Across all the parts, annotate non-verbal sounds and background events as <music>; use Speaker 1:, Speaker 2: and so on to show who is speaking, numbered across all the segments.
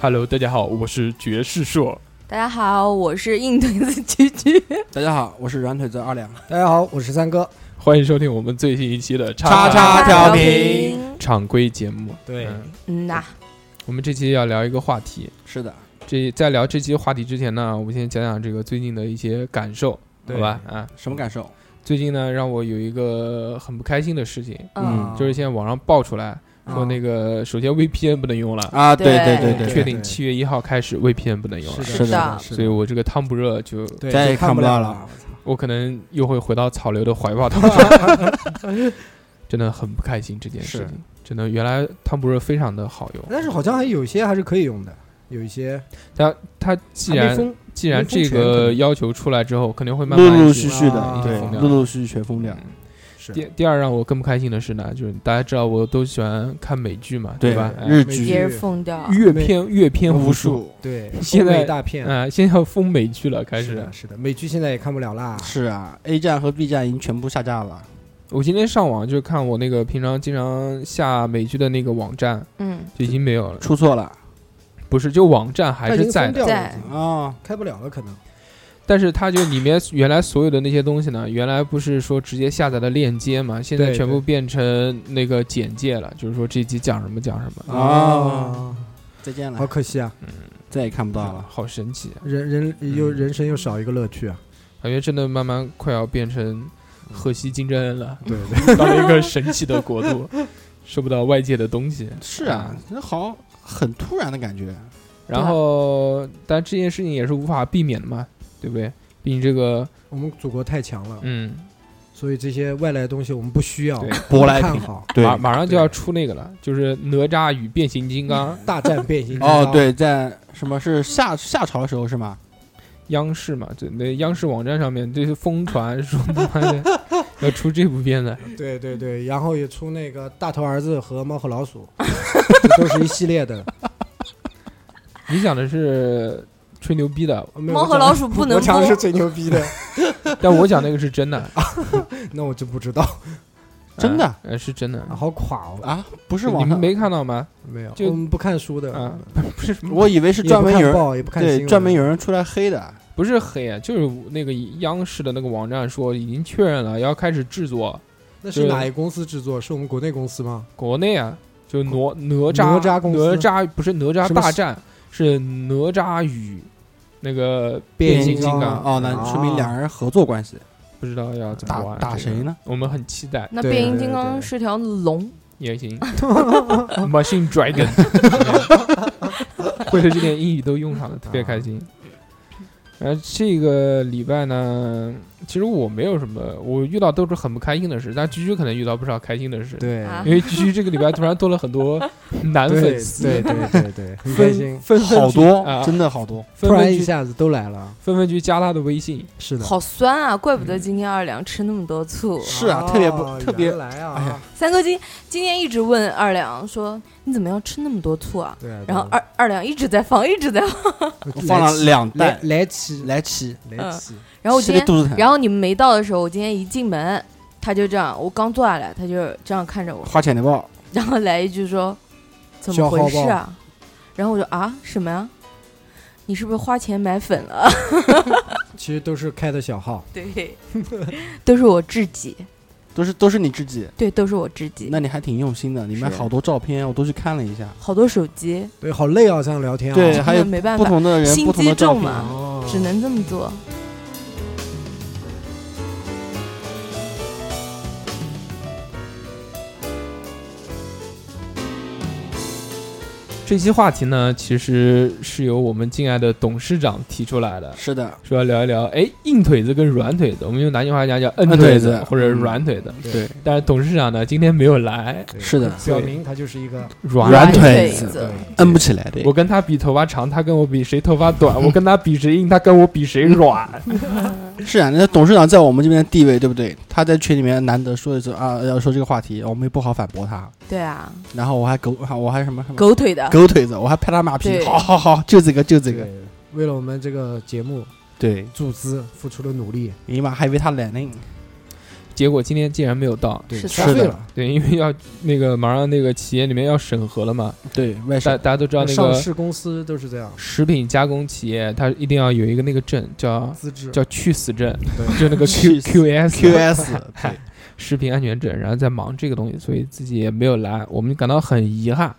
Speaker 1: Hello，大家好，我是爵士硕。
Speaker 2: 大家好，我是硬腿子居居。
Speaker 3: 大家好，我是软腿子二两。
Speaker 4: 大家好，我是三哥。
Speaker 1: 欢迎收听我们最新一期的
Speaker 3: 叉叉调频。
Speaker 1: 常规节目。
Speaker 4: 对
Speaker 1: 嗯
Speaker 2: 嗯呐，
Speaker 1: 我们这期要聊一个话题。
Speaker 3: 是的，
Speaker 1: 这在聊这期话题之前呢，我们先讲讲这个最近的一些感受，好
Speaker 4: 对
Speaker 1: 吧？啊，
Speaker 3: 什么感受？
Speaker 1: 最近呢，让我有一个很不开心的事情，
Speaker 2: 嗯，
Speaker 1: 就是现在网上爆出来说，那
Speaker 4: 个
Speaker 1: 个首先 VPN 不能用了，
Speaker 3: 啊，
Speaker 2: 对
Speaker 3: 对
Speaker 2: 对
Speaker 3: 对，
Speaker 1: 确定七月一号开始 VPN 不能用了，
Speaker 4: 是
Speaker 3: 是
Speaker 2: 是的
Speaker 3: 的，
Speaker 4: 是
Speaker 1: 所以我这个汤不热就
Speaker 4: 对
Speaker 3: 再也
Speaker 4: 就
Speaker 3: 看
Speaker 4: 看
Speaker 3: 不到
Speaker 4: 到
Speaker 3: 了。
Speaker 1: 我可能又会回到草榴的怀抱当中，真的很不开心这件事情。真的，原来汤不热非常的好用，
Speaker 4: 但是好像还有些还是可以用的，有一些
Speaker 1: 它它既
Speaker 4: 还没
Speaker 1: 然
Speaker 4: 封
Speaker 1: 既然这个要求出来之后，肯定会慢
Speaker 3: 陆
Speaker 1: 慢
Speaker 3: 陆
Speaker 1: 一直
Speaker 3: 续续的，
Speaker 4: 啊
Speaker 3: 对
Speaker 1: 疯，掉
Speaker 3: 陆陆续续全封掉。
Speaker 1: 嗯
Speaker 4: 是
Speaker 1: 第第二让我更不开心的是呢，就是大家知道我都喜欢看美剧嘛，
Speaker 3: 对
Speaker 1: 吧？哎
Speaker 3: 日
Speaker 4: 美
Speaker 3: 剧
Speaker 4: 剧
Speaker 2: 别人疯
Speaker 4: 啊
Speaker 2: 掉。
Speaker 1: 阅片阅片无数，
Speaker 4: 对
Speaker 1: 现在
Speaker 4: 欧美大片
Speaker 1: 啊，现在要封美剧了，开
Speaker 4: 是
Speaker 1: 始
Speaker 4: 的，。是的，美剧现在也看不了啦。
Speaker 3: 是啊，A 站和 B 站已经全部下架了。
Speaker 1: 我今天上网就看我那个平常经常下美剧的那个网站，
Speaker 2: 嗯，
Speaker 1: 就已经没有了，
Speaker 3: 出错了
Speaker 1: 不是，就网站还
Speaker 4: 它已
Speaker 1: 是
Speaker 4: 经
Speaker 1: 在
Speaker 4: 封
Speaker 1: 的，
Speaker 4: 掉了
Speaker 2: 在，
Speaker 3: 啊！
Speaker 4: 开不了了，可能
Speaker 1: 但是它就里面原来所有的那些东西呢，原来不是说直接下载的链接嘛，现在
Speaker 4: 对
Speaker 1: 全部
Speaker 4: 对
Speaker 1: 变成那个简介了，就是说这集讲什么讲什么，
Speaker 3: 哦，再见
Speaker 4: 好
Speaker 3: 了，
Speaker 4: 可惜啊，
Speaker 3: 再也看不到了。
Speaker 1: 好神奇啊！
Speaker 4: 人人又
Speaker 1: 嗯
Speaker 4: 人生又少一个乐趣啊。
Speaker 1: 感觉真的慢慢快要变成河西金正恩
Speaker 3: <laughs>
Speaker 1: 了，
Speaker 4: 对 <laughs>
Speaker 1: 到了一个神奇的国度，收不到外界的东西。
Speaker 3: 是啊，这好很突然的感觉。
Speaker 1: 然后，但这件事情也是无法避免的嘛，对不对？毕竟这个，
Speaker 4: 我们祖国太强了，
Speaker 1: 嗯，
Speaker 4: 所以这些外来的东西我们不需要
Speaker 1: 对，
Speaker 3: 舶来
Speaker 4: 看
Speaker 3: 品
Speaker 4: <laughs> 好
Speaker 3: 对
Speaker 1: 马马上就要出那个了，就是哪吒与变形金刚，
Speaker 4: 大战变形金
Speaker 3: 哦
Speaker 4: 刚，，
Speaker 3: 对，在什么是夏夏朝的时候是吗？
Speaker 1: 央视嘛，对，那央视网站上面就是疯传说他妈的
Speaker 3: <laughs>
Speaker 1: 要出这部片子，
Speaker 4: 对对对，然后也出那个大头儿子和猫和老
Speaker 1: <laughs>
Speaker 4: 鼠，这都是一系列的。
Speaker 1: 你讲的是吹牛逼的，
Speaker 4: 哦没有
Speaker 2: 猫
Speaker 4: 我
Speaker 2: 和
Speaker 4: 讲
Speaker 2: 老鼠不能
Speaker 4: 我讲的是
Speaker 2: 疯。
Speaker 4: 最
Speaker 3: <laughs>
Speaker 4: 牛逼的，
Speaker 1: 但我讲那个是真的，
Speaker 4: 那我就不知道，
Speaker 3: 啊真的
Speaker 1: 啊，呃，是真的。
Speaker 4: <laughs> 好垮
Speaker 3: <laughs>
Speaker 4: 哦。
Speaker 3: 啊，不是
Speaker 1: 你
Speaker 3: 网
Speaker 1: 们
Speaker 3: 上，
Speaker 1: 没看到吗？
Speaker 4: 没有，
Speaker 1: 就
Speaker 4: 我们不看书的，
Speaker 1: 啊，不是什么
Speaker 3: 我以嗯为是
Speaker 4: 也
Speaker 3: 专
Speaker 4: 不
Speaker 3: 门有
Speaker 4: 看
Speaker 3: 人
Speaker 4: 报，也不看新
Speaker 3: 对
Speaker 4: 闻
Speaker 3: 专门有人出来黑的。
Speaker 1: 不是黑啊，就是那个央视的那个网站说已经确认了，要开始制作
Speaker 4: 那是哪一公司制作？是我们国内公司吗？
Speaker 1: 国内啊，就哪哪吒
Speaker 4: 哪吒公司
Speaker 1: 哪吒不是哪吒
Speaker 4: 什么
Speaker 1: 大战，是哪吒与那个
Speaker 4: 变
Speaker 1: 形
Speaker 4: 形
Speaker 1: 金
Speaker 4: 金
Speaker 1: 刚
Speaker 4: 刚，
Speaker 3: 哦，那
Speaker 4: 啊
Speaker 3: 说明两人合作关系，
Speaker 1: 不知道要怎么
Speaker 3: 打
Speaker 1: 玩
Speaker 3: 打谁？
Speaker 1: 这个
Speaker 3: 呢？
Speaker 1: 我们很期待
Speaker 2: 那
Speaker 4: 对
Speaker 2: 变形
Speaker 4: 对
Speaker 2: 金刚
Speaker 4: 对
Speaker 2: 是条龙，
Speaker 1: 也
Speaker 4: <laughs>
Speaker 1: 行，Machine Dragon，会的这点英语都用上了，特别开心。
Speaker 4: 嗯
Speaker 1: 然后这个礼拜呢，其实我没有什么，我遇到都是很不开心的事，但居居可能遇到不少开心的事。
Speaker 4: 对
Speaker 2: 啊
Speaker 1: 因为居居这个礼拜突然多了很
Speaker 4: <laughs>
Speaker 1: 多男
Speaker 4: 对
Speaker 1: 粉丝，
Speaker 4: 对对对对，很开
Speaker 1: 纷
Speaker 4: 心，
Speaker 1: 纷 <laughs>
Speaker 3: 好
Speaker 1: 纷去啊
Speaker 3: 多，真的好多。
Speaker 1: 纷
Speaker 4: 突然
Speaker 1: 纷
Speaker 4: 一
Speaker 1: 去
Speaker 4: 下子都来了。
Speaker 1: 纷纷去加他的微信，
Speaker 4: 是的，
Speaker 2: 好酸啊！怪不得今天二两吃那么多醋。
Speaker 3: 是啊特别不
Speaker 4: 哦
Speaker 3: 特别
Speaker 4: 原来
Speaker 3: 哎呀
Speaker 4: 啊，
Speaker 2: 三哥今今天一直问二两说：“你怎么要吃那么多醋啊
Speaker 4: 对啊，？”
Speaker 2: 然后二二两一直在放，一直在放。
Speaker 3: 我 <laughs> 放了两
Speaker 4: 来
Speaker 3: 袋
Speaker 4: 来七
Speaker 3: 来七，
Speaker 4: 来七，
Speaker 2: 然后我
Speaker 3: 吃
Speaker 2: 今
Speaker 3: 的
Speaker 2: 天，
Speaker 3: 肚子疼，
Speaker 2: 然后你们没到的时候，我今天一进门，他就这样，我刚坐下来，他就这样看着我，
Speaker 3: 花钱的报，
Speaker 2: 然后来一句说：“怎么回事啊？”然后我就啊什么呀？你是不是花钱买粉了？ <laughs>
Speaker 4: 其实都是开的小号，
Speaker 2: 对，都是我自己。
Speaker 3: 都是都是你自己，
Speaker 2: 对，都是我自己。
Speaker 3: 那你还挺用心的，里面
Speaker 2: 是
Speaker 3: 好多照片我都去看了一下，
Speaker 2: 好多手机，
Speaker 4: 对，好累啊，这样聊天啊。
Speaker 3: 对
Speaker 2: 真
Speaker 3: 还有
Speaker 2: 的没办
Speaker 3: 不
Speaker 2: 法，
Speaker 3: 同的人
Speaker 2: 心
Speaker 3: 不同的
Speaker 2: 机重
Speaker 3: 照
Speaker 2: 啊
Speaker 3: 片，
Speaker 2: 嘛
Speaker 4: 哦
Speaker 2: 只能这么做。
Speaker 1: 这期话题呢，其实是由我们敬爱的董事长提出来的，
Speaker 3: 是的，
Speaker 1: 说要聊一聊，哎，硬腿子跟软腿子，我们用南京话讲叫摁
Speaker 3: 摁
Speaker 1: 腿
Speaker 3: 腿
Speaker 1: 子
Speaker 3: 子
Speaker 1: 或者软腿子。
Speaker 3: 对，
Speaker 1: 但是董事长呢，今天没有来，
Speaker 4: 对
Speaker 3: 是的
Speaker 4: 表明他就是一个
Speaker 1: 软
Speaker 3: 软
Speaker 1: 腿
Speaker 3: 腿
Speaker 2: 子
Speaker 3: 子
Speaker 4: 对
Speaker 3: 摁不起来的。
Speaker 1: 我跟他比头发长，他跟我比谁头发 <laughs> 短；我跟他比谁硬，他跟我比谁软。
Speaker 3: 是啊，那董事长在我们这边的地位，对不对？他在群里面难得说一说啊，要说这个话题，我们也不好反驳他。
Speaker 2: 对啊，
Speaker 3: 然后我还狗，我还什么什么
Speaker 2: 狗腿的，
Speaker 3: 狗腿子，我还拍他马屁，
Speaker 2: 对
Speaker 3: 好好好，就这个就这个。
Speaker 4: 对为了我们这个节目
Speaker 3: 对，
Speaker 4: 注资付出了努力，
Speaker 3: 尼玛还以为他懒呢。
Speaker 1: 结果今天竟然没有到，
Speaker 4: 对，
Speaker 2: 是的
Speaker 4: 刷碎了，
Speaker 1: 对，因为要那个马上那个企业里面要审核了嘛，
Speaker 3: 对外
Speaker 1: 大
Speaker 3: 省
Speaker 1: 大家都知道那
Speaker 4: 上
Speaker 1: 个
Speaker 4: 市公司都是
Speaker 1: <laughs>
Speaker 4: 这样
Speaker 1: 食品加工企业，它一定要有一个那个证叫
Speaker 4: 资质，
Speaker 1: 叫去死证，
Speaker 4: 对
Speaker 1: 就那个 Q
Speaker 3: 去死
Speaker 1: QS
Speaker 2: <laughs>
Speaker 3: QS，对，
Speaker 1: 食品安全证，然后在忙这个东西，所以自己也没有来，我们感到很遗憾。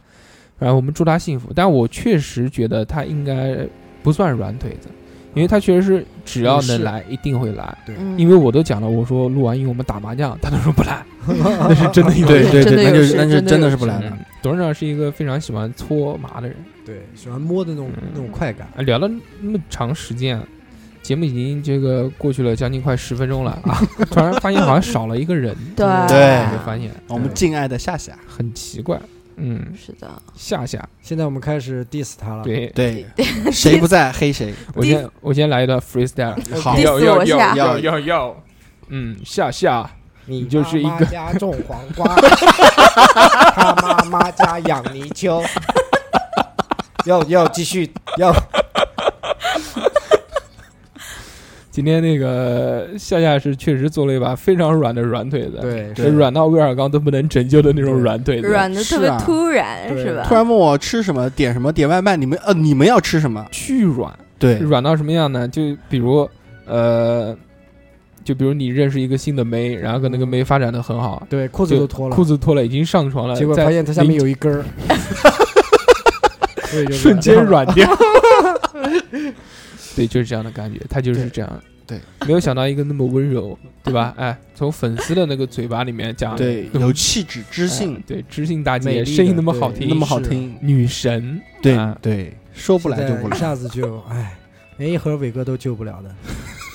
Speaker 1: 然后我们祝他幸福，但我确实觉得他应该不算软腿子，因为他确实是只要能来一定会来。
Speaker 2: 嗯，
Speaker 1: 因为我都讲了，我说录完音我们打麻将，他都说不来， <laughs> 那是真的有
Speaker 3: <laughs> 对对
Speaker 2: 真的
Speaker 3: 对，那
Speaker 2: 有
Speaker 3: 就
Speaker 2: 事
Speaker 3: 那就
Speaker 2: 真的
Speaker 3: 真的
Speaker 2: 有
Speaker 3: 是不来了
Speaker 1: 嗯。董事长是一个非常喜欢搓麻的人。
Speaker 4: <laughs> 对，喜欢摸的那种
Speaker 1: 嗯
Speaker 4: 那种快感。
Speaker 1: 啊聊了那么长时间，节目已经这个过去了将近快十分钟了啊！突然发现好像少了一个人，
Speaker 2: 对
Speaker 3: 对
Speaker 1: 就发现嗯
Speaker 3: 我们敬爱的夏夏，
Speaker 1: 很奇怪。嗯，
Speaker 2: 是的，
Speaker 1: 夏夏，
Speaker 4: 现在我们开始 diss 他了，，
Speaker 1: 对
Speaker 3: 对，
Speaker 2: <laughs>
Speaker 3: 谁不在黑谁。
Speaker 1: 我先我先来一段
Speaker 4: <laughs>
Speaker 1: freestyle，
Speaker 3: 好，
Speaker 2: Diss
Speaker 1: 要要
Speaker 2: 我夏
Speaker 1: 要要要要，嗯，夏夏，
Speaker 4: 你
Speaker 1: 就是一个
Speaker 4: 妈妈家种黄
Speaker 1: <laughs>
Speaker 4: 瓜，他妈妈家养泥鳅， <laughs> 要要继续要
Speaker 1: 今天那个夏夏是确实做了一把非常软的软腿子，
Speaker 4: 对
Speaker 3: 对
Speaker 1: 软到威尔刚都不能拯救的那种软腿子，
Speaker 2: 软的特别
Speaker 3: 是啊
Speaker 2: 突然，
Speaker 4: 对
Speaker 2: 是
Speaker 3: <laughs>
Speaker 2: 吧？
Speaker 3: 突然问我吃什么，点什么，点外卖，你们呃你们要吃什么？
Speaker 1: 巨软，
Speaker 3: 对，
Speaker 1: 软到什么样呢？就比如，呃，就比如你认识一个新的妹，然后跟那个妹发展的很好，
Speaker 4: 对裤子都嗯脱了
Speaker 1: 裤，子脱呃了，已经上床了，
Speaker 4: 结果
Speaker 1: 在
Speaker 4: 发现它下面有一根儿， <laughs>
Speaker 1: <laughs>
Speaker 4: 所以就
Speaker 1: 零
Speaker 4: 是
Speaker 1: 瞬间软掉。 <laughs> 对，就是这样的感觉，他就是这样。
Speaker 3: 对，
Speaker 1: 没有想到一个那么温柔，对吧？哎，从粉丝的那个嘴巴里面
Speaker 2: 啊
Speaker 1: 讲，
Speaker 2: <laughs>
Speaker 3: 对，有气质、知
Speaker 1: 知
Speaker 2: 哎
Speaker 3: 性，
Speaker 1: 对知性大
Speaker 4: 美
Speaker 1: 姐
Speaker 4: 丽的
Speaker 1: 声音那么好
Speaker 4: 对
Speaker 1: 听，
Speaker 3: 那么好
Speaker 4: 是
Speaker 2: 啊
Speaker 3: 听，
Speaker 1: 女神，
Speaker 3: 对
Speaker 1: 啊
Speaker 3: 对，说不来就不
Speaker 4: 现在一
Speaker 3: 来。
Speaker 4: 下子就哎，连一盒伟哥都救不了的，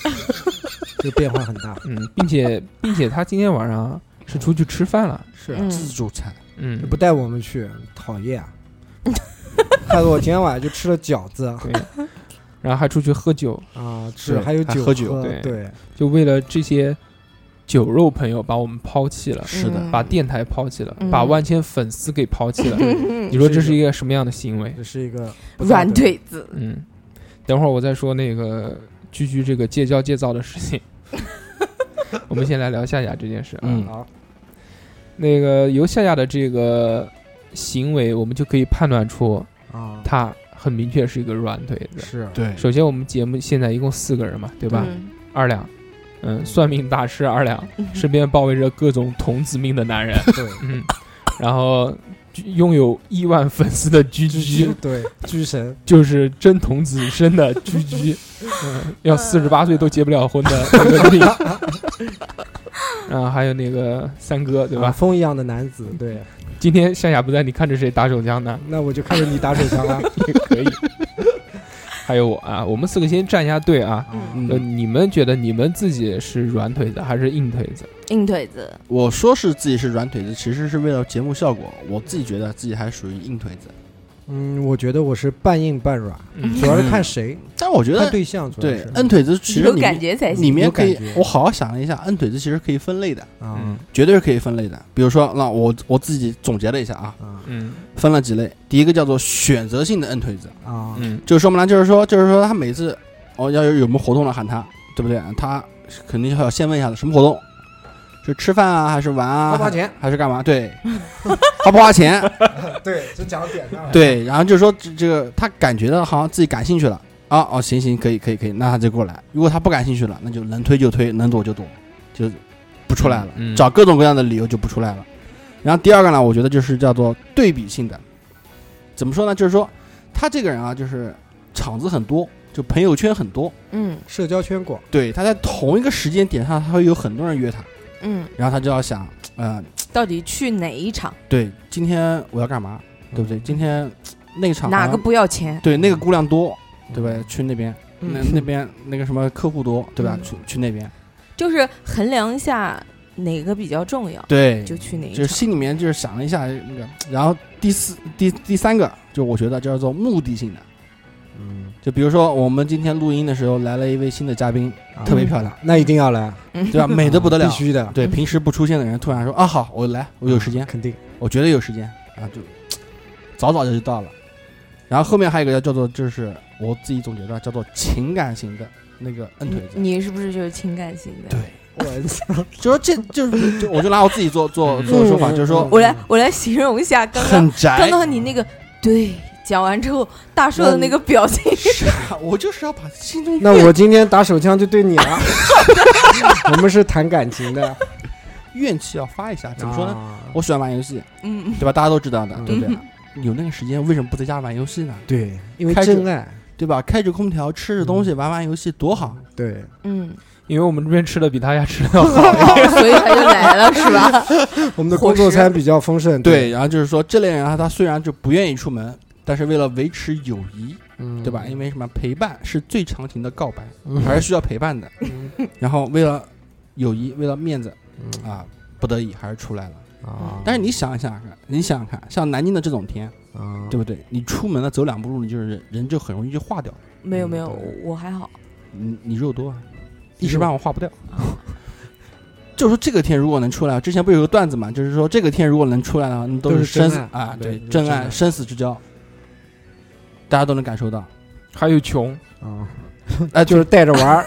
Speaker 4: <laughs> 就变化很大。
Speaker 1: 嗯，并且并且她今天晚上是出去吃饭了，
Speaker 4: 是
Speaker 2: 嗯
Speaker 3: 自助餐，
Speaker 1: 嗯，
Speaker 4: 不带我们去，讨厌。害得我今天晚上就吃了饺子
Speaker 1: 对，然后还出去喝酒，
Speaker 4: 啊，吃
Speaker 3: 对
Speaker 4: 还有
Speaker 3: 还
Speaker 4: 酒
Speaker 3: 喝酒
Speaker 1: 对
Speaker 4: 对，
Speaker 1: 就为了这些酒肉朋友把我们抛弃了，
Speaker 3: 是的
Speaker 2: 嗯
Speaker 1: 把电台抛弃了，
Speaker 2: 嗯
Speaker 1: 把万千粉丝给抛弃了。你说这是一个什么样的行为？
Speaker 4: 这是一个不道德
Speaker 2: 软腿子，
Speaker 1: 嗯，等会儿我再说那个居居这个戒骄戒躁的事情。我们先来聊夏夏这件事啊，
Speaker 3: 嗯
Speaker 4: 好，
Speaker 1: 那个由夏夏的这个行为，我们就可以判断出
Speaker 4: 啊，
Speaker 1: 她很明确是一个软腿子。
Speaker 4: 是
Speaker 2: 嗯
Speaker 3: 对
Speaker 1: 首先，我们节目现在一共四个人嘛，对
Speaker 2: 对
Speaker 1: 吧？二两，嗯，算命大师二两，
Speaker 2: 嗯
Speaker 1: 身边包围着各种童子命的男人，
Speaker 4: 对
Speaker 1: 嗯，然后拥有亿万粉丝的居
Speaker 3: <laughs>
Speaker 1: 居，
Speaker 4: 对狙神
Speaker 1: 就是真童子身的居 <laughs> 居，嗯，要四十八岁都结不了婚的那
Speaker 4: <laughs>
Speaker 1: 个命，
Speaker 4: 啊
Speaker 1: 然后还有那个三哥，对
Speaker 4: 啊
Speaker 1: 吧？
Speaker 4: 风一样的男子，对，
Speaker 1: 今天夏夏不在，你看着谁打手枪呢？
Speaker 4: 那我就看着你打手
Speaker 3: <laughs>
Speaker 4: 枪了。
Speaker 1: 也可以。还有我啊，我们四个先站一下队啊。
Speaker 4: 啊
Speaker 3: 嗯
Speaker 1: 呃，你们觉得你们自己是软腿子还是硬腿子？
Speaker 2: 硬腿子，
Speaker 3: 我说是自己是软腿子，其实是为了节目效果。我自己觉得自己还属于硬腿子，
Speaker 4: 嗯，我觉得我是半硬半软，
Speaker 1: 嗯
Speaker 4: 主要是看谁，
Speaker 3: 但我觉
Speaker 4: 看
Speaker 3: 得
Speaker 4: 对象，主
Speaker 3: 嗯
Speaker 4: 要
Speaker 3: 对
Speaker 4: 是
Speaker 3: 摁腿子其实
Speaker 2: 有
Speaker 3: 里
Speaker 2: 感
Speaker 3: 面
Speaker 2: 觉才
Speaker 3: 里
Speaker 2: 行。
Speaker 3: 面
Speaker 4: 有
Speaker 3: 可
Speaker 4: 感
Speaker 3: 以
Speaker 4: 觉，
Speaker 3: 我好好想了一下，摁腿子其实可以分类的，
Speaker 1: 嗯
Speaker 4: 啊
Speaker 3: 绝对是可以分类的。比如说，那我我自己总结了一下啊，
Speaker 4: 啊
Speaker 1: 嗯
Speaker 3: 分了几类。第一个叫做选择性的摁腿子，
Speaker 4: 啊，
Speaker 1: 嗯
Speaker 3: 就是说嘛，就是说就是说他每次哦要有有什么活动了喊他，对不对？他肯定要先问一下子什么活动，是吃饭啊还是玩啊？
Speaker 4: 花不花
Speaker 3: 还
Speaker 4: 钱？
Speaker 3: 还是干嘛？对， <laughs> 花不花钱？
Speaker 4: 对，就讲点啊上了。
Speaker 3: 对，然后就说这这个他感觉到好像自己感兴趣了啊，哦，行行，可以可以可以，那他就过来。如果他不感兴趣了，那就能推就推，能躲就躲，就不出来了，
Speaker 1: 嗯嗯
Speaker 3: 找各种各样的理由就不出来了。然后第二个呢，我觉得就是叫做对比性的，怎么说呢？就是说他这个人啊，就是场子很多，就朋友圈很多，
Speaker 2: 嗯
Speaker 4: 社交圈广，
Speaker 3: 对，他在同一个时间点上，他会有很多人约他，
Speaker 2: 嗯，
Speaker 3: 然后他就要想，呃，
Speaker 2: 到底去哪一场，
Speaker 3: 对，今天我要干嘛，对不对？今天那个场
Speaker 2: 哪
Speaker 3: 好
Speaker 2: 个
Speaker 3: 像
Speaker 2: 不要钱？
Speaker 3: 对那个姑娘多，对吧？去那边，
Speaker 4: 嗯
Speaker 3: 那那边那个什么客户多，对吧？
Speaker 2: 嗯
Speaker 3: 去去那边，
Speaker 2: 就是衡量一下哪个比较重要，
Speaker 3: 对，
Speaker 2: 就去哪一
Speaker 3: 就是
Speaker 2: 场。
Speaker 3: 心里面就是想了一下那个，然后第四第第三个，就我觉得叫做目的性的，
Speaker 4: 嗯，
Speaker 3: 就比如说我们今天录音的时候来了一位新的嘉
Speaker 4: <laughs>
Speaker 3: 宾，特别漂亮，
Speaker 4: 啊那一定要来，啊
Speaker 3: 对吧？美的不得了
Speaker 4: 必，须的，
Speaker 3: 对，平时不出现的人突然说啊好，我来，我有时间，
Speaker 4: 肯定
Speaker 3: 我觉得有时间啊，就早早就就到了。然后后面还有一个叫做就是我自己总结的叫做情感型的那个摁腿子，
Speaker 2: 你
Speaker 4: 嗯
Speaker 2: 你是不是就是情感型的？
Speaker 4: 我操
Speaker 3: 就说这就是就我就拿我自己做
Speaker 4: <laughs>
Speaker 3: 做做说法，
Speaker 4: 嗯
Speaker 3: 就是说
Speaker 2: 我来我来形容一下刚刚
Speaker 3: 很宅，
Speaker 2: 刚刚你那个对讲完之后大硕的那个表情，
Speaker 3: <laughs> 是啊，我就是要把心中
Speaker 4: <laughs> 那我今天打手枪就对
Speaker 3: <laughs>
Speaker 4: 你了，我们是谈感情的，
Speaker 3: 怨气要发一下，怎么说呢？
Speaker 4: 啊？
Speaker 3: 我喜欢玩游戏，
Speaker 2: 嗯，
Speaker 3: 对吧？大家都知道的，
Speaker 4: 嗯
Speaker 3: 对不对？有那个时间，为什么不在家玩游戏呢？
Speaker 4: 对，因为
Speaker 3: 开始
Speaker 4: 真爱，
Speaker 3: 对吧？开着空调，吃着
Speaker 4: 嗯
Speaker 3: 东西，玩玩游戏，多好！
Speaker 4: 对，
Speaker 2: 嗯，哦
Speaker 1: 因为我们这边吃的比他家吃的要
Speaker 2: <laughs>
Speaker 1: 好，
Speaker 2: 所以他就来了，是
Speaker 3: <laughs>
Speaker 2: 吧？
Speaker 4: 我们的工作餐比较丰盛，
Speaker 3: 对，，然后就是说，这类人啊，他虽然就不愿意出门，但是为了维持友谊，
Speaker 4: 嗯
Speaker 3: 对吧？因为什么？陪伴是最长情的告白，
Speaker 4: 嗯
Speaker 3: 还是需要陪伴的。然后为了友谊，为了面子
Speaker 4: 嗯
Speaker 3: 啊，不得已还是出来了。
Speaker 4: 啊，
Speaker 3: 但是你想一想看，你想想看，像南京的这种天，
Speaker 4: 啊，
Speaker 3: 对不对？你出门了走两步路，你就是人人就很容易就化掉。
Speaker 2: 没有没有，我还好，
Speaker 3: 你你肉多啊，一
Speaker 4: 肉
Speaker 3: 时半会儿化不掉。 <laughs> 就说这个天如果能出来，之前不是有个段子嘛，就是说这个天如果能出来的话，那都
Speaker 4: 都
Speaker 3: 是
Speaker 4: 是真
Speaker 3: 生死
Speaker 4: 爱
Speaker 3: 啊，
Speaker 4: 对
Speaker 3: 对，
Speaker 4: 都是
Speaker 3: 真
Speaker 4: 真
Speaker 3: 爱
Speaker 4: 爱
Speaker 3: 生死之交，大家都能感受到。
Speaker 1: 还有穷，
Speaker 4: 啊，
Speaker 3: 哎，就
Speaker 4: 就是是带着玩儿，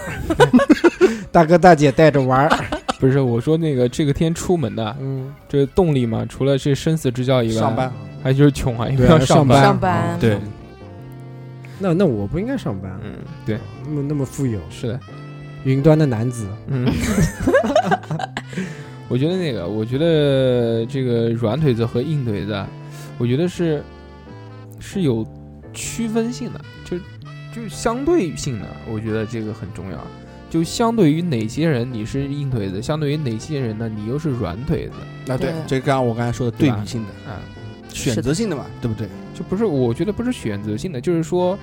Speaker 4: <laughs> 大哥大姐带着玩儿，
Speaker 1: 不是我说那个这个天出门的
Speaker 4: 嗯，
Speaker 1: 这动力嘛，除了这生死之交以外，
Speaker 3: 上班
Speaker 1: 还有就是穷啊，因为
Speaker 4: 对
Speaker 1: 要
Speaker 4: 啊，上
Speaker 1: 班。
Speaker 2: 上班
Speaker 3: 对，
Speaker 4: 那那我不应该上班，
Speaker 1: 嗯，对，
Speaker 4: 那么那么富有，
Speaker 1: 是的，
Speaker 4: 云端的男子，
Speaker 1: 嗯。 <laughs> 我觉得那个，我觉得这个软腿子和硬腿子，啊我觉得是是有区分性的，就就相对性的，我觉得这个很重要。就相对于哪些人你是硬腿子，相对于哪些人呢你又是软腿子
Speaker 3: 啊，对
Speaker 2: 对，
Speaker 3: 这刚刚我刚才说的
Speaker 1: 对
Speaker 3: 对
Speaker 1: 吧
Speaker 3: 比性的、
Speaker 1: 啊、
Speaker 3: 选择性的嘛，对不对？
Speaker 1: 就不是，我觉得不是选择性的，就是说，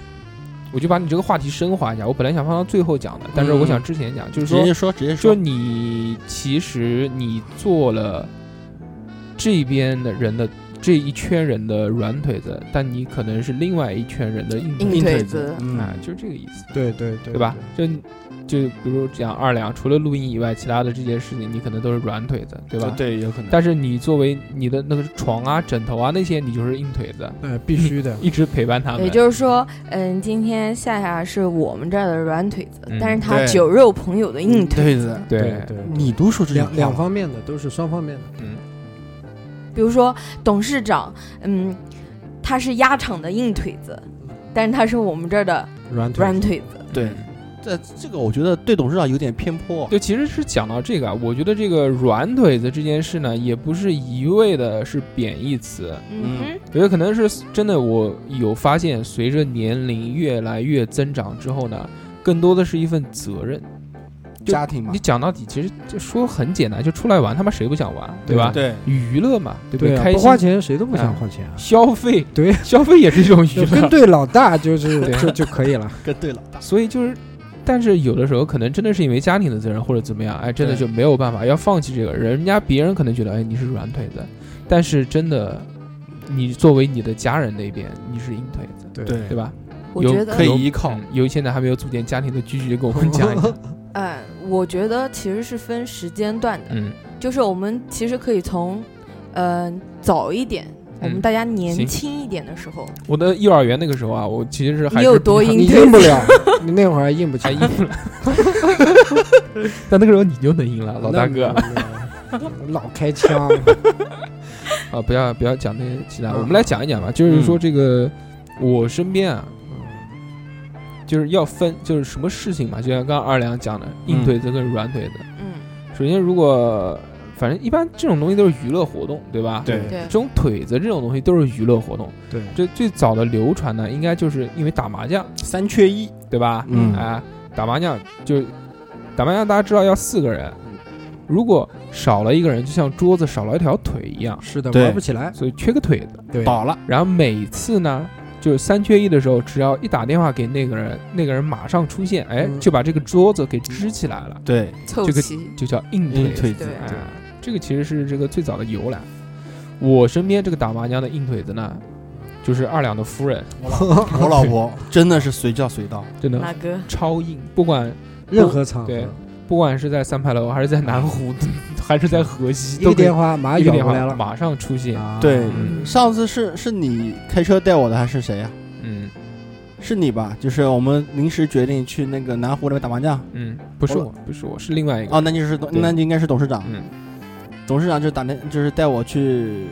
Speaker 1: 我就把你这个话题升华一下。我本来想放到最后讲的，但是我想之前讲，就是
Speaker 3: 直
Speaker 1: 说
Speaker 3: 接，说，直接
Speaker 1: 就
Speaker 3: 说，
Speaker 1: 你其实你做了这边的人的这一圈人的软腿子，但你可能是另外一圈人的硬腿
Speaker 2: 硬
Speaker 1: 子
Speaker 3: 硬
Speaker 2: 腿
Speaker 3: 腿
Speaker 2: 子
Speaker 3: 子，
Speaker 1: 啊
Speaker 3: 嗯，，
Speaker 1: 就是这个意思，
Speaker 4: 对对对，
Speaker 1: 对吧？就就比如讲二两，除了录音以外，其他的这些事情你可能都是软腿子，对
Speaker 3: 对
Speaker 1: 吧？。
Speaker 3: 对，有可能。
Speaker 1: 但是你作为你的那个床啊、枕头啊那些，你就是硬腿子，
Speaker 4: 哎，必须的，
Speaker 1: 一直陪伴他们。
Speaker 2: 也就是说，嗯，今天夏夏是我们这儿的软腿子
Speaker 1: 嗯，
Speaker 2: 但是他
Speaker 3: 对嗯
Speaker 2: 酒肉朋友的硬腿
Speaker 3: 对
Speaker 2: 子
Speaker 3: 子。
Speaker 1: 对，
Speaker 4: 对，
Speaker 3: 你都说这句话
Speaker 4: 两
Speaker 3: 了
Speaker 4: 两方面的都是双方面的，
Speaker 1: 嗯，
Speaker 2: 比如说董事长，嗯，他是鸭场的硬腿子，但是他是我们这儿的
Speaker 4: 软腿
Speaker 2: 软腿子。
Speaker 3: 对，这这个我觉得对董事长有点偏颇。
Speaker 1: 就其实是讲到这个啊，我觉得这个软腿子这件事呢，也不是一味的是贬义词，
Speaker 2: 嗯
Speaker 1: 我觉得可能是真的，我有发现，随着年龄越来越增长之后呢，更多的是一份责任。就
Speaker 3: 家庭嘛
Speaker 4: 嗯
Speaker 1: 你，讲到底，其实就说很简单，就出来玩，他妈谁不想玩，对吧？
Speaker 3: 对，
Speaker 1: 娱乐嘛，对不
Speaker 4: 对啊，
Speaker 1: 开
Speaker 4: 不花
Speaker 1: 心，
Speaker 4: 钱谁都不想
Speaker 1: 哎
Speaker 4: 花钱啊，
Speaker 1: 消费，
Speaker 4: 对，
Speaker 1: 消费也是一种娱
Speaker 4: 就跟
Speaker 1: 乐。
Speaker 4: 对老大就是
Speaker 1: <laughs> 对
Speaker 4: 就就可以了，
Speaker 3: 跟对了，
Speaker 1: 所以就是，但是有的时候可能真的是因为家庭的责任或者怎么样，哎，真的
Speaker 3: 对
Speaker 1: 就没有办法要放弃这个。人家别人可能觉得，哎，你是软腿子，但是真的，你作为你的家人那边，你是硬腿子，
Speaker 4: 对
Speaker 3: 对
Speaker 1: 对吧？
Speaker 2: 我
Speaker 1: 有
Speaker 2: 觉得
Speaker 3: 可以依靠
Speaker 1: 嗯。有现在还没有组建家庭的居居，给我们讲一讲。
Speaker 2: 哎，我觉得其实是分时间段的，
Speaker 1: 嗯
Speaker 2: 就是我们其实可以从，呃，早一点，
Speaker 1: 嗯
Speaker 2: 我们大家年轻一点的时候，
Speaker 1: 我的幼儿园那个时候啊，我其实是还
Speaker 2: 你
Speaker 1: 是
Speaker 2: 有多
Speaker 1: 比较
Speaker 2: 硬
Speaker 4: <laughs> 你
Speaker 2: 腿
Speaker 4: 硬
Speaker 2: 子？
Speaker 4: 不了， <laughs> 你那会儿还硬不起
Speaker 1: 还
Speaker 2: <laughs>
Speaker 4: 来
Speaker 1: 硬，了， <laughs> 但那个时候你就能硬了，老大哥
Speaker 4: <laughs> 那，那那那 <laughs> 老开枪，
Speaker 1: 啊！不要不要讲那些其他，
Speaker 4: 嗯
Speaker 1: 我们来讲一讲吧。就是说这个，我身边啊，就是要分，就是什么事情嘛，就像刚刚二两讲的，硬腿子跟软腿子。
Speaker 2: 嗯，
Speaker 1: 首先，如果反正一般这种东西都是娱乐活动， <laughs> 对吧？
Speaker 4: 对
Speaker 2: 对
Speaker 1: 这种腿子这种东西都是娱乐活动。
Speaker 4: 对
Speaker 1: 这最早的流传呢，应该就是因为打麻将，
Speaker 3: 三缺一，
Speaker 1: 对吧？
Speaker 3: 嗯
Speaker 1: 啊，打麻将就打麻将，大家知道要四个人，
Speaker 3: 嗯
Speaker 1: 如果少了一个人，就像桌子少了一条腿一样，
Speaker 4: 是的，
Speaker 3: 对
Speaker 4: 玩不起来。
Speaker 1: 所以缺个腿子。
Speaker 4: 对，
Speaker 3: 倒了，
Speaker 1: 然后每次呢，就是三缺一的时候，只要一打电话给那个人，那个人马上出现，哎，
Speaker 4: 嗯
Speaker 1: 就把这个桌子给支起来了，
Speaker 3: 对，
Speaker 2: 凑
Speaker 1: 这个
Speaker 2: 齐，
Speaker 1: 就叫硬腿
Speaker 3: 硬腿
Speaker 2: 对
Speaker 3: 子，
Speaker 1: 哎，这个其实是这个最早的由来。我身边这个打麻将的硬腿子呢，就是二两的夫人，
Speaker 3: 我老婆真的是随叫随到，
Speaker 1: 真的
Speaker 2: 哪个？
Speaker 1: 超硬，不管
Speaker 4: <laughs> 任何场
Speaker 1: 对
Speaker 4: 合，
Speaker 1: 不管是在三牌楼，还是在南湖， <laughs> 还是在河西，
Speaker 4: 嗯一个
Speaker 1: 都可以
Speaker 4: 电话马
Speaker 1: 一
Speaker 4: 上
Speaker 1: 个电
Speaker 4: 咬过
Speaker 1: 话
Speaker 4: 来了。
Speaker 1: 马上出现。
Speaker 4: 啊
Speaker 3: 对
Speaker 1: 嗯
Speaker 3: 上次是是你开车带我的还是谁呀、
Speaker 1: 嗯
Speaker 3: 是你吧？就是我们临时决定去那个南湖那边打麻将。
Speaker 1: 嗯，不是我，不是我，是另外一个。
Speaker 3: 哦，那就是董
Speaker 1: 对
Speaker 3: 那就应该是董事长。
Speaker 1: 嗯
Speaker 3: 董事长就打那就是带我去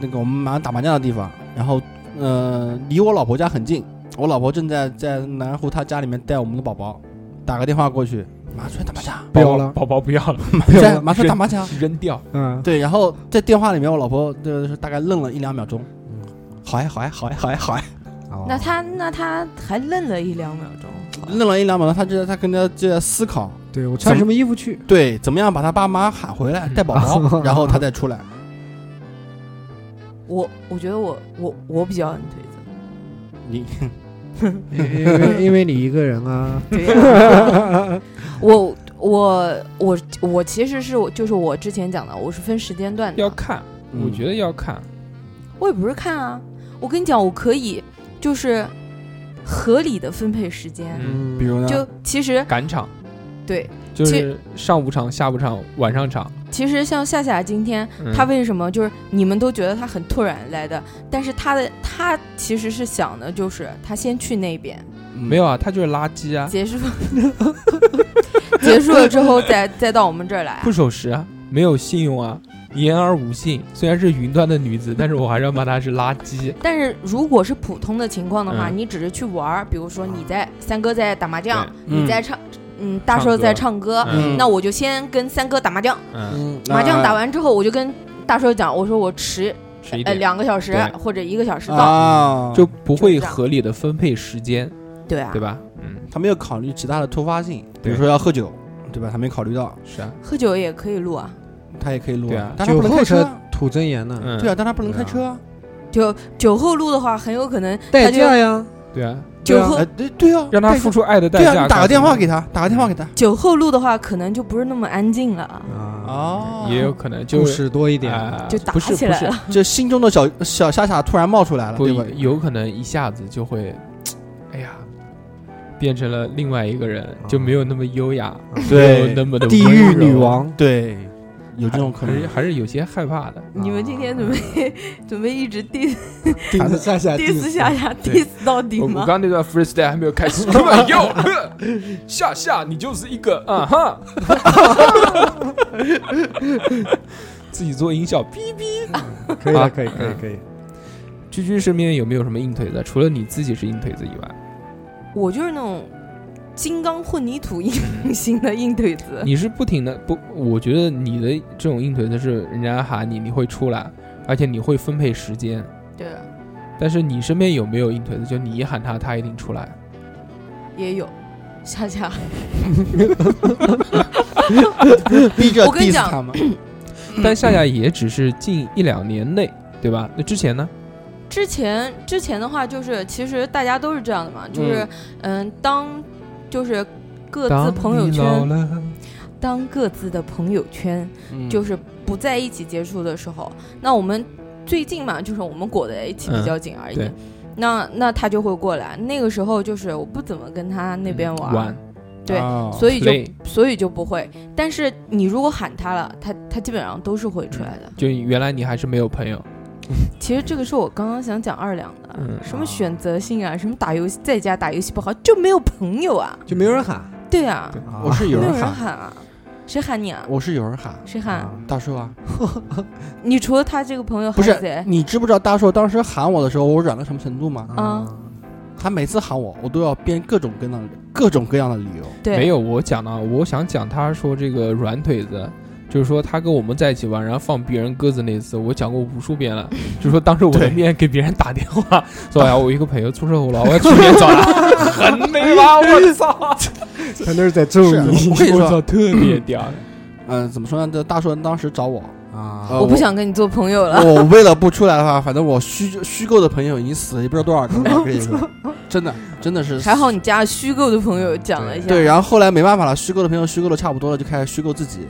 Speaker 3: 那个我们马上打麻将的地方，然后呃离我老婆家很近，我老婆正在在南湖她家里面带我们的宝宝，打个电话过去，马上出来打麻将，
Speaker 4: 不要
Speaker 1: 宝
Speaker 4: 了
Speaker 1: 宝宝不要了， <laughs>
Speaker 3: 马
Speaker 4: 不要
Speaker 3: 上马上打麻将。
Speaker 1: 扔掉。 <laughs>
Speaker 4: 嗯，
Speaker 3: 对，然后在电话里面，我老婆就是大概愣了一两秒钟，
Speaker 1: 嗯
Speaker 3: 好哎好哎好哎好哎好哎，
Speaker 4: 哦
Speaker 2: 那他那他还愣了一两秒钟，
Speaker 3: 愣了一两秒钟，她就在她跟她就在思考，
Speaker 4: 对我穿什么衣服去？ <laughs>
Speaker 3: 对，怎么样把他爸妈喊回来，带
Speaker 1: <laughs>
Speaker 3: 宝宝，然后他再出来。
Speaker 2: 我我觉得我我我比较硬腿子，
Speaker 3: 你
Speaker 1: 嗯
Speaker 4: 因为因为你一个人啊，
Speaker 1: <laughs>
Speaker 2: 对
Speaker 1: 嗯
Speaker 4: <laughs>
Speaker 2: 呀我我我我其实是我就是我之前讲的，我是分时间段
Speaker 1: 要
Speaker 2: 的，
Speaker 1: 看，我觉
Speaker 3: 得
Speaker 1: 得要看。
Speaker 2: 我也不是看啊，我跟你讲，我可以就是合理的分配时间，
Speaker 1: 嗯，
Speaker 3: 比如呢，
Speaker 2: 就其实
Speaker 1: 赶场
Speaker 2: 对，
Speaker 1: 就
Speaker 2: 其
Speaker 1: 是上午场、下午场、晚上场。
Speaker 2: 其实像夏夏今天
Speaker 1: 嗯
Speaker 2: 他为什么就是你们都觉得他很突然来的，但是他的他其实是想的就是他先去那边
Speaker 3: 没
Speaker 1: 没有啊，他就是垃圾啊，
Speaker 2: 结束， <laughs> 结束了之后再再到我们这儿来
Speaker 1: 不，守时啊，没有信用啊，言而无信。虽然是云端的女子，但是我还是要骂她是垃圾。
Speaker 2: 但是如果是普通的情况的话，
Speaker 1: 嗯
Speaker 2: 你只是去玩儿，比如说你在三哥在打麻将，
Speaker 3: 对
Speaker 2: 你在唱，嗯，大寿在唱歌，
Speaker 3: 嗯
Speaker 2: 那我就先跟三哥打麻将，
Speaker 4: 呃
Speaker 1: 嗯，
Speaker 3: 嗯，
Speaker 2: 麻将打
Speaker 3: 完
Speaker 2: 完之后，我就跟大寿讲，我说我迟
Speaker 1: 十一
Speaker 2: 呃
Speaker 1: 点
Speaker 2: 两个小时
Speaker 1: 对
Speaker 2: 或者一个小时到，
Speaker 3: 啊，
Speaker 1: 就不
Speaker 2: 就
Speaker 1: 会
Speaker 2: 是这样
Speaker 1: 合理的分配时间，
Speaker 2: 对啊
Speaker 1: 对，吧？嗯，
Speaker 3: 他没有考虑其他的突发性，比如
Speaker 1: 对
Speaker 3: 说要喝酒，对吧？他没考虑到，
Speaker 1: 是啊，
Speaker 2: 喝酒也可以录啊，
Speaker 3: 他也可以录
Speaker 1: 对啊
Speaker 3: 但他
Speaker 4: 酒
Speaker 3: 不能
Speaker 4: 后
Speaker 3: 开车
Speaker 4: 车
Speaker 3: 啊。
Speaker 4: 吐真言呢，
Speaker 1: 嗯，
Speaker 3: 对啊，但他不能
Speaker 4: 对啊
Speaker 3: 开车啊。
Speaker 2: 就酒后录的话，很有可能
Speaker 4: 代
Speaker 2: 他就
Speaker 4: 驾呀，
Speaker 1: 对啊，
Speaker 2: 酒后
Speaker 3: 哎，对对啊，
Speaker 1: 让她
Speaker 3: 带
Speaker 1: 付出爱的代
Speaker 3: 对
Speaker 1: 价。
Speaker 3: 啊，你打个电话给
Speaker 1: 她，
Speaker 3: 他，打个电话给他。
Speaker 2: 酒后录的话，可能就不是那么安静了啊，
Speaker 4: 啊，
Speaker 3: 哦，哎
Speaker 1: 也有可能就
Speaker 4: 故
Speaker 1: 是
Speaker 4: 事多一点， <laughs>
Speaker 1: 啊，
Speaker 2: 就打
Speaker 1: 不是
Speaker 2: 起来
Speaker 1: 不是
Speaker 2: 了，
Speaker 3: 这心中的小小夏夏突然冒出来了，
Speaker 1: 不
Speaker 3: 对吧？
Speaker 1: 有可能一下子就会，哎呀，变成了另外一个人，就没有那么优雅，没有
Speaker 3: 嗯对
Speaker 1: 那么的
Speaker 4: 地
Speaker 1: 温柔
Speaker 4: 狱女王，
Speaker 3: 对，
Speaker 2: 哎
Speaker 3: 有这种可
Speaker 1: 还是
Speaker 3: 能。
Speaker 1: 还是有些害怕的。
Speaker 2: 你们今天准备 <laughs> 准备一
Speaker 1: <laughs>
Speaker 2: 直 diss
Speaker 4: 顶着下下
Speaker 2: diss 下下
Speaker 1: 啊对
Speaker 2: diss 到底
Speaker 1: 我我
Speaker 2: 吗
Speaker 1: 刚？刚那段 freestyle 还没有开始，根本又 <laughs> 下下，你就是一个啊哈，自己做音效。哔
Speaker 4: 可以
Speaker 1: 啊
Speaker 4: 了，可以，可以，
Speaker 3: 嗯
Speaker 4: 可以。
Speaker 1: 居居身边有没有什么硬腿子？除了你自己是硬腿子以外，
Speaker 2: 我就是那种金刚混凝土硬型的硬腿子， <laughs>
Speaker 1: 你是不停的不？我觉得你的这种硬腿子是人家喊你，你会出来，而且你会分配时间。
Speaker 2: 对，
Speaker 1: 但是你身边有没有硬腿子？就你一喊他，他一定出来。
Speaker 2: 也有。夏夏，
Speaker 3: <laughs> 逼着
Speaker 2: 我跟你
Speaker 3: diss
Speaker 2: 讲
Speaker 3: 他们，
Speaker 2: 嗯
Speaker 1: 但夏夏也只是近一两年内，对吧？那之前呢？
Speaker 2: 之前之前的话就是，其实大家都是这样的嘛，就是嗯，当就是呃各自朋友圈，
Speaker 1: 嗯
Speaker 2: 当各自的朋友圈
Speaker 3: 嗯
Speaker 2: 就是不在一起接触的时候，那我们最近嘛，就是我们裹在一起比较紧而已。
Speaker 1: 对
Speaker 2: 那那他就会过来，那个时候就是我不怎么跟他那边玩，
Speaker 1: 嗯玩，
Speaker 2: <coughs> 对
Speaker 4: 啊
Speaker 3: 哦
Speaker 2: 所以就
Speaker 1: play
Speaker 2: 所以就不会。但是你如果喊他了，他他基本上都是会出来的。
Speaker 1: 就原来你还是没有朋友，
Speaker 2: 其实这个是我刚刚想讲二两的，
Speaker 1: 嗯
Speaker 2: 什么选择性啊，什么打游戏在家打游戏不好就没有朋友啊，
Speaker 4: 就没有人喊，
Speaker 2: 对啊，
Speaker 1: 对
Speaker 3: 我是有
Speaker 2: 没有
Speaker 3: 人
Speaker 2: 人
Speaker 3: 喊，
Speaker 2: 喊啊，谁喊你啊？
Speaker 3: 我是有人喊，
Speaker 2: 谁喊？
Speaker 3: 大叔啊，
Speaker 2: 你除了他这个朋友
Speaker 3: 不
Speaker 2: 还有
Speaker 3: 是
Speaker 2: 谁？
Speaker 3: 你知不知道大硕当时喊我的时候，我软到什么程度吗？
Speaker 2: 啊，
Speaker 3: 他每次喊我，我都要编各种各样的各种各样的理由。
Speaker 2: 对，
Speaker 1: 没有，我讲了，我想讲他说这个软腿子，就是说他跟我们在一起玩，然后放别人鸽子那次，我讲过无数
Speaker 3: <laughs>
Speaker 1: 遍了。就是说当时我的
Speaker 3: 对
Speaker 1: 面给别人打电话，说
Speaker 3: <laughs>
Speaker 1: 哎呀，我一个朋友出车祸了， <laughs> 我要去医院找他，很美吧？我操！
Speaker 4: 他那是在咒
Speaker 3: 是
Speaker 4: 你。
Speaker 3: 我跟你说
Speaker 1: 我
Speaker 4: <laughs>
Speaker 1: 操，特别屌。
Speaker 3: 嗯、怎么说呢？这大顺当时找我，
Speaker 2: <laughs>
Speaker 4: 啊
Speaker 3: 呃
Speaker 2: 我不想跟你做朋友了。
Speaker 3: 我为了不出来的话，反正我虚虚构的朋友已经死了也不知道多少个了。我跟你
Speaker 2: <laughs>
Speaker 3: 说，真的真的是
Speaker 2: 还好你加了虚构的朋友讲了一下，
Speaker 3: 对，啊然后后来没办法了，虚构的朋友虚构的差不多了，就开始虚构自己。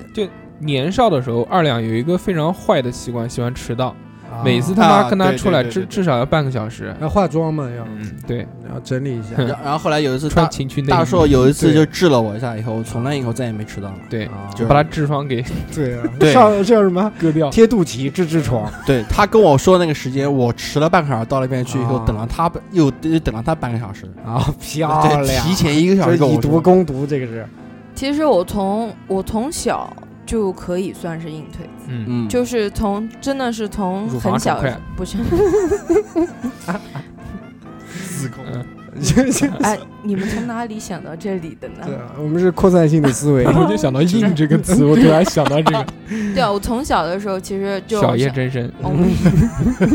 Speaker 1: 年少的时候，二两有一个非常坏的习惯，喜欢迟到。每次他妈
Speaker 3: 啊
Speaker 1: 跟他
Speaker 3: 对对
Speaker 1: 出来
Speaker 3: 对对
Speaker 1: 至
Speaker 3: 对
Speaker 1: 至少要半个小时。
Speaker 4: 要化妆嘛，要
Speaker 1: 嗯，对，
Speaker 4: 要整理一下。
Speaker 3: 然然后后来有一次
Speaker 1: 穿
Speaker 3: 大
Speaker 1: 情趣内衣。
Speaker 3: 大硕有一次
Speaker 4: 对
Speaker 3: 就治了我一下，以后从那以后再也没迟到了。
Speaker 1: 对，
Speaker 4: 啊
Speaker 3: 就
Speaker 1: 把他痔疮给
Speaker 4: 对啊，
Speaker 3: 对哦
Speaker 4: 上叫什么？
Speaker 1: 割掉。
Speaker 4: 贴肚脐治痔疮，
Speaker 3: 对他跟我说那个时间，我迟了半个小时到那边去以后，
Speaker 4: 啊
Speaker 3: 等了他又又等了他半个小时，
Speaker 4: 啊，漂
Speaker 3: 对，嗯
Speaker 4: 亮！
Speaker 3: 提前一个小
Speaker 4: 这
Speaker 3: 时跟
Speaker 4: 以
Speaker 3: 我
Speaker 4: 毒
Speaker 3: 说。
Speaker 4: 攻毒，这个是
Speaker 2: 其实我从我从小就可以算是硬腿，
Speaker 1: 嗯，
Speaker 3: 嗯，
Speaker 2: 就是从真的是从
Speaker 1: 乳
Speaker 2: 很
Speaker 1: 房
Speaker 2: 小
Speaker 1: 肿块
Speaker 2: 不是
Speaker 3: 自控
Speaker 1: 嗯
Speaker 2: <laughs>
Speaker 1: <laughs>
Speaker 2: 哎，你们从哪里想到这里的呢
Speaker 4: <laughs> 对？啊，我们是扩散性的思维。
Speaker 1: <laughs> 我就想到“硬”这个
Speaker 3: <laughs>
Speaker 1: 词，我突然想到这个
Speaker 2: 对啊，我从小的时候其实就哦
Speaker 1: 小叶真身。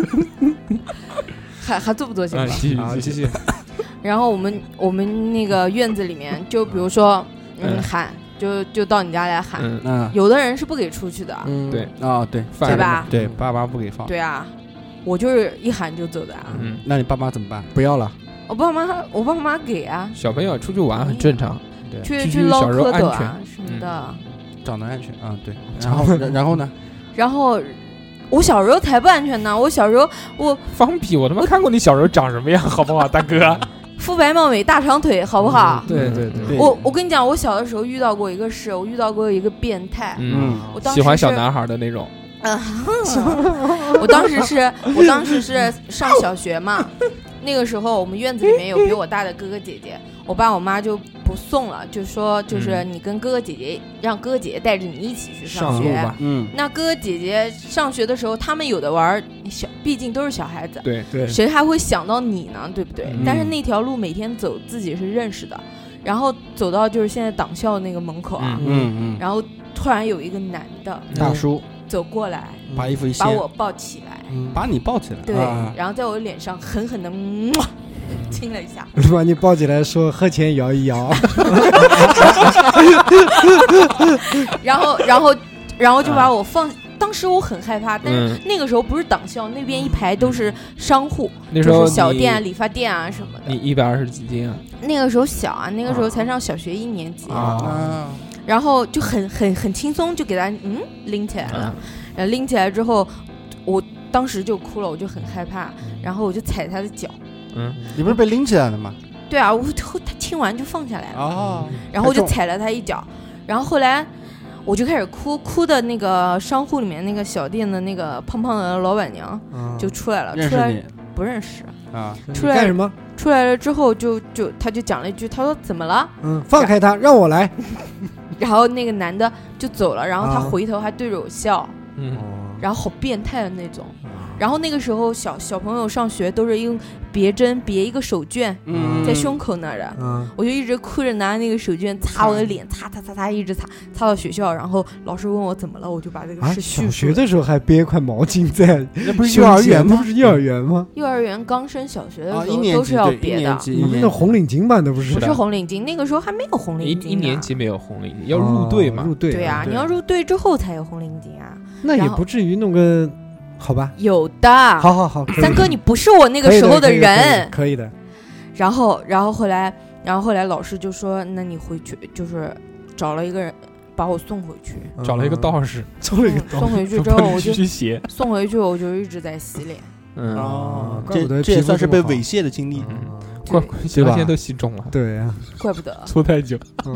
Speaker 2: <laughs> 还还做不做行
Speaker 1: 嗯，
Speaker 2: 了？
Speaker 1: 继续
Speaker 4: 好，
Speaker 1: 继
Speaker 4: 继
Speaker 1: 续。
Speaker 4: 续。
Speaker 2: 然后我们我们那个院子里面，就比如说嗯
Speaker 1: 嗯
Speaker 2: 喊，就就到你家来喊，
Speaker 1: 嗯，
Speaker 3: 嗯
Speaker 2: 有的人是不给出去的，
Speaker 4: 嗯
Speaker 1: 对
Speaker 3: 啊，对，
Speaker 1: 犯
Speaker 2: 对
Speaker 1: 人
Speaker 2: 吧
Speaker 1: 嘛？
Speaker 3: 对，爸妈不给放。
Speaker 2: 对啊，我就是一喊就走的啊。
Speaker 1: 嗯，
Speaker 3: 那你爸妈怎么办？
Speaker 4: 不要了，
Speaker 2: 我爸妈，我爸妈给啊，
Speaker 1: 小朋友出去玩很正常。
Speaker 2: 去
Speaker 1: 去
Speaker 2: 去捞
Speaker 1: 小时候
Speaker 2: 蝌蚪
Speaker 1: 安嗯
Speaker 2: 啊什么的。
Speaker 3: 长得安全啊，对。然后然然后呢？
Speaker 2: 然后我小时候才不安全呢，我小时候我
Speaker 1: 放屁！我他妈看过你小时候长什么样，好不好，大哥？
Speaker 2: 肤白貌美大长腿，好不好？
Speaker 4: 对对
Speaker 1: 嗯
Speaker 4: 对
Speaker 3: 对
Speaker 2: 我我跟你讲，我小的时候遇到过一个事，我遇到过一个变 <laughs> 态，
Speaker 1: 嗯，
Speaker 2: 我当时
Speaker 1: 喜欢
Speaker 2: 是
Speaker 1: 小男孩的那种。
Speaker 2: 啊， <laughs> 我当时是，我当时是上小
Speaker 1: <laughs>
Speaker 2: 学嘛，那个时候我们院子里面有比我大的哥哥姐姐，我爸我妈就不送了，就说就是
Speaker 1: 嗯
Speaker 2: 你跟哥哥姐姐，让哥哥姐姐带着你一起去
Speaker 1: 上
Speaker 2: 学。
Speaker 1: 路吧
Speaker 3: 嗯，
Speaker 2: 那哥哥姐姐上学的时候，他们有的玩儿，小毕竟都是小孩子，
Speaker 1: 对，
Speaker 4: 对，
Speaker 2: 谁还会想到你呢？对不对？
Speaker 1: 嗯
Speaker 2: 但是那条路每天走自己是认识的，然后走到就是现在党校那个门口啊，
Speaker 1: 嗯
Speaker 3: 嗯嗯，
Speaker 2: 然后突然有一个男的
Speaker 3: 大叔
Speaker 2: 走过来，
Speaker 3: 把衣服一掀
Speaker 2: 把，我抱起来，
Speaker 4: 嗯
Speaker 3: 把你抱起来。
Speaker 2: 对，
Speaker 3: 啊
Speaker 2: 然后在我脸上狠狠的亲了一下，
Speaker 4: <laughs> 把你抱起来说喝前摇一摇，
Speaker 2: 然后
Speaker 1: <laughs>
Speaker 2: 然后然后就把我放，当时我很害怕，但是。
Speaker 1: 嗯，
Speaker 2: 那个时候不是党校，那边一排都是商户，
Speaker 1: 那时
Speaker 2: 就
Speaker 1: 候
Speaker 2: 是小店啊、
Speaker 1: 你
Speaker 2: 理发店啊什么
Speaker 1: 你
Speaker 2: 的。
Speaker 1: 一百二十几斤啊？
Speaker 2: 那个时候小啊，那个时候
Speaker 1: 啊
Speaker 2: 才上小学一年级，
Speaker 1: 啊
Speaker 3: 啊，
Speaker 2: 然后就很很很轻松就给他嗯拎起来
Speaker 1: 啊
Speaker 2: 了，然后拎起来之后，我当时就哭了，我就很害怕，然后我就踩他的脚，
Speaker 1: 嗯，
Speaker 3: 你不是被拎起来的吗？
Speaker 2: 对啊，我他亲完就放下来了。
Speaker 3: 哦，
Speaker 2: 然后我就
Speaker 3: 太重
Speaker 2: 踩了他一脚，然后后来我就开始哭，哭的那个商户里面那个小店的那个胖胖的老板娘就出来了，
Speaker 3: 嗯认
Speaker 2: 出
Speaker 3: 识
Speaker 2: 来
Speaker 3: 你
Speaker 2: 不认识，
Speaker 3: 啊，
Speaker 4: 嗯你
Speaker 2: 出来
Speaker 4: 干什么？
Speaker 2: 出来了之后就就他就讲了一句，他说怎么了？
Speaker 4: 嗯，放开他，让我来。
Speaker 2: 然后那个男的就走了，然后他
Speaker 4: 啊
Speaker 2: 回头还对着我笑，
Speaker 1: 嗯，
Speaker 4: 哦，
Speaker 2: 然后好变态的那种。
Speaker 4: 嗯
Speaker 2: 然后那个时候小小朋友上学都是用别针别一个手绢
Speaker 3: 嗯，
Speaker 2: 在胸口那儿的。
Speaker 4: 嗯，
Speaker 2: 我就一直哭着拿那个手绢擦我的脸，擦擦擦擦，一直擦擦到学校。然后老师问我怎么了，我就把这个
Speaker 4: 啊，
Speaker 2: 事
Speaker 4: 小
Speaker 2: 叙述
Speaker 4: 学
Speaker 2: 了。
Speaker 4: 的时候还憋一块毛巾在
Speaker 3: 那不是
Speaker 4: 胸
Speaker 3: 幼
Speaker 4: 前，
Speaker 3: 儿园
Speaker 4: 那
Speaker 3: 吗
Speaker 4: 不？是幼儿园吗？
Speaker 2: 幼儿园刚升小学的
Speaker 3: 啊，
Speaker 2: 时
Speaker 3: 一
Speaker 2: 候
Speaker 3: 年
Speaker 2: 都是
Speaker 3: 级
Speaker 2: 要
Speaker 3: 对，一
Speaker 2: 别
Speaker 3: 年
Speaker 2: 的，
Speaker 3: 级，
Speaker 4: 你
Speaker 3: 一
Speaker 4: 们
Speaker 3: 年
Speaker 4: 那红领巾吧，那不是
Speaker 2: 不
Speaker 1: 的
Speaker 2: 是红领巾，那个时候还没有红
Speaker 1: 一
Speaker 2: 领巾呢。啊
Speaker 1: 一年级没有红领巾，要入队嘛
Speaker 4: 哦入。队
Speaker 2: 对呀、
Speaker 3: 对
Speaker 2: 你要入队之后才有红领巾啊。
Speaker 4: 那
Speaker 2: 然
Speaker 4: 也
Speaker 2: 后
Speaker 4: 不至于弄个，好吧？
Speaker 2: 有的，
Speaker 4: 好好好，可以
Speaker 2: 三哥，你不是我那个
Speaker 4: 可以
Speaker 2: 时候
Speaker 4: 可以
Speaker 2: 人。
Speaker 4: 可以的。
Speaker 2: 然后，然后后来，然后后来老师就说：“那你回去就是找了一个人把我送回去。嗯
Speaker 4: 可以的
Speaker 1: 找了一个，道
Speaker 4: 嗯
Speaker 1: 士，
Speaker 4: 找
Speaker 2: <laughs>
Speaker 4: 了一个道
Speaker 2: 送
Speaker 4: 士。
Speaker 2: 回去
Speaker 1: 说
Speaker 4: <laughs>
Speaker 2: 之后，
Speaker 1: 帮
Speaker 2: 我
Speaker 1: 你
Speaker 2: 就
Speaker 1: 驱驱邪。
Speaker 2: 送回去，我就一直在洗脸。
Speaker 1: 嗯，
Speaker 3: 哦
Speaker 4: 哦，怪不
Speaker 3: 这
Speaker 4: 得
Speaker 3: 这也
Speaker 4: 皮肤
Speaker 3: 算是
Speaker 4: 这
Speaker 3: 被
Speaker 4: 么好
Speaker 3: 猥亵的经历。
Speaker 4: 嗯
Speaker 1: 怪
Speaker 2: 对
Speaker 1: 怪，现在都吸肿了，
Speaker 4: 对呀，
Speaker 2: 怪不得。
Speaker 1: 搓太久，
Speaker 4: 嗯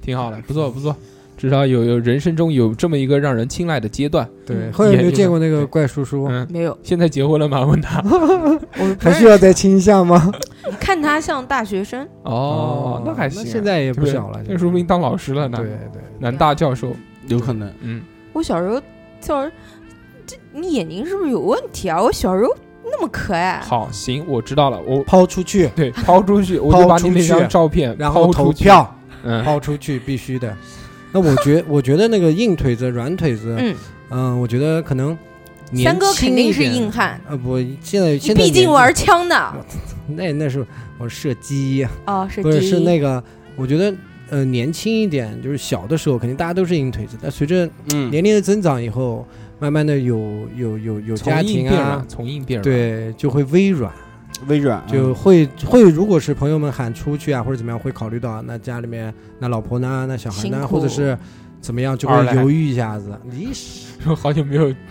Speaker 1: 挺好
Speaker 4: 嗯
Speaker 1: 的，不错不错，至少有有人生中有这么一个让人青睐的阶段。
Speaker 4: 对。后来有没有
Speaker 1: 也
Speaker 4: 见过那
Speaker 1: 对
Speaker 4: 个怪叔叔？
Speaker 1: 嗯，
Speaker 2: 没有，
Speaker 1: 现在结婚了吗？问
Speaker 4: <laughs>
Speaker 1: 他。
Speaker 2: 我们不
Speaker 4: 还
Speaker 2: 认
Speaker 4: 需要再亲一下吗？
Speaker 2: 看他像大学生，
Speaker 1: 哦，那还行啊。
Speaker 4: 现在也
Speaker 1: 对
Speaker 4: 不
Speaker 1: 不对
Speaker 4: 小了，
Speaker 1: 那说明当老师了呢
Speaker 4: 对。对，
Speaker 1: 南大教授，
Speaker 3: 有可能，
Speaker 1: 嗯，
Speaker 2: 我小时候，小时候，这你眼睛是不是有问题啊？我小时候那么可爱，
Speaker 1: 好，行，我知道了，我
Speaker 4: 抛出去， <laughs>
Speaker 1: 对抛出去，我就把你那张照片
Speaker 4: 然后
Speaker 1: 抛
Speaker 4: 投
Speaker 1: 出去， <laughs>
Speaker 4: 票，
Speaker 1: 嗯，
Speaker 4: 抛出去必须的。那我觉我觉得那个硬腿子、软腿子，
Speaker 2: 嗯，
Speaker 4: 嗯，我觉得可能
Speaker 2: 三哥肯定是硬
Speaker 4: 硬，
Speaker 2: 汉，
Speaker 4: 呃，不，现在
Speaker 2: 你
Speaker 4: 现在
Speaker 2: 毕竟
Speaker 4: 年
Speaker 2: 玩
Speaker 4: 纪
Speaker 2: 枪的
Speaker 4: 那那是我射击，
Speaker 2: 哦，是
Speaker 4: 不是
Speaker 2: 第一
Speaker 4: 是那个，我觉得呃年轻一点，就是小的时候肯定大家都是硬腿子，但随着
Speaker 3: 嗯，
Speaker 4: 年龄的增长以后，慢慢的有有有有
Speaker 1: 从
Speaker 4: 家
Speaker 1: 硬
Speaker 4: 庭
Speaker 1: 变
Speaker 4: 啊
Speaker 1: 软，，从硬变软，，
Speaker 4: 对，就会微软，
Speaker 3: 微软啊
Speaker 1: 嗯
Speaker 4: 就会会如果是朋友们喊出去啊或者怎么样，会考虑到那家里面那老婆呢，那小孩
Speaker 2: 辛
Speaker 4: 呢，
Speaker 2: 苦
Speaker 4: 或者是怎么样，就
Speaker 1: 二来
Speaker 4: 会犹豫一下子。你
Speaker 1: 说好久没有 <laughs>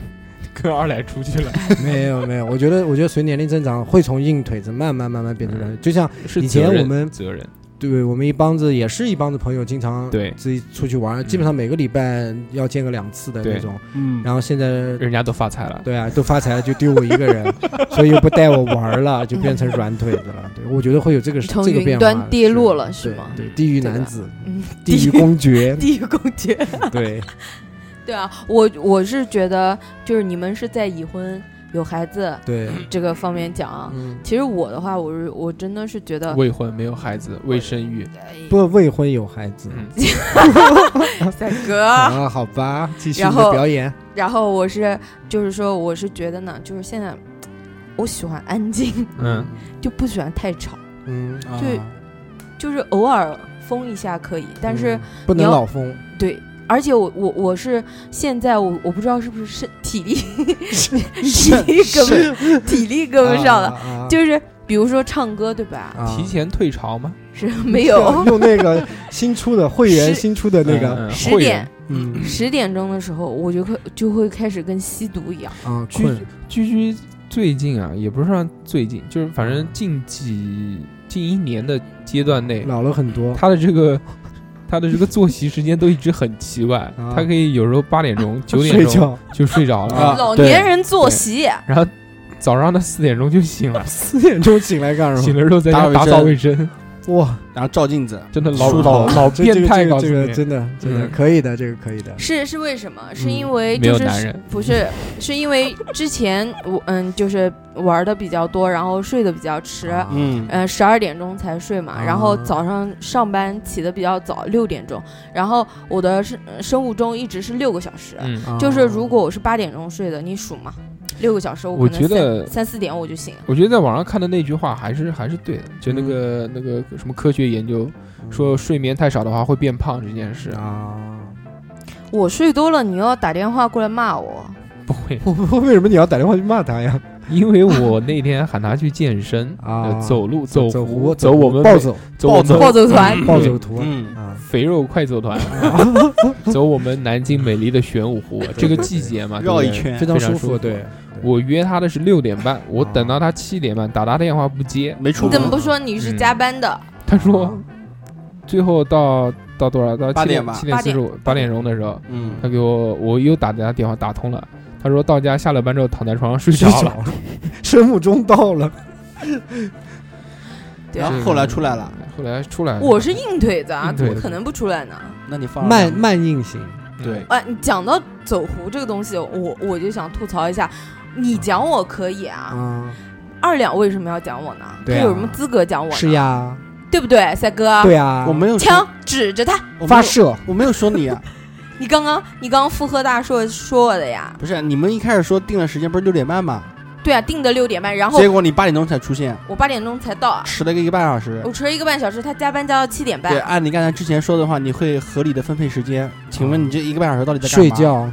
Speaker 1: 跟二奶出去了，
Speaker 4: <laughs> 没有没有，我觉得我觉得随年龄增长会从硬腿子慢慢慢慢变成
Speaker 1: 嗯
Speaker 4: 软，就像
Speaker 1: 是
Speaker 4: 以
Speaker 1: 责
Speaker 4: 前
Speaker 1: 任
Speaker 4: 我们
Speaker 1: 责任，
Speaker 4: 对我们一帮子也是一帮子朋友，经常
Speaker 1: 对嗯
Speaker 4: 自己出去玩，基本上每个礼拜要见个两次的
Speaker 1: 对
Speaker 4: 那种。
Speaker 3: 嗯，
Speaker 4: 然后现在
Speaker 1: 人家都发财了，
Speaker 4: 对啊，都发财了，就丢我一个
Speaker 1: <laughs>
Speaker 4: 人，所以又不带我玩儿了，就变成软腿子了。对，我觉得会有这个
Speaker 2: 嗯从
Speaker 4: 这个
Speaker 2: 云
Speaker 4: 变化，
Speaker 2: 端跌落了
Speaker 4: 是
Speaker 2: 是吗
Speaker 4: 对，对地狱
Speaker 2: 对
Speaker 4: 男
Speaker 2: 吧
Speaker 4: 子，
Speaker 2: 嗯
Speaker 4: 地狱
Speaker 2: 狱，
Speaker 4: 公爵
Speaker 2: 地狱公爵，
Speaker 4: 对，
Speaker 2: 对啊，我我是觉得就是你们是在已婚有孩子
Speaker 4: 对，
Speaker 2: 这个方面讲啊，
Speaker 4: 嗯，
Speaker 2: 其实我的话，我是我真的是觉得哎
Speaker 1: 未婚没有孩子，未生育，
Speaker 4: 不未婚有孩子
Speaker 1: 嗯，
Speaker 2: 三
Speaker 4: <laughs>
Speaker 2: 哥，
Speaker 4: 啊，好吧，继续
Speaker 2: 然
Speaker 4: 你的
Speaker 2: 后
Speaker 4: 表演，
Speaker 2: 然后我是就是说我是觉得呢，就是现在我喜欢安静，
Speaker 1: 嗯
Speaker 2: 就不喜欢太吵，
Speaker 4: 嗯，
Speaker 3: 啊
Speaker 2: 对就是偶尔疯一下可以，但是、
Speaker 4: 嗯不
Speaker 2: 你
Speaker 4: 能
Speaker 2: 要
Speaker 4: 老疯，
Speaker 2: 对。而且我我我是现在我我不知道是不是身体力 <laughs> 体力跟不体力跟不上了，
Speaker 4: 了
Speaker 2: 就是比如说唱歌对吧？
Speaker 1: 嗯提前退潮吗？
Speaker 2: 是没
Speaker 4: 用
Speaker 2: 有
Speaker 4: 啊 <laughs> 用那个新出的会员
Speaker 2: 是
Speaker 4: 新出的 <laughs> 那个，
Speaker 1: 嗯
Speaker 2: 十点，
Speaker 4: 嗯
Speaker 2: 十点钟的时候，我就会就会开始跟吸毒一样。
Speaker 4: 啊，
Speaker 1: 居
Speaker 4: 困
Speaker 1: 居居最近啊，也不是算最近，就是反正近几近一年的阶段内，
Speaker 4: 老了很多，
Speaker 1: 他的这个他的这个作息时间都一直很奇怪
Speaker 4: 啊，
Speaker 1: 他可以有时候八点
Speaker 4: <laughs>
Speaker 1: 钟、九点
Speaker 4: 睡
Speaker 1: 钟
Speaker 4: 觉
Speaker 1: 就睡着了
Speaker 3: 啊，
Speaker 2: 老
Speaker 3: 对
Speaker 2: 年人作息，
Speaker 1: 然后早上的四点钟就醒了，
Speaker 4: <laughs> 四点钟醒来干什
Speaker 1: 醒了之后在家
Speaker 3: 打
Speaker 1: 打
Speaker 3: 卫生
Speaker 1: 扫卫生，
Speaker 4: 么？哇，
Speaker 3: 然后照镜子，
Speaker 1: 真的老
Speaker 4: 疏
Speaker 1: 老
Speaker 4: 导
Speaker 1: 老
Speaker 4: 这这
Speaker 1: 变
Speaker 4: 个
Speaker 1: 态，
Speaker 4: 这
Speaker 1: 告
Speaker 4: 个
Speaker 1: 诉
Speaker 4: 这个
Speaker 1: 你，
Speaker 4: 真的真的
Speaker 1: 嗯
Speaker 4: 可以的，这个可以的。
Speaker 2: 是是为什么？是
Speaker 4: 嗯
Speaker 2: 因为
Speaker 1: 没
Speaker 2: 就
Speaker 1: 有
Speaker 2: 是
Speaker 1: 男人，
Speaker 2: 不是是因为之前我嗯就是玩的比较多，然后睡得比较迟，
Speaker 4: 啊
Speaker 3: 嗯，
Speaker 2: 嗯十二点钟才睡嘛，然后
Speaker 4: 啊
Speaker 2: 早上上班起得比较早，六点钟，然后我的生生物钟一直是六个小
Speaker 4: 哎
Speaker 2: 时，
Speaker 1: 嗯，
Speaker 4: 啊
Speaker 2: 就是如果我是八点钟睡的，你数嘛，六个小时
Speaker 1: 我
Speaker 2: 可能
Speaker 1: 觉得
Speaker 2: 三三四点我就醒了。
Speaker 1: 我觉得在网上看的那句话还是还是对的，就
Speaker 4: 嗯
Speaker 1: 那个、那个什么科学研究说睡眠太少的话会变胖这件
Speaker 4: <laughs>
Speaker 1: 事，
Speaker 4: 啊，
Speaker 2: 我睡多了，你要打电话过来骂我。
Speaker 1: 不会，
Speaker 4: 我我为什么你要打电话去骂他呀？
Speaker 1: <laughs> 因为我那天喊他去健身
Speaker 4: <laughs> 啊
Speaker 1: 呃走路走
Speaker 4: 走
Speaker 1: 湖
Speaker 4: 走
Speaker 1: 我们
Speaker 4: 暴走
Speaker 1: 走我
Speaker 2: 暴
Speaker 1: 们
Speaker 2: 走团，
Speaker 4: 暴走图嗯
Speaker 3: 嗯
Speaker 1: <laughs>
Speaker 4: 啊，
Speaker 1: 肥肉快走团，走我们南京美丽的玄武湖，这个季节嘛，
Speaker 3: 绕一
Speaker 1: 对不对。
Speaker 3: 圈
Speaker 4: 非常舒
Speaker 1: 非常舒服
Speaker 4: 对，对
Speaker 1: 我约他的是六点半，我等到他七点半，打他电话不接，
Speaker 3: 没出
Speaker 2: 你
Speaker 3: 门
Speaker 2: 怎么不说你是加班的？
Speaker 1: 他
Speaker 4: 啊
Speaker 1: 说
Speaker 3: <laughs>
Speaker 1: 最后到到多少？到
Speaker 3: 八
Speaker 1: 七
Speaker 3: 点吧
Speaker 1: 七点四十五，八点钟的时候，
Speaker 3: 嗯
Speaker 1: 他给我，我又打他电话打通了，他说到家下了班之后躺在床上睡着
Speaker 4: 睡
Speaker 1: 了。
Speaker 4: 着了， <laughs> 生物钟到了，
Speaker 2: 对
Speaker 3: 然
Speaker 2: 啊
Speaker 3: 后，后来出来了，
Speaker 1: 后来出来了，
Speaker 2: 我是硬腿子啊，
Speaker 1: 硬
Speaker 2: 怎
Speaker 1: 腿子
Speaker 2: 么可能不出来呢？
Speaker 3: 那你放
Speaker 4: 慢慢硬型，
Speaker 1: 嗯
Speaker 3: 对，
Speaker 2: 哎，你讲到走湖这个东西，我我就想吐槽一下，你讲我可以啊，
Speaker 4: 啊，
Speaker 2: 二两为什么要讲我呢？他
Speaker 4: 对啊
Speaker 2: 有什么资格讲我？
Speaker 4: 是，呀，
Speaker 2: 对不对，赛哥？
Speaker 4: 对呀，
Speaker 3: 啊我没有说
Speaker 2: 枪指着他，
Speaker 3: 我没有
Speaker 4: 发射
Speaker 3: 我没有说你啊，
Speaker 2: 你刚刚你刚刚附和大硕说我的呀？
Speaker 3: 不是你们一开始说定的时间不是六点半吗？
Speaker 2: 对啊，定的六点半，然后
Speaker 3: 结果你八点钟才出现，
Speaker 2: 我八点钟才到啊，
Speaker 3: 迟了个一个半小时
Speaker 2: 我。迟了一个半小时，他加班加到七点半
Speaker 3: 对，，按你刚才之前说的话，你会合理的分配时间。请问你这一个半小时到底在干
Speaker 4: 睡
Speaker 3: 嘛？
Speaker 4: 觉，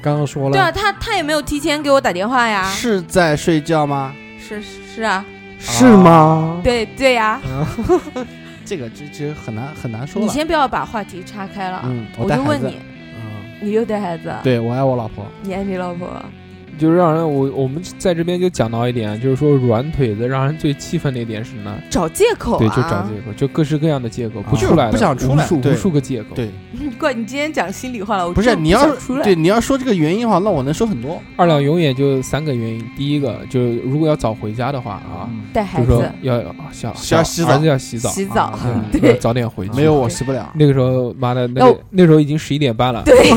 Speaker 4: 刚刚说
Speaker 2: 对啊，
Speaker 4: 了，
Speaker 2: 他他也没有提前给我打电话呀，
Speaker 3: 是在睡觉吗？
Speaker 2: 是是啊，
Speaker 4: 是吗？
Speaker 2: 对对呀，
Speaker 3: 这个这这很难很难说
Speaker 2: 你
Speaker 3: 了。
Speaker 2: 先不要把话题岔开了，
Speaker 3: 嗯，
Speaker 2: 我
Speaker 3: 带
Speaker 2: 就
Speaker 3: 孩
Speaker 2: 问
Speaker 3: 子，
Speaker 2: 你，
Speaker 3: 嗯，
Speaker 2: 你又带孩子，啊
Speaker 3: 对我爱我老婆，
Speaker 2: 你爱你老婆，
Speaker 1: 就是让人我我们在这边就讲到一点，就是说软腿子让人最气愤的一点是呢，
Speaker 2: 找借口啊，
Speaker 1: 对，就找借口，就各式各样的借口，
Speaker 4: 啊
Speaker 1: 不出来的
Speaker 3: 不想出来
Speaker 1: 无数
Speaker 3: 对
Speaker 1: 无数个借口。，
Speaker 3: 对
Speaker 2: 怪你今天讲心里话了，我
Speaker 3: 不是
Speaker 2: 真
Speaker 3: 你要
Speaker 2: 想出来嗯
Speaker 3: 对你要说这个原因的话，那我能说很多
Speaker 1: 二两永远就三个原因，第一个就是如果要早回家的话啊，
Speaker 3: 嗯
Speaker 2: 带
Speaker 1: 就
Speaker 2: 孩
Speaker 1: 是说
Speaker 2: 子
Speaker 1: 要小
Speaker 3: 要洗澡
Speaker 1: 儿子要洗澡，
Speaker 2: 洗澡
Speaker 4: 啊，
Speaker 2: <laughs>
Speaker 1: 嗯
Speaker 2: 对
Speaker 1: 要早点回去。
Speaker 3: 没有我洗不了。
Speaker 1: 那个时候，妈的，那
Speaker 2: 要
Speaker 1: 个那时候已经十一点半了，
Speaker 2: 对，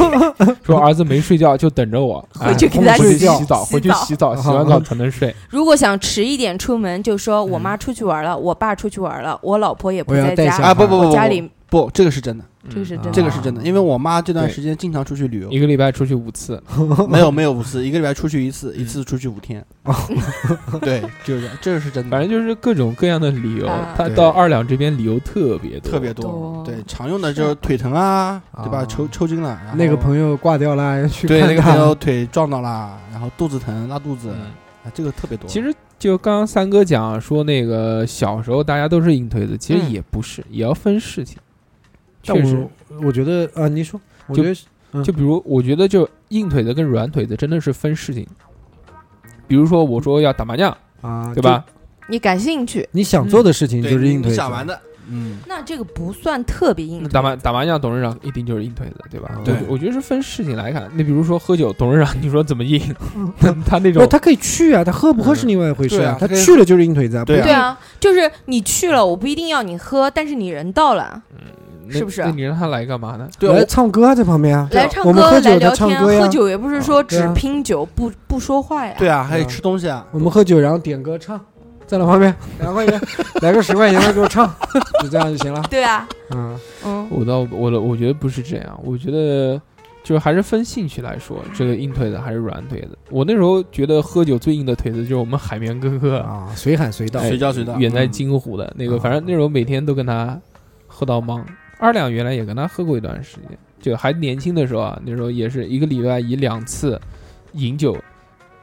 Speaker 1: 说儿子没睡觉就等着我，
Speaker 2: 回去给
Speaker 4: 哄
Speaker 2: 他
Speaker 4: 睡
Speaker 2: 洗
Speaker 4: 觉澡
Speaker 1: 洗澡，
Speaker 2: 洗
Speaker 1: 回去
Speaker 2: 澡
Speaker 1: 洗澡，洗完澡才能睡。
Speaker 2: 如果想迟一点出门，就说我妈出去玩了，我爸出去玩了，我老婆也不
Speaker 4: 我要
Speaker 2: 在
Speaker 4: 带小
Speaker 2: 家，
Speaker 4: 孩啊
Speaker 3: 啊不不不
Speaker 2: 我
Speaker 3: 不
Speaker 2: 家里
Speaker 3: 不，这个是真的，
Speaker 2: 这个是真的，
Speaker 3: 这个是真的，因为我妈这段
Speaker 4: 对
Speaker 3: 时间经常出去旅游
Speaker 1: 嗯一，个礼拜出去五次，
Speaker 3: 没有没有五次，一个礼拜出去一次，一次出去五
Speaker 4: <laughs>
Speaker 3: 天。对，就是这样，这个是真
Speaker 1: 反
Speaker 3: 的，
Speaker 1: 正就是各种各样的理由
Speaker 2: 啊。
Speaker 1: 他
Speaker 4: 对
Speaker 1: 到二两这边理由特别多，
Speaker 3: 特别
Speaker 2: 多
Speaker 3: 多。对，常用的就是腿疼啊，对吧？
Speaker 4: 啊
Speaker 3: 抽抽筋了，然后
Speaker 4: 那个朋友挂掉了，去
Speaker 3: 对
Speaker 4: 看
Speaker 3: 那个
Speaker 4: 看
Speaker 3: 朋友腿撞到啦，然后肚子疼拉肚子，
Speaker 1: 嗯。
Speaker 3: 啊，这个特别多。
Speaker 1: 其实就刚刚三哥讲说那个小时候大家都是硬推子，其实
Speaker 3: 嗯
Speaker 1: 也不是，也要分事情。
Speaker 4: 但
Speaker 1: 确实，
Speaker 4: 我我觉得啊，你说，我
Speaker 1: 就
Speaker 4: 觉得是嗯
Speaker 1: 就比如我觉得就硬腿子跟软腿子真的是分事情。比如说我说要打麻将，
Speaker 4: 啊，
Speaker 1: 对吧？？
Speaker 2: 你感兴趣，
Speaker 4: 你想做的事情
Speaker 3: 嗯对
Speaker 4: 就是硬
Speaker 3: 你
Speaker 4: 推子，
Speaker 3: 想玩的，嗯，
Speaker 2: 那这个不算特别硬
Speaker 1: 打麻打麻将，董事长一定就是硬腿子，对吧？
Speaker 4: 对
Speaker 1: 我我觉得是分事情来看。那比如说喝酒，董事长你说怎么硬？ <laughs> 他他那
Speaker 4: 不，
Speaker 1: 种
Speaker 4: 他可以去啊，他喝不喝是另外一回事
Speaker 3: 对啊
Speaker 4: 他
Speaker 3: 他可以
Speaker 4: 去了就是硬腿子啊，
Speaker 3: 对
Speaker 4: 不
Speaker 2: 对啊，就是你去了，我不一定要你喝，但是你人到了，
Speaker 1: 那
Speaker 2: 是不是啊
Speaker 1: 那你让他来干嘛呢？
Speaker 3: 对，
Speaker 4: 来
Speaker 3: 我
Speaker 4: 唱歌啊，在旁边啊，
Speaker 2: 来唱
Speaker 4: 我们
Speaker 2: 歌
Speaker 4: 喝酒
Speaker 2: 来聊
Speaker 4: 他唱
Speaker 2: 天，
Speaker 4: 歌呀
Speaker 2: 喝酒也不是说
Speaker 4: 对
Speaker 2: 只
Speaker 4: 啊
Speaker 2: 拼酒不不说话呀。
Speaker 3: 对啊，
Speaker 4: 嗯
Speaker 3: 还得吃东西啊。
Speaker 4: 我们喝酒然后点歌唱，站在旁 <laughs> 边两块钱，来个十块钱的给我唱， <laughs> 就这样就行了。
Speaker 2: 对啊，
Speaker 4: 嗯，
Speaker 2: 嗯，
Speaker 1: 我倒我的我觉得不是这样，我觉得就是还是分兴趣来说，这个硬腿子还是软腿子。我那时候觉得喝酒最硬的腿子就是我们海绵哥哥，
Speaker 4: 啊，随喊随到，
Speaker 3: 谁叫嗯谁的？
Speaker 1: 远在金湖的那个，
Speaker 4: 啊
Speaker 1: 反正那时候每天都跟他喝到懵。二两原来也跟他喝过一段时间，就还年轻的时候啊，那时候也是一个礼拜以两次饮酒。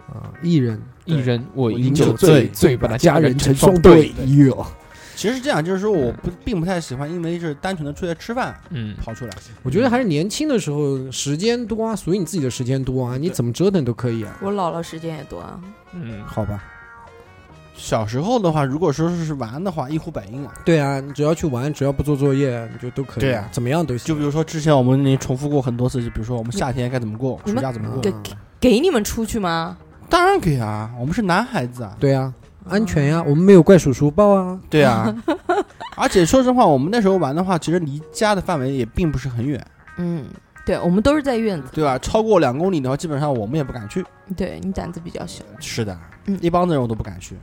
Speaker 4: 啊，一人
Speaker 1: 一人我
Speaker 3: 饮
Speaker 1: 饮酒
Speaker 3: 酒
Speaker 1: 醉，
Speaker 3: 醉
Speaker 1: 醉把他
Speaker 4: 家人
Speaker 1: 成
Speaker 4: 成双
Speaker 1: 对。
Speaker 4: 对，哟，
Speaker 3: 其实是这样，就是说我不并不太喜欢，因为是单纯的出来吃饭
Speaker 1: 嗯，
Speaker 3: 跑出来。
Speaker 4: 我觉得还是年轻的时候时间多啊，属于你自己的时间多啊，你
Speaker 3: 对
Speaker 4: 怎么折腾都可以啊。
Speaker 2: 我老了时间也多啊。
Speaker 1: 嗯，
Speaker 4: 好吧，
Speaker 3: 小时候的话，如果说是玩的话，一呼百应啊。
Speaker 4: 对啊，你只要去玩，只要不做作业，你就都可以。
Speaker 3: 对啊
Speaker 4: 怎么样都行。
Speaker 3: 就比如说之前我们已经重复过很多次，就比如说我们夏天该怎么过，
Speaker 2: 你
Speaker 3: 暑
Speaker 2: 们
Speaker 3: 假怎么过。
Speaker 2: 对
Speaker 4: 嗯
Speaker 2: 给你们出去吗？
Speaker 3: 当然可以啊，我们是男孩
Speaker 2: <laughs>
Speaker 3: 子啊。
Speaker 4: 对啊，安全
Speaker 2: 嗯
Speaker 4: 呀、我们没有怪叔叔抱啊。
Speaker 3: 对啊，而且说实话，我们那时候玩的话，其实离家的范围也并不是很远，
Speaker 2: 嗯，对，我们都是在院子。
Speaker 3: 对吧？超过两公里的话，基本上我们也不敢去。
Speaker 2: 对你胆子比较小，
Speaker 3: 是的，
Speaker 2: 嗯
Speaker 3: 一帮子人我都不敢去。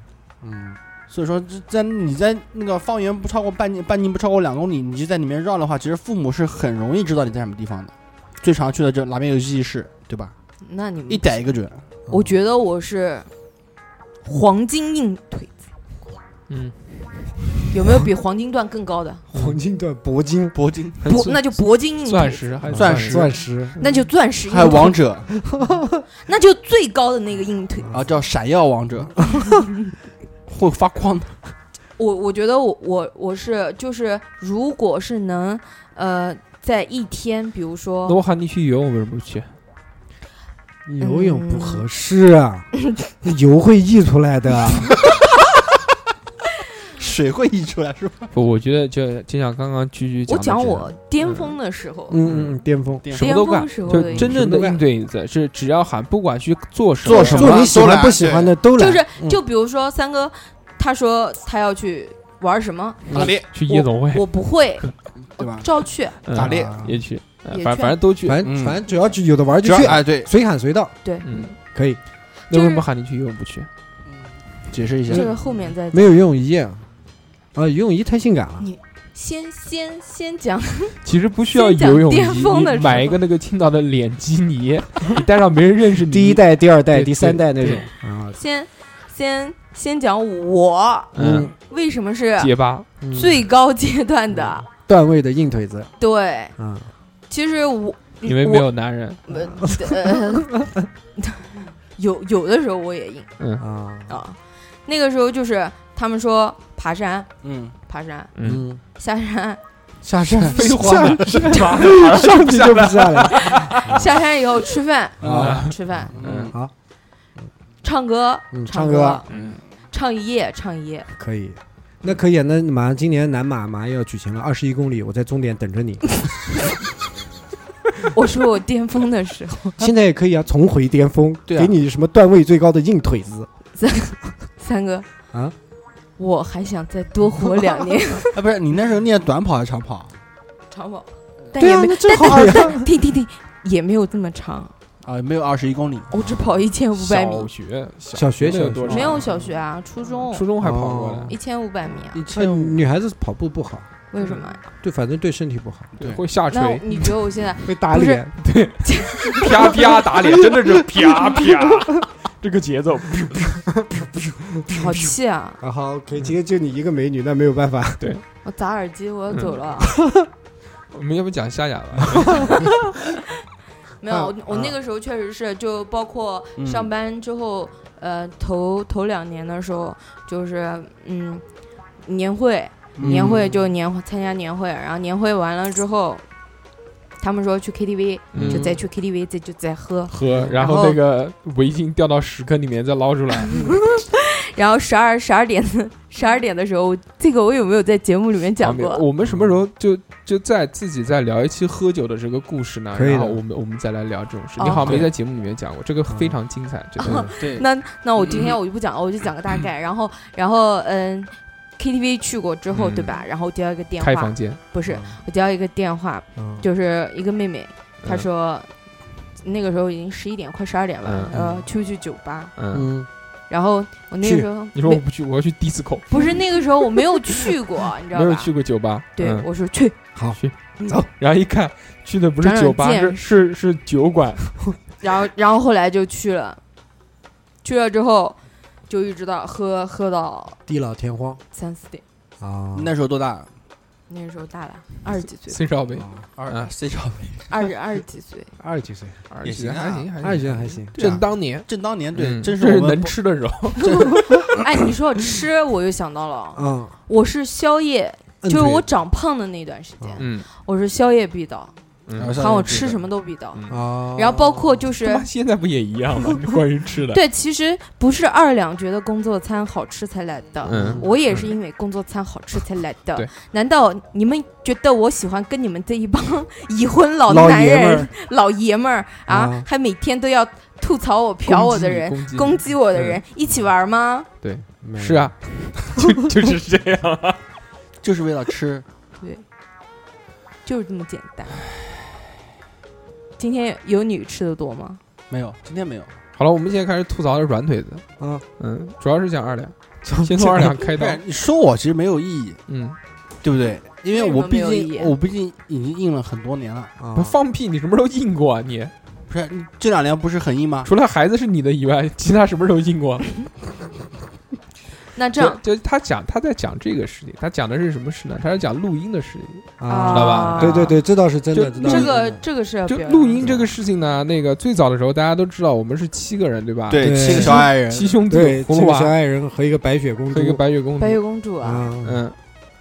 Speaker 4: 嗯，
Speaker 3: 所以说，这在你在那个方圆不超过半径，半径不超过两公里，你就在里面绕的话，其实父母是很容易知道你在什么地方的。最常去的就哪边有记忆室，对吧？
Speaker 2: 那你们
Speaker 3: 嗯
Speaker 4: 嗯
Speaker 3: 一逮一个准。
Speaker 2: 我觉得我是黄金硬腿子，
Speaker 1: 嗯，
Speaker 2: 有没有比黄金段更高的？
Speaker 4: 黄金段、铂金、
Speaker 3: 铂金、
Speaker 2: 铂那就铂金硬
Speaker 1: 钻
Speaker 2: 腿子，
Speaker 1: 石嗯还
Speaker 3: 钻石
Speaker 4: 嗯钻石，
Speaker 2: 那就钻石硬
Speaker 3: 还有
Speaker 2: 腿子，
Speaker 3: 王者
Speaker 2: 那就最高的那个硬腿。
Speaker 3: 啊，叫闪耀王者， <laughs> 会发光的。
Speaker 2: 我我觉得我我我是就是，如果是能呃在一天，比如
Speaker 1: 那
Speaker 2: 说
Speaker 1: 我喊你去游泳，为什么不去？
Speaker 4: 游泳
Speaker 2: 嗯
Speaker 4: 不合适
Speaker 2: <laughs>
Speaker 4: 啊，油会溢出来的。啊
Speaker 3: 水会溢出来是吧？
Speaker 1: 不，我觉得就就像刚刚居居
Speaker 2: 我
Speaker 1: 的
Speaker 2: 讲
Speaker 1: 这样
Speaker 2: 我巅峰的时候，
Speaker 4: 嗯嗯嗯，巅峰，
Speaker 1: 什么都干
Speaker 2: 巅峰时，候
Speaker 1: 就
Speaker 2: 的
Speaker 1: 真正的硬对子是只要喊，不管去做什么，
Speaker 3: 做什么
Speaker 4: 做你喜
Speaker 3: 都
Speaker 4: 欢
Speaker 3: 来
Speaker 4: 不喜欢的都来。
Speaker 2: 就是
Speaker 4: 嗯
Speaker 2: 就比如说三哥，他说他要去玩什么，
Speaker 3: 打猎，
Speaker 1: 去夜总会，
Speaker 2: 我不会，
Speaker 3: 嗯对
Speaker 2: <laughs>
Speaker 3: 吧？
Speaker 2: 照去。
Speaker 1: 嗯
Speaker 3: 打猎
Speaker 4: 啊
Speaker 1: 也去，呃
Speaker 2: 也
Speaker 1: 反
Speaker 2: 去
Speaker 1: 反正都去。
Speaker 4: 反正
Speaker 3: 嗯
Speaker 4: 反正只要就有的玩
Speaker 3: 只
Speaker 4: 就
Speaker 3: 要
Speaker 4: 去，
Speaker 3: 哎，对，
Speaker 4: 随喊随到，
Speaker 2: 对，
Speaker 1: 嗯，
Speaker 4: 可以。
Speaker 1: 那为
Speaker 2: 就
Speaker 1: 什
Speaker 2: 是
Speaker 1: 么喊你去游泳不去？
Speaker 3: 解释一下
Speaker 2: 这，个后面再讲
Speaker 4: 没有游泳衣啊，啊，游泳衣太性感了。
Speaker 2: 先先先讲，
Speaker 1: 其实不需要
Speaker 2: 先讲
Speaker 1: 游泳衣，
Speaker 2: 巅峰的
Speaker 1: 你买
Speaker 2: 时
Speaker 1: 一
Speaker 2: 候
Speaker 1: 个那个青岛的脸基尼，你戴上没人认识你。
Speaker 4: 第一，代、第二代、
Speaker 1: 嗯对
Speaker 4: 第三代那
Speaker 1: 对
Speaker 4: 种啊，
Speaker 2: 先先先讲我
Speaker 1: 嗯，
Speaker 2: 为什么是
Speaker 1: 结巴，
Speaker 4: 嗯
Speaker 2: 最高阶段的。
Speaker 1: 嗯
Speaker 4: 段位的硬腿子
Speaker 2: 对，
Speaker 4: 啊，
Speaker 2: 其实我
Speaker 1: 因为
Speaker 2: 我
Speaker 1: 没有男人。
Speaker 2: 呃，呃 <laughs> 有有的时候我也硬
Speaker 1: 嗯
Speaker 4: 啊，
Speaker 2: 啊，那个时候就是他们说爬山、
Speaker 3: 嗯，
Speaker 2: 爬山、
Speaker 1: 嗯，，
Speaker 2: 下山、
Speaker 4: 下山
Speaker 3: 废话
Speaker 4: 下
Speaker 3: <laughs>
Speaker 1: 马
Speaker 4: 上去就不下来了
Speaker 2: 下山以后吃饭、
Speaker 4: 啊。
Speaker 2: 吃饭、
Speaker 1: 嗯
Speaker 3: 嗯，
Speaker 4: 好，
Speaker 2: 唱歌、
Speaker 4: 嗯
Speaker 2: 唱
Speaker 4: 唱歌
Speaker 1: 嗯，
Speaker 2: 唱一夜、唱一夜，
Speaker 4: 可以。那可以啊，那马上今年南马马上要举行了，二十一公里，我在终点等着你。
Speaker 2: 我说我巅峰的时候，
Speaker 4: 现在也可以啊，重回巅峰，
Speaker 3: 对啊
Speaker 4: 给你什么段位最高的硬腿子
Speaker 2: 三哥
Speaker 4: 啊？
Speaker 2: 我还想再多活两年
Speaker 3: 哎，不是，你那时候练短跑还是长跑？
Speaker 2: <laughs> 长跑，但
Speaker 4: 对
Speaker 2: 也
Speaker 4: 啊
Speaker 2: 没，
Speaker 4: 那正好
Speaker 2: 但
Speaker 4: 呀
Speaker 2: 但但停停停，也没有这么长，
Speaker 3: 啊，没有二十一公里，
Speaker 2: 我只跑一千五百米
Speaker 1: 小，学
Speaker 4: 小学
Speaker 1: 没
Speaker 4: 小
Speaker 1: 有
Speaker 4: 学
Speaker 1: 多少，
Speaker 2: 没有小学啊，初中
Speaker 1: 初中还跑过
Speaker 4: 哦
Speaker 1: 呢，
Speaker 2: 一千五百米啊，
Speaker 3: 一
Speaker 4: 那
Speaker 3: 千五
Speaker 4: 女孩子跑步不好，
Speaker 2: 为什么呀？
Speaker 4: 对，反正对身体不好，
Speaker 3: 对
Speaker 1: 会下
Speaker 2: 那
Speaker 1: 垂，
Speaker 2: 你觉得我现在
Speaker 4: 会打
Speaker 2: 不是
Speaker 4: 脸。
Speaker 1: 啪啪打脸，真的
Speaker 2: <laughs>
Speaker 1: 是啪啪，这个节奏，
Speaker 2: <laughs> 好
Speaker 1: <laughs>
Speaker 2: 气啊！
Speaker 4: 啊好，可以，今天就你一个美女，那没有办法。
Speaker 2: 我砸耳机，我要走了啊。
Speaker 1: 嗯我们要不讲夏雅吧？
Speaker 2: <laughs> 没有，
Speaker 4: 啊
Speaker 2: 我我
Speaker 4: 啊
Speaker 2: 那个时候确实是，就包括
Speaker 3: 嗯
Speaker 2: 上班之后，呃，头头两年的时候，就是嗯，年会，
Speaker 1: 嗯
Speaker 2: 年
Speaker 3: 嗯
Speaker 2: 会就年会参加年会，然后年会完了之后，他们说去 KTV，
Speaker 1: 嗯
Speaker 2: 就再去 KTV，再就再喝，
Speaker 1: 喝，然
Speaker 2: 然后
Speaker 1: 后那个围巾掉到屎坑里面再捞
Speaker 2: <laughs>
Speaker 1: 出来，
Speaker 2: 然后十二十二点的十二点的时候，这个我有没有在节目里面讲
Speaker 1: 旁边
Speaker 2: 过？
Speaker 1: 我们什么时候就就在自己再聊一期喝酒的这个故事呢？
Speaker 4: 可以的
Speaker 1: 然后我们我们再来聊这种事。
Speaker 2: 哦
Speaker 1: 你好像没
Speaker 4: 对
Speaker 1: 在节目里面讲过，这个非常精彩，真的。
Speaker 3: 对，
Speaker 2: 那那我今天我就不讲了，我就讲个大概。然后然后嗯，KTV 去过之后，
Speaker 1: 嗯
Speaker 2: 对吧？然后我接到一个电
Speaker 1: 开
Speaker 2: 话
Speaker 1: 房，间，
Speaker 2: 不是我接到一个电话，
Speaker 4: 嗯，
Speaker 2: 就是一个妹妹，她
Speaker 1: 嗯
Speaker 2: 说那个时候已经十一点快十二点了，
Speaker 1: 嗯
Speaker 2: 呃，去不去酒吧？
Speaker 1: 嗯，
Speaker 4: 嗯，
Speaker 2: 然后我那个
Speaker 4: 去
Speaker 2: 时候
Speaker 1: 你说我
Speaker 2: 没
Speaker 1: 不去，我要去 disco，
Speaker 2: 不是那个时候我没有去过，你知
Speaker 1: 没
Speaker 2: 道
Speaker 1: 有
Speaker 2: 吧？
Speaker 1: 去过酒吧。
Speaker 2: 对
Speaker 1: 嗯，
Speaker 2: 我说去，
Speaker 4: 好，
Speaker 1: 然后一看去的不是
Speaker 2: 长长
Speaker 1: 酒吧，
Speaker 2: 见
Speaker 1: 是是是酒
Speaker 2: <laughs>
Speaker 1: 馆。
Speaker 2: 然后然后后来就去了，去了之后就一直到喝喝到
Speaker 4: 地老天荒
Speaker 2: 三四点，
Speaker 4: 啊
Speaker 3: 那时候多大？
Speaker 2: 那个时候大了二十几岁，
Speaker 1: C 罩杯，
Speaker 3: 二 C 罩杯，
Speaker 2: 二十二十几岁，
Speaker 4: 二十几岁，
Speaker 1: 二
Speaker 3: 也
Speaker 1: 十几
Speaker 3: 行啊
Speaker 1: 还行还
Speaker 4: 二
Speaker 1: 行，
Speaker 4: 十几岁还行，
Speaker 1: 正当年。
Speaker 3: 正当年，
Speaker 1: 嗯
Speaker 3: 对，真
Speaker 1: 这
Speaker 3: 是我们
Speaker 1: 能
Speaker 3: <laughs>
Speaker 1: 吃的肉，
Speaker 2: 哎，你说吃，我又想到了，
Speaker 4: 嗯，
Speaker 2: 我是宵夜，
Speaker 4: 嗯
Speaker 2: 就是我
Speaker 4: 对
Speaker 2: 长胖的那段时间，
Speaker 1: 嗯，
Speaker 2: 我是宵夜必到，
Speaker 3: 嗯
Speaker 2: 喊我吃什么都必到
Speaker 1: 嗯。
Speaker 4: 啊，
Speaker 2: 然后包括就是
Speaker 1: 他妈现在不也一样
Speaker 2: <laughs>
Speaker 1: 吗？关于吃的，
Speaker 2: 对，其实不是二两觉得工作餐好吃才来的。
Speaker 1: 嗯
Speaker 2: 啊我也是因为工作餐好吃才来的
Speaker 1: 对。
Speaker 2: 难道你们觉得我喜欢跟你们这一帮 <laughs> 已婚老
Speaker 4: 老
Speaker 2: 男
Speaker 4: 爷们
Speaker 2: 人
Speaker 4: 儿、
Speaker 2: 老爷们儿啊
Speaker 4: 啊，
Speaker 2: 还每天都要吐槽我、瞟我的人、
Speaker 1: 击
Speaker 2: 攻击我的人一起玩吗？
Speaker 4: 没有
Speaker 1: 是
Speaker 2: <laughs>
Speaker 1: 啊，，就就是这样啊。
Speaker 3: 就是为了吃。
Speaker 2: 对，就是这么简单。今天有你吃的多吗？
Speaker 3: 没有，今天没有。
Speaker 1: 好了，我们现在开始吐槽的软腿子，
Speaker 4: 嗯
Speaker 1: 嗯，主要是讲二两，先从二两开
Speaker 3: 不
Speaker 1: 刀
Speaker 3: 然，你说我其实没有意义，
Speaker 1: 嗯，
Speaker 3: 对不对？因为
Speaker 2: 为什
Speaker 3: 我
Speaker 2: 么
Speaker 3: 毕
Speaker 2: 没有意义
Speaker 3: 竟我毕竟已经硬了很多年了，
Speaker 4: 啊
Speaker 1: 不放屁，你什么时候硬过啊？你
Speaker 3: 不是？这两年不是很硬吗？
Speaker 1: 除了孩子是你的以外，其他什么时候硬过？啊
Speaker 2: 那这样
Speaker 1: 就就他讲他在讲这个事情，他讲的是什么事呢？他是讲录音的事情。
Speaker 4: 啊，
Speaker 1: 知道吧
Speaker 4: 对对对，这倒是真
Speaker 1: 就
Speaker 4: 的，知道
Speaker 2: 这个
Speaker 4: 是真的
Speaker 2: 这个是要
Speaker 1: 就
Speaker 2: 表扬
Speaker 1: 录音这个事情呢，那个最早的时候大家都知道，我们是七个人对吧？，
Speaker 3: 对，
Speaker 4: 对
Speaker 3: 七个小矮人，
Speaker 1: 七兄弟，
Speaker 4: 对，
Speaker 1: 葫
Speaker 4: 七
Speaker 1: 芦
Speaker 4: 个小
Speaker 1: 娃
Speaker 4: 矮人和一个白雪公
Speaker 1: 和
Speaker 4: 主，
Speaker 1: 一个白雪公
Speaker 2: 白雪
Speaker 1: 主，
Speaker 2: 公主啊，
Speaker 4: 啊，
Speaker 1: 嗯，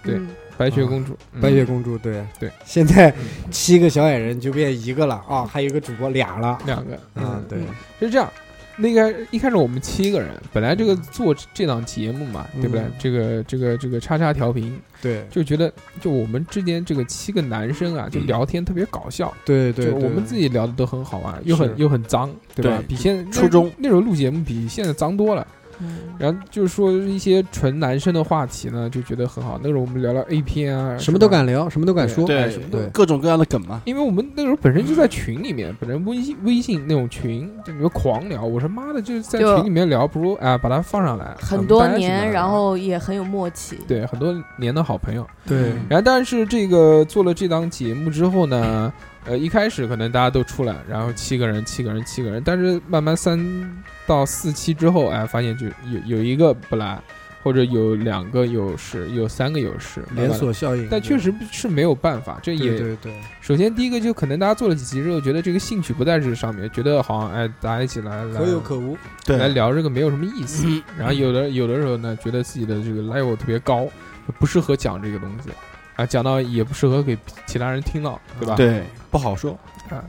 Speaker 1: 对
Speaker 2: 嗯
Speaker 1: 白雪公主，嗯
Speaker 4: 白雪公主，对
Speaker 1: 对，
Speaker 4: 现在
Speaker 1: 嗯
Speaker 4: 七个小矮人就变一个了啊，还有一个主播俩了，
Speaker 1: 嗯两个，
Speaker 4: 啊，对，
Speaker 1: 是这样，那个一开始我们七个人，本来这个做这档节目嘛，对不对
Speaker 4: 嗯？
Speaker 1: 这个这个这个叉叉调频，
Speaker 4: 对
Speaker 1: 就觉得就我们之间这个七个男生啊，就聊天特别搞笑，
Speaker 4: 对嗯对，
Speaker 1: 就我
Speaker 4: 对
Speaker 1: 们自己聊的都很好啊玩，又
Speaker 4: 是
Speaker 1: 很又很脏，对吧？
Speaker 3: 对
Speaker 1: 比现在那
Speaker 3: 初中
Speaker 1: 那时候录节目比现在脏多了。
Speaker 2: 嗯，
Speaker 1: 然后就是说一些纯男生的话题呢，就觉得很好。那时候我们聊聊 A 片啊，
Speaker 4: 什么都
Speaker 1: 吧
Speaker 4: 敢聊，什么都敢说，
Speaker 3: 对
Speaker 1: 哎什么都
Speaker 4: 对
Speaker 3: 各种各样的梗嘛。
Speaker 1: 因为我们那时候本身就在群里
Speaker 2: 嗯
Speaker 1: 面，本身微信微信那种群就里面狂聊，我说妈的，就是在
Speaker 2: 就
Speaker 1: 群里面聊，不如啊、把它放上来，
Speaker 2: 很
Speaker 1: 嗯
Speaker 2: 多
Speaker 1: 大家一起
Speaker 2: 年，
Speaker 1: 聊
Speaker 2: 然后也很有默契。
Speaker 1: 对很多年的好朋友。
Speaker 4: 对
Speaker 3: 嗯
Speaker 1: 然后但是这个做了这档节目之后
Speaker 2: <laughs>
Speaker 1: 呢，呃，一开始可能大家都出来，然后七个人，七个人，七个人，但是慢慢三到四期之后，哎，发现就有有一个不来，或者有两个有事，有三个有事，
Speaker 4: 连
Speaker 1: 慢慢。
Speaker 4: 锁效应，
Speaker 1: 但确实是没有办法，这也
Speaker 4: 对对对，
Speaker 1: 首先第一个就可能大家做了几集之后，觉得这个兴趣不在这上面，觉得好像哎，大家一起来来
Speaker 4: 可有可无，
Speaker 1: 来
Speaker 3: 对，
Speaker 1: 聊这个没有什么意思。
Speaker 3: 嗯
Speaker 1: 然后有的有的时候呢，觉得自己的这个 level 特别高，就不适合讲这个东西，啊，讲到也不适合给其他人听到，对吧？。
Speaker 3: 对，不好说。
Speaker 1: 啊，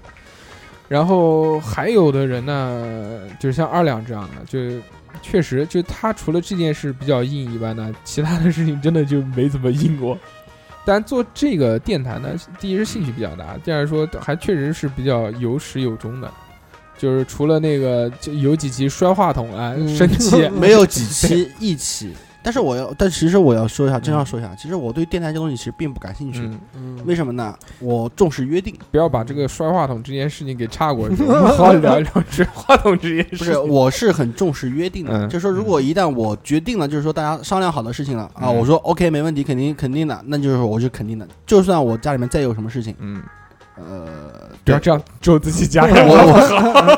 Speaker 1: 然后还有的人呢，就像二两这样的，就确实就他除了这件事比较硬以外呢，其他的事情真的就没怎么硬过。但做这个电台呢，第一是兴趣比较大，第二说还确实是比较有始有终的，就是除了那个就有几集摔话筒啊、
Speaker 4: 嗯
Speaker 3: <laughs>
Speaker 1: 生气，
Speaker 3: 没有几期一起，但是我要，但其实我要说一下，真要说一下，其实我对电台这东西其实并不感兴趣。
Speaker 1: 嗯，
Speaker 4: 嗯
Speaker 3: 为什么呢？我重视约定，
Speaker 1: 不要把这个摔话筒这件事情给岔过
Speaker 3: <laughs>
Speaker 1: 去，我
Speaker 4: 好
Speaker 1: 们好好聊一聊摔话筒这件事
Speaker 3: 不
Speaker 1: 情。
Speaker 3: 是，我是很重视约定的。
Speaker 1: 嗯
Speaker 3: 就是说，如果一旦我决定了，就是说大家商量好的事情了、啊，
Speaker 1: 嗯
Speaker 3: 我说 OK 没问题，肯定肯定的，那就是我是肯定的。就算我家里面再有什么事情，
Speaker 1: 嗯，
Speaker 3: 呃，
Speaker 1: 不要
Speaker 3: 对
Speaker 1: 这样咒自己家
Speaker 3: <laughs>
Speaker 1: 人。
Speaker 3: 我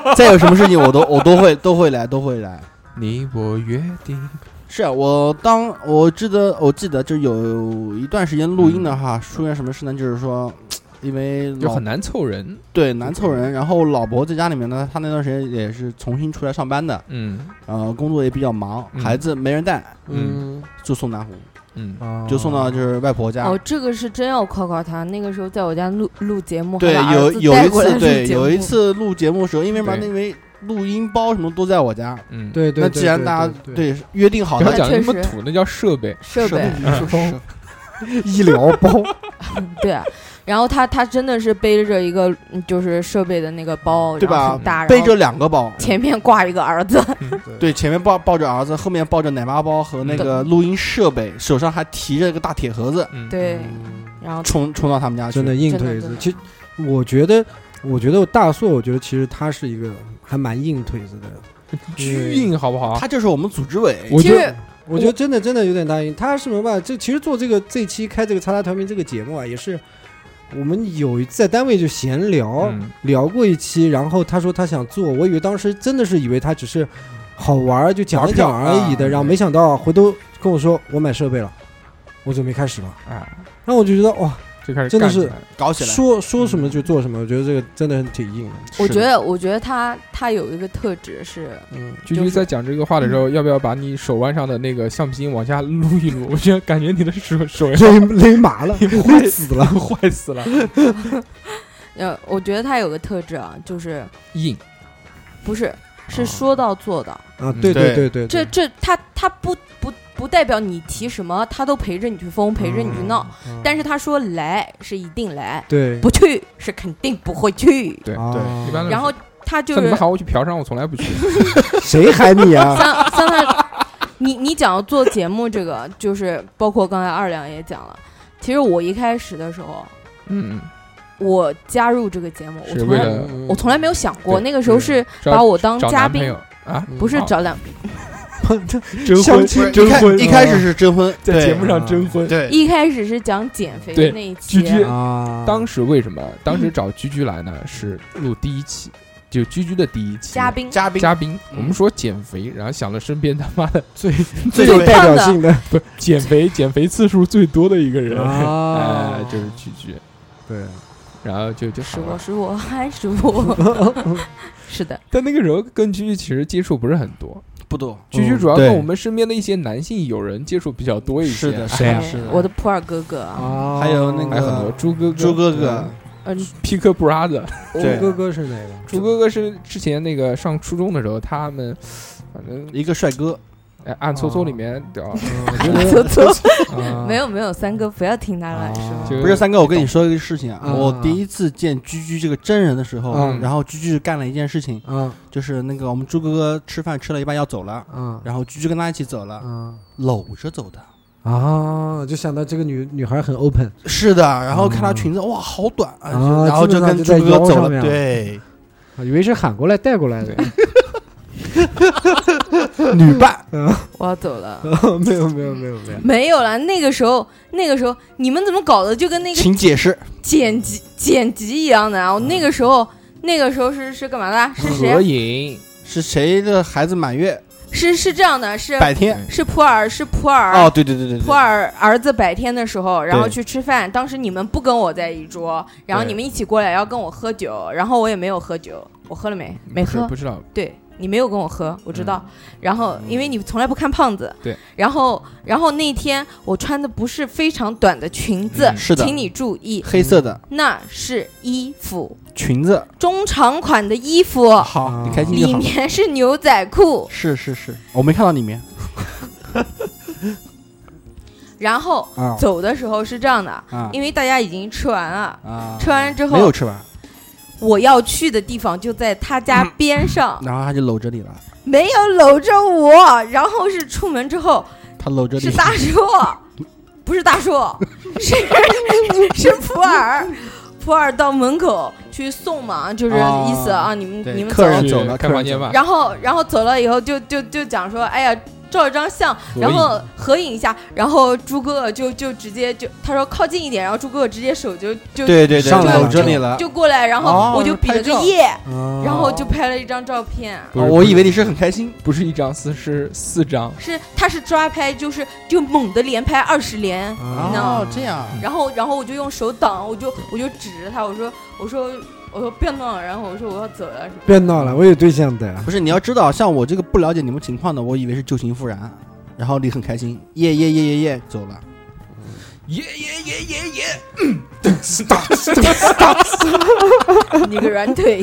Speaker 3: 我 <laughs> 再有什么事情，我都我都会都会来都会来。
Speaker 1: 你我约定，
Speaker 3: 是啊我当我记得我记得就有一段时间录音的话，出现什么事呢？就是说，因为
Speaker 1: 就嗯
Speaker 3: 老
Speaker 2: 哦
Speaker 1: 很难凑人。
Speaker 3: 对难凑人，然后老婆在家里面呢，她那段时间也是重新出来上班的，
Speaker 1: 嗯
Speaker 3: 呃，工作也比较忙，
Speaker 1: 嗯
Speaker 3: 孩子没人带，
Speaker 4: 嗯，
Speaker 3: 就送南湖，
Speaker 1: 嗯，
Speaker 3: 就送到就是外婆家。
Speaker 2: 哦，这个是真要考考他。那个时候在我家录录节目，
Speaker 3: 对，
Speaker 2: 还把
Speaker 3: 有
Speaker 2: 儿子
Speaker 3: 有
Speaker 2: 带
Speaker 3: 一
Speaker 2: 过来
Speaker 3: 次，
Speaker 2: 录
Speaker 3: 对，
Speaker 2: 节
Speaker 3: 有一
Speaker 2: 目
Speaker 3: 次录节目的时候，因为嘛，
Speaker 1: 对
Speaker 3: 因为录音包什么都在我家。
Speaker 1: 嗯，
Speaker 4: 对对。
Speaker 3: 那
Speaker 4: 对
Speaker 3: 既然
Speaker 4: 对
Speaker 3: 大家 <laughs>
Speaker 4: 对
Speaker 3: 对约定好
Speaker 1: 不
Speaker 3: 的
Speaker 1: 要
Speaker 2: 哎
Speaker 1: 讲那
Speaker 2: 确
Speaker 1: 么
Speaker 2: 实
Speaker 1: 土，那叫设备。
Speaker 2: 设备，
Speaker 4: 是是医疗包，
Speaker 2: <laughs> 对啊。然后他他真的是背着一个嗯就是设备的那个包，
Speaker 3: 对
Speaker 2: 然后
Speaker 3: 吧
Speaker 2: 很大，
Speaker 3: 背
Speaker 2: 然后
Speaker 1: 哦
Speaker 3: 着两个包，
Speaker 2: 前面挂一个儿子，
Speaker 3: 对，前面抱抱着儿子，后面抱着奶妈包和那
Speaker 2: 嗯
Speaker 3: 个录音设备，手上还提着一个大铁盒子，
Speaker 1: 嗯，
Speaker 2: 对，然后
Speaker 3: 冲冲到他们家去。
Speaker 4: 真的，硬
Speaker 2: 真的真
Speaker 4: 腿子。
Speaker 2: 的
Speaker 4: 其实我觉得，我觉得大硕，我觉得其实他是一个还蛮硬腿子的。
Speaker 1: <laughs> 巨硬好不好？
Speaker 3: 他就是我们组织委。
Speaker 1: 我
Speaker 2: 其
Speaker 1: 觉
Speaker 2: 实
Speaker 4: 我觉得真的真的有点答应，他是什么吧？这其实做这个这期开这个叉叉调频这个节目啊，也是我们有一次在单位就闲
Speaker 2: 哦
Speaker 4: 聊、
Speaker 1: 嗯
Speaker 4: 聊过一期，然后他说他想做，我以为当时真的是以为他只是好玩儿就讲一讲而已
Speaker 3: 玩票
Speaker 4: 的，
Speaker 3: 啊
Speaker 4: 然后没想到回头跟我说我买设备了，我准备开始了，
Speaker 1: 啊，
Speaker 4: 然后我就觉得哇，
Speaker 1: 就开始
Speaker 4: 真的
Speaker 1: 干起
Speaker 4: 是
Speaker 1: 来了
Speaker 3: 搞起来。
Speaker 4: 说说什么就做什么，我觉得这个真的挺硬的。
Speaker 3: <laughs>
Speaker 2: 我
Speaker 3: 是
Speaker 2: 觉得我觉得他他有一个特质是，
Speaker 4: 嗯，
Speaker 1: 菊
Speaker 2: 就
Speaker 1: 菊
Speaker 2: 是
Speaker 1: 在讲这个话的时候，要不要把你手腕上的那个橡皮筋往下撸一撸？我觉得感觉你的手手要
Speaker 4: 勒勒麻了，勒死了。
Speaker 1: 坏死
Speaker 2: <laughs>
Speaker 1: 了，
Speaker 2: 呃，我觉得他有个特质啊，就是
Speaker 1: 硬。
Speaker 2: 不是
Speaker 1: 哦
Speaker 2: 是说到做到，
Speaker 4: 啊，
Speaker 1: 嗯
Speaker 4: 对
Speaker 3: 对
Speaker 4: 对对，
Speaker 2: 这这他他不不不代表你提什么他都陪着你去疯，陪着你去闹，
Speaker 4: 嗯
Speaker 2: 但是他说来是一定来，
Speaker 4: 对
Speaker 2: 不去是肯定不会去，
Speaker 1: 对
Speaker 4: 啊
Speaker 3: 对
Speaker 1: 一般的
Speaker 2: 然后他就
Speaker 1: 嗯像你
Speaker 2: 是
Speaker 1: 们喊我去嫖娼，我从来
Speaker 2: <laughs>
Speaker 1: 不去。
Speaker 4: 谁喊你啊？
Speaker 2: 像像他，你你讲到做节目这个，就是包括刚才二两也讲了，其实我一开始的时候，
Speaker 1: 嗯，
Speaker 2: 我加入这个节目，我
Speaker 1: 是
Speaker 2: 从
Speaker 1: 为
Speaker 2: 来
Speaker 1: 了
Speaker 2: 我从来没有想过，
Speaker 1: 对
Speaker 2: 那个时候是
Speaker 1: 找
Speaker 2: 把我当
Speaker 1: 找
Speaker 2: 嘉
Speaker 1: 男朋
Speaker 2: 宾
Speaker 1: 友，啊，
Speaker 2: 不是
Speaker 1: 哦
Speaker 2: 找两，
Speaker 1: 征
Speaker 4: 相
Speaker 1: 婚
Speaker 3: 不是
Speaker 4: 亲
Speaker 3: 一
Speaker 1: 征
Speaker 3: 开
Speaker 1: 婚
Speaker 3: 一开始是征婚，
Speaker 1: 在节
Speaker 3: 对
Speaker 1: 目上征婚。
Speaker 3: 对，
Speaker 2: 一开始是讲减肥
Speaker 1: 对
Speaker 2: 的那一期
Speaker 1: 居，居
Speaker 4: 啊，
Speaker 1: 当时为什么当时找居居来呢？是录第一期，就居居的第一期
Speaker 2: 嘉宾
Speaker 3: 嘉宾
Speaker 1: 嘉宾，
Speaker 3: 嗯
Speaker 1: 我们说减肥，然后想了身边他妈的
Speaker 3: <laughs>
Speaker 1: 最
Speaker 4: 最
Speaker 2: 最
Speaker 4: 有
Speaker 2: 有
Speaker 4: 代
Speaker 2: 代
Speaker 4: 表
Speaker 2: 表
Speaker 4: 性
Speaker 2: 性
Speaker 4: 的
Speaker 1: 不是减肥减肥次数最多的一个人，
Speaker 4: 啊
Speaker 1: 哎，就是居居，
Speaker 4: 对，
Speaker 1: 然后就就是好
Speaker 2: 我
Speaker 1: 了。
Speaker 2: 是我还是我，是的，
Speaker 1: 但那个时候跟居居其实接触不是很多，
Speaker 3: 不多，
Speaker 1: 居居主要
Speaker 3: 对
Speaker 1: 跟我们身边的一些男性友人接触比较多一些，
Speaker 3: 是的
Speaker 1: 哎
Speaker 3: 谁啊
Speaker 2: 哎
Speaker 3: 是的
Speaker 2: 我的普洱哥哥，
Speaker 4: 啊
Speaker 3: 还有那个
Speaker 1: 还有很多猪哥哥、
Speaker 3: 朱嗯哥哥
Speaker 1: <laughs>
Speaker 2: 嗯，
Speaker 1: 皮克
Speaker 3: <laughs>
Speaker 1: brother，
Speaker 4: 我
Speaker 3: 对
Speaker 4: 哥哥是哪个？
Speaker 1: 猪哥哥是之前那个上初中的时候，他们反正
Speaker 3: 一个帅哥，
Speaker 1: 哎暗搓搓里
Speaker 3: 哦
Speaker 1: 面聊，
Speaker 2: <laughs>
Speaker 4: 嗯
Speaker 1: <laughs>
Speaker 2: 搓搓，
Speaker 3: <laughs>
Speaker 1: 啊
Speaker 2: 没有没有，三哥不要听他乱
Speaker 4: 啊
Speaker 2: 说，
Speaker 1: 就
Speaker 3: 不是三哥，我跟你说一个事情啊，
Speaker 4: 嗯
Speaker 3: 我第一次见居居这个真人的时候
Speaker 4: 嗯，
Speaker 3: 然后居居干了一件事情，
Speaker 4: 啊
Speaker 3: 就是那个我们朱哥哥吃饭吃了一半要走了，
Speaker 4: 啊
Speaker 3: 然后居居跟他一起走了，
Speaker 4: 啊
Speaker 3: 搂着走的。
Speaker 4: 啊！就想到这个女女孩很 open
Speaker 3: 是的，然后看她
Speaker 4: 嗯
Speaker 3: 裙子，哇，好短哎
Speaker 4: 啊
Speaker 3: 然后
Speaker 4: 基本上
Speaker 3: 跟
Speaker 4: 就在
Speaker 3: 朱哥
Speaker 4: 腰
Speaker 3: 走
Speaker 4: 上
Speaker 3: 了，
Speaker 4: 面
Speaker 3: 对，
Speaker 4: 啊，以为是喊过来带过来的，
Speaker 3: 女伴，
Speaker 2: 我要走了。
Speaker 4: 没有没有没有没有，
Speaker 2: 没有了，那个时候，那个时候你们怎么搞的？就跟那个
Speaker 3: 请解释。
Speaker 2: 剪辑剪辑一样的啊！我那个时候，那个时候是是干嘛的？是
Speaker 1: 合
Speaker 2: 谁？啊
Speaker 1: 影，
Speaker 3: 是谁的孩子满月？
Speaker 2: 是是这样的，是
Speaker 3: 百天？
Speaker 2: 是普洱，是普洱。
Speaker 3: 哦，对对对对
Speaker 2: 普
Speaker 3: 对，
Speaker 2: 洱儿子白天的时候，然后
Speaker 3: 对
Speaker 2: 去吃饭。当时你们不跟我在一桌，然后
Speaker 3: 对
Speaker 2: 你们一起过来要跟我喝酒，然后我也没有喝酒，我喝了没？
Speaker 3: 嗯
Speaker 2: 没
Speaker 1: 不是
Speaker 2: 喝
Speaker 1: 不。知道，
Speaker 2: 对你没有跟我喝，我知道。然后因为你从来不看胖子，
Speaker 1: 对。
Speaker 2: 然后然后那天我穿的不是非常短的裙子，
Speaker 3: 嗯是的
Speaker 2: 请你注意，
Speaker 3: 黑色的
Speaker 2: 那是衣服，
Speaker 3: 裙子，
Speaker 2: 中长款的衣服，
Speaker 3: 好，
Speaker 4: 啊
Speaker 3: 你开心就
Speaker 2: 里
Speaker 3: 好。
Speaker 2: 哦面是牛仔裤。
Speaker 3: 是是是，我没看到里面。
Speaker 2: 然后
Speaker 3: 啊
Speaker 2: 走的时候是这样的，
Speaker 3: 啊
Speaker 2: 因为大家已经吃完了，
Speaker 3: 啊！
Speaker 2: 吃完之
Speaker 3: 没有
Speaker 2: 后
Speaker 3: 吃完，
Speaker 2: 我要去的地方就在他家
Speaker 3: 嗯
Speaker 2: 边上，
Speaker 3: 然后他就搂着你了。
Speaker 2: 没有搂着我。然后是出门之后，
Speaker 3: 他搂着
Speaker 2: 是
Speaker 3: 你，
Speaker 2: 大树，
Speaker 3: <laughs>
Speaker 2: 不是大树，是是普洱，普洱到门口去送嘛，就是
Speaker 3: 啊
Speaker 2: 意思啊，你们
Speaker 3: 对
Speaker 2: 你们走
Speaker 3: 客。人啊走了，
Speaker 1: 开
Speaker 3: 客人
Speaker 1: 房间
Speaker 3: 走了
Speaker 1: 吧。
Speaker 2: 然后然后走了以后就就就讲说，哎呀。照一张相，
Speaker 1: 所以
Speaker 2: 然后合影一下，然后朱哥哥就就直接就他说靠近一点，然后朱哥哥直接手就就
Speaker 3: 对对对，
Speaker 4: 上来
Speaker 3: 搂
Speaker 4: 了
Speaker 3: 着你了。
Speaker 2: 就过来，然
Speaker 3: 哦
Speaker 2: 后我就比了
Speaker 3: 拍
Speaker 2: 个
Speaker 3: 照
Speaker 2: 耶，
Speaker 4: 哦
Speaker 2: 然后就拍了一张照片。
Speaker 1: 不是
Speaker 3: 哦
Speaker 1: 不
Speaker 3: 我
Speaker 1: 是
Speaker 3: 以为你是很开心，
Speaker 1: 不是一张四是四张，
Speaker 2: 是他是抓拍，就是就猛的连拍二十连，
Speaker 4: 啊
Speaker 3: 哦
Speaker 2: 哦，
Speaker 3: 这样，
Speaker 2: 然后然后我就用手挡，我就我就指着他，我说我说我说不要闹了，然后我说我要走了什么
Speaker 4: 别闹了，我有对象的。
Speaker 3: 不是你要知道，像我这个不了解你们情况的，我以为是旧情复燃，然后你很开心，耶耶耶耶耶，走了。
Speaker 1: 耶耶耶耶耶， <laughs>
Speaker 2: 的，你个软
Speaker 3: <laughs>
Speaker 2: 腿，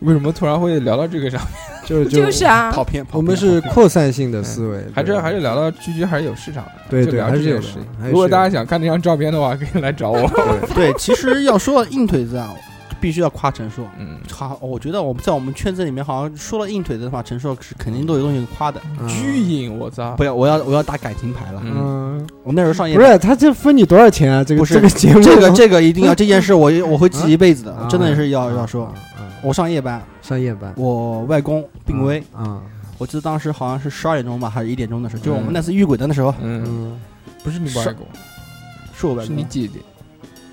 Speaker 1: 为什么突然会聊到这个上？
Speaker 4: 就是
Speaker 2: 就是啊，
Speaker 3: 跑偏，跑偏
Speaker 4: 我们是
Speaker 3: 跑偏
Speaker 4: 扩散性的思维，
Speaker 1: 还是
Speaker 4: 对嗯
Speaker 1: 还是聊到居居还是有市场的，
Speaker 4: 对
Speaker 1: 就
Speaker 4: 对，
Speaker 1: 聊
Speaker 4: 还
Speaker 1: 这
Speaker 4: 是有
Speaker 1: 件
Speaker 4: 的
Speaker 1: 事情。
Speaker 4: 还是
Speaker 1: 如果大
Speaker 4: 有
Speaker 1: 家
Speaker 4: 的
Speaker 1: 想看这张照片的话，可以来找我。 <laughs>
Speaker 3: 对。其实要说硬腿子啊，必须要夸陈硕。
Speaker 1: <laughs> 嗯，
Speaker 3: 夸，我觉得我们在我们圈子里面，好像说了硬腿子的话，陈硕是肯定都有东西夸的。
Speaker 4: 嗯
Speaker 1: 巨硬，我操！
Speaker 3: 不要，我要我要打感情牌了。
Speaker 4: 嗯，
Speaker 3: 我那时候上夜
Speaker 4: 不
Speaker 3: 班，
Speaker 4: 是他这分你多少钱啊？这
Speaker 3: 不
Speaker 4: 个
Speaker 3: 是
Speaker 4: 这个节目，
Speaker 3: 这个这个一定要这件事我，我会记一辈子的，
Speaker 1: 嗯
Speaker 4: 啊
Speaker 3: 真的是要要说
Speaker 4: 啊。啊
Speaker 3: 我上夜班，
Speaker 4: 上夜班
Speaker 3: 我外公病危，
Speaker 4: 啊，
Speaker 1: 嗯
Speaker 3: 我记得当时好像是十二点钟吧，还是一点钟的时候，就是我们那次遇鬼的那时候，
Speaker 1: 嗯，
Speaker 4: 嗯
Speaker 1: 不是你外公，
Speaker 3: 是我外
Speaker 1: 是你
Speaker 3: 公。
Speaker 1: 姐姐。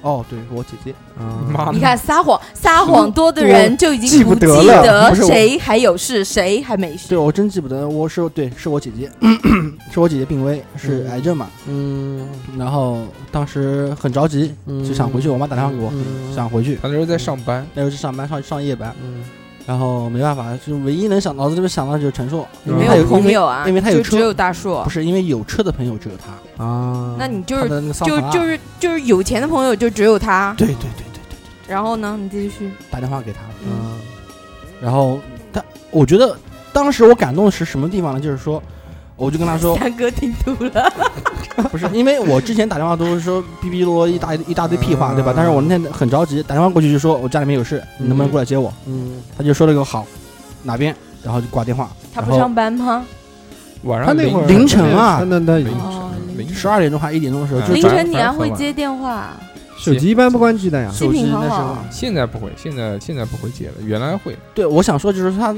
Speaker 3: 哦，对我姐姐，
Speaker 4: 啊，
Speaker 1: 妈
Speaker 2: 你
Speaker 1: 的，
Speaker 2: 看撒谎撒谎多的人就已
Speaker 4: 记
Speaker 2: 经
Speaker 4: 不
Speaker 2: 记
Speaker 4: 得了
Speaker 3: 不
Speaker 2: 得
Speaker 3: 是我
Speaker 2: 谁还有事，谁还没事。
Speaker 3: 对我真记不得，我是对是我姐 <coughs> 姐，是我姐姐病危，是癌症嘛，
Speaker 4: 嗯，
Speaker 3: 然后当时很着急，
Speaker 2: 嗯
Speaker 3: 就想回去，我妈打电话给我，
Speaker 4: 嗯
Speaker 3: 想回去，
Speaker 1: 他那时候在上班，
Speaker 3: 那时候是上班上上夜班，
Speaker 4: 嗯
Speaker 3: 然后没办法，就是唯一能想脑子里面想到就是陈硕，因为
Speaker 2: 没
Speaker 3: 他
Speaker 4: 有
Speaker 2: 有朋友啊，
Speaker 3: 因为他有
Speaker 2: 就
Speaker 3: 车
Speaker 2: 只有大树
Speaker 3: 不。是因为有车的朋友只有他，
Speaker 4: 啊，
Speaker 2: 那你
Speaker 3: 嗯
Speaker 2: 就
Speaker 3: 他
Speaker 2: 是
Speaker 3: 的那个啊桑
Speaker 2: 就
Speaker 3: 塔纳
Speaker 2: 就是就是有钱的朋友就只有他。
Speaker 3: 对对对对对，
Speaker 2: 然后呢，你继续。
Speaker 3: 打电话给他，
Speaker 2: 嗯，
Speaker 4: 啊
Speaker 3: 然后他，我觉得当时我感动的是什么地方呢？就是说，我就跟
Speaker 2: <laughs>
Speaker 3: 他说，
Speaker 2: 三哥听吐了。
Speaker 3: 不是因为我之前打电话都是说哔哔啰啰一大一大堆屁话，对吧？
Speaker 4: 嗯
Speaker 3: 但是我那天很着急，打电话过去就说我家里面有事，你能不能过来接我？
Speaker 4: 嗯，
Speaker 3: 他就说了一个好，哪边，然后就挂电话，
Speaker 2: 他
Speaker 3: 然
Speaker 2: 不
Speaker 3: 后
Speaker 2: 上班吗？
Speaker 1: 晚
Speaker 4: 他
Speaker 1: 上
Speaker 4: 那会儿
Speaker 3: 凌晨啊
Speaker 4: 他那那
Speaker 1: 凌
Speaker 2: 哦
Speaker 1: 晨凌
Speaker 3: 十
Speaker 1: 晨
Speaker 3: 二点钟还一点钟的时候，
Speaker 1: 嗯
Speaker 3: 就
Speaker 2: 凌
Speaker 3: 是
Speaker 1: 反
Speaker 2: 晨
Speaker 1: 正
Speaker 2: 你
Speaker 1: 反
Speaker 2: 还
Speaker 1: 正
Speaker 2: 会
Speaker 1: 很晚
Speaker 2: 接电话？啊
Speaker 4: 手机一般不关机的呀，
Speaker 3: 手机那时
Speaker 2: 好
Speaker 3: 候
Speaker 2: 好，
Speaker 1: 现在不会，现在现在不会接了，原来会。
Speaker 3: 对我想说就是他。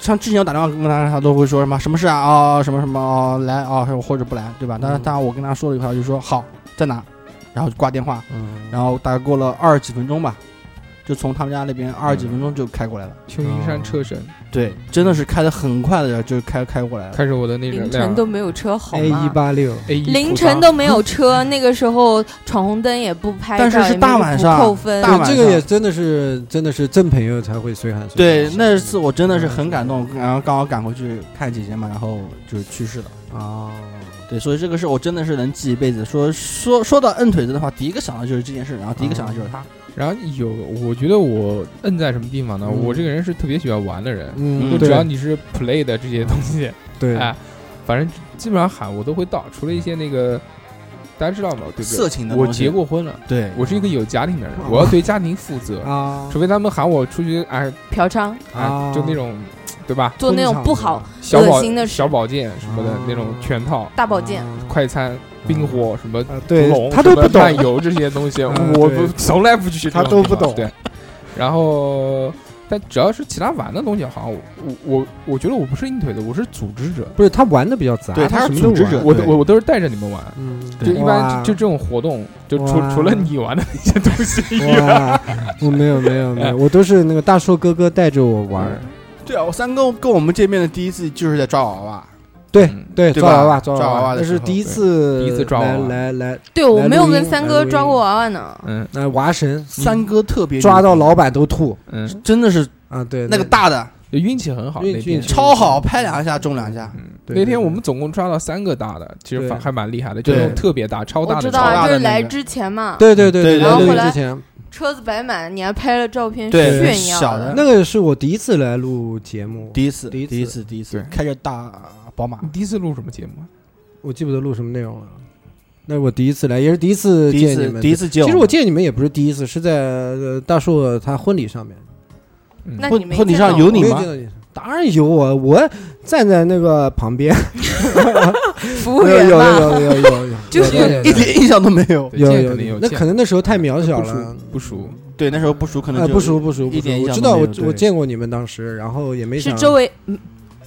Speaker 3: 像之前我打电话跟他，他都会说什么什么事啊啊、什么什么、哦、来啊、或者不来，对吧？但是
Speaker 4: 嗯
Speaker 3: 当然我跟他说了一句话，就说好在哪，然后就挂电话，
Speaker 4: 嗯，
Speaker 3: 然后大概过了二十几分钟吧，就从他们家那边二十几分钟就开过来了。
Speaker 1: 秋名山车神
Speaker 3: 嗯对，真的是开的很快的，就开开过来了。
Speaker 1: 开着我的那
Speaker 2: 凌晨
Speaker 1: 辆
Speaker 2: 都没有车好
Speaker 4: 嗯 A 哎一
Speaker 2: 吗？
Speaker 4: 八六，
Speaker 1: A 哎一，
Speaker 2: 凌晨都没有车，那个时候闯红灯也不拍照，
Speaker 3: 但是是
Speaker 2: 也没
Speaker 3: 大晚上
Speaker 2: 不扣分。
Speaker 3: 大晚上
Speaker 4: 这个也真的是真的是真朋友才会随喊随
Speaker 3: 对，
Speaker 4: 到
Speaker 3: 那次我真的是很感动，然后刚好赶回去看姐姐嘛，然后就是去世了。
Speaker 4: 啊，
Speaker 3: 对，所以这个事我真的是能记一辈子。说说说到摁腿子的话，第一个想到就是这件事，然后第一个想到就是他。
Speaker 1: 然后有，我觉得我摁在什么地方呢？
Speaker 4: 嗯
Speaker 1: 我这个人是特别喜欢玩的人，
Speaker 4: 嗯，
Speaker 3: 嗯
Speaker 1: 只要
Speaker 4: 对
Speaker 1: 你是 play 的这些东西，
Speaker 4: <laughs> 对，
Speaker 1: 哎，反正基本上喊我都会到，除了一些那个大家知道吗？对不对？
Speaker 3: 色情的
Speaker 1: 我
Speaker 3: 东西
Speaker 1: 结过婚了，
Speaker 3: 对，
Speaker 1: 我是一个有家庭的人
Speaker 4: 啊，
Speaker 1: 我要对家庭负责，
Speaker 4: 啊
Speaker 1: 除非他们喊我出去，哎
Speaker 2: 嫖娼，
Speaker 1: 哎
Speaker 4: 啊，
Speaker 1: 就那种，对吧？
Speaker 2: 做那种不好
Speaker 1: 小宝
Speaker 2: 恶心的事
Speaker 1: 小宝剑什么的
Speaker 4: 啊
Speaker 1: 那种全套
Speaker 2: 大保健。
Speaker 1: 快餐、冰火什么
Speaker 4: 啊，对
Speaker 1: 龙
Speaker 4: 他都
Speaker 1: 什么
Speaker 4: 不懂
Speaker 1: 漫游这些东西，
Speaker 4: 嗯
Speaker 1: <laughs> 我
Speaker 4: 对
Speaker 1: 不从来不去这种地方，
Speaker 4: 他都不懂
Speaker 1: 对，然后，但只要是其他玩的东西，好像我我我我觉得我不是硬腿的，我是组织者，
Speaker 4: 不是他玩的比较杂，
Speaker 3: 对他
Speaker 4: 他
Speaker 3: 是
Speaker 4: 什么都
Speaker 3: 组织
Speaker 4: 玩
Speaker 3: 者
Speaker 1: 我
Speaker 3: 对
Speaker 1: 我我都是带着你们玩。
Speaker 4: 嗯，
Speaker 3: 对
Speaker 1: 就一般
Speaker 4: 哇
Speaker 1: 就就这种活动，就除
Speaker 4: 哇
Speaker 1: 除了你玩的那些东西以外，
Speaker 4: 哇，我没有没有没
Speaker 3: 嗯
Speaker 4: 有，我都是那个大硕哥哥带着我玩儿，
Speaker 3: 对啊，我三哥跟我们见面的第一次就是在抓娃娃，
Speaker 4: 对
Speaker 1: 嗯
Speaker 4: 对，
Speaker 3: 对
Speaker 4: 抓娃
Speaker 3: 吧
Speaker 4: 娃抓
Speaker 3: 抓娃
Speaker 4: 娃
Speaker 3: 娃的
Speaker 4: 那是
Speaker 3: 时候
Speaker 4: 第一次
Speaker 1: 对第一次抓娃娃
Speaker 4: 来来来
Speaker 2: 对，我
Speaker 4: 来
Speaker 2: 没有
Speaker 4: 录音
Speaker 2: 跟三
Speaker 4: 来
Speaker 2: 哥
Speaker 4: 录
Speaker 2: 抓
Speaker 4: 音
Speaker 2: 过娃娃呢。
Speaker 1: 嗯
Speaker 4: 来娃神
Speaker 3: 三哥特别
Speaker 4: 抓
Speaker 3: 牛
Speaker 4: 到
Speaker 3: 逼，
Speaker 4: 老板都吐
Speaker 1: 嗯，
Speaker 3: 真的是
Speaker 4: 啊，对
Speaker 3: 那个大的
Speaker 1: 就运气很好，
Speaker 4: 运
Speaker 1: 那
Speaker 4: 运
Speaker 1: 天
Speaker 4: 气
Speaker 3: 超好，拍两下中两下。
Speaker 1: 嗯，那
Speaker 4: 对对
Speaker 1: 天我
Speaker 4: 对
Speaker 1: 们总共抓到三个大的，其实
Speaker 4: 对
Speaker 1: 反还蛮厉害的，就那种
Speaker 3: 对
Speaker 1: 特别大、超大
Speaker 2: 我
Speaker 1: 的
Speaker 2: 知
Speaker 1: 那
Speaker 2: 道
Speaker 1: 种。
Speaker 3: 超大
Speaker 2: 啊，就
Speaker 3: 的
Speaker 2: 是
Speaker 3: 那
Speaker 2: 来
Speaker 3: 个
Speaker 2: 之前嘛，
Speaker 4: 对对对
Speaker 3: 对
Speaker 4: 来
Speaker 2: 然后
Speaker 4: 录
Speaker 2: 后
Speaker 4: 音
Speaker 2: 来
Speaker 4: 之前
Speaker 2: 车子摆满，你还拍了照片
Speaker 3: 对
Speaker 2: 炫耀。
Speaker 3: 小的
Speaker 4: 那个是我第一次来录节目，
Speaker 3: 第一次，
Speaker 4: 第一次
Speaker 3: 第一次，第一次
Speaker 1: 对，
Speaker 3: 开着大宝马
Speaker 1: 你，第一次录什么节目啊？
Speaker 4: 我记不得录什么内容了，那是我第一次来，也是第一次
Speaker 3: 第一
Speaker 4: 见你
Speaker 3: 次，
Speaker 4: 们，
Speaker 3: 第一。次接
Speaker 4: 其实
Speaker 3: 们
Speaker 4: 我见你们也不是第一次，是在呃大硕他婚礼上面，
Speaker 1: 嗯
Speaker 2: 那
Speaker 3: 婚
Speaker 2: 你没
Speaker 3: 婚礼
Speaker 2: 见
Speaker 3: 上
Speaker 2: 到
Speaker 3: 有
Speaker 2: 我
Speaker 3: 你
Speaker 4: 没有
Speaker 3: 吗
Speaker 4: 见到你，当然有我，我站在那个旁边，
Speaker 2: 服务
Speaker 4: 有
Speaker 2: 员
Speaker 4: 有
Speaker 2: 吧，
Speaker 4: 有有有有，
Speaker 2: 就是
Speaker 4: 有有
Speaker 3: 一点印象都没有。
Speaker 1: 对
Speaker 4: 有
Speaker 1: 见
Speaker 4: 有
Speaker 1: 肯定
Speaker 4: 有
Speaker 1: 有，
Speaker 4: 那
Speaker 1: 见
Speaker 4: 可能那时候太渺小
Speaker 1: 不熟
Speaker 4: 了。
Speaker 1: 不熟，
Speaker 3: 对，那时呃候不熟，可能
Speaker 4: 啊，
Speaker 3: 就
Speaker 4: 不熟不熟不
Speaker 3: 一
Speaker 4: 熟
Speaker 3: 点，印
Speaker 4: 我
Speaker 3: 象
Speaker 4: 知
Speaker 3: 都
Speaker 4: 道
Speaker 3: 没
Speaker 4: 我
Speaker 3: 有对
Speaker 4: 我见过你们当时，然后也没
Speaker 2: 是
Speaker 4: 想
Speaker 2: 周围，嗯，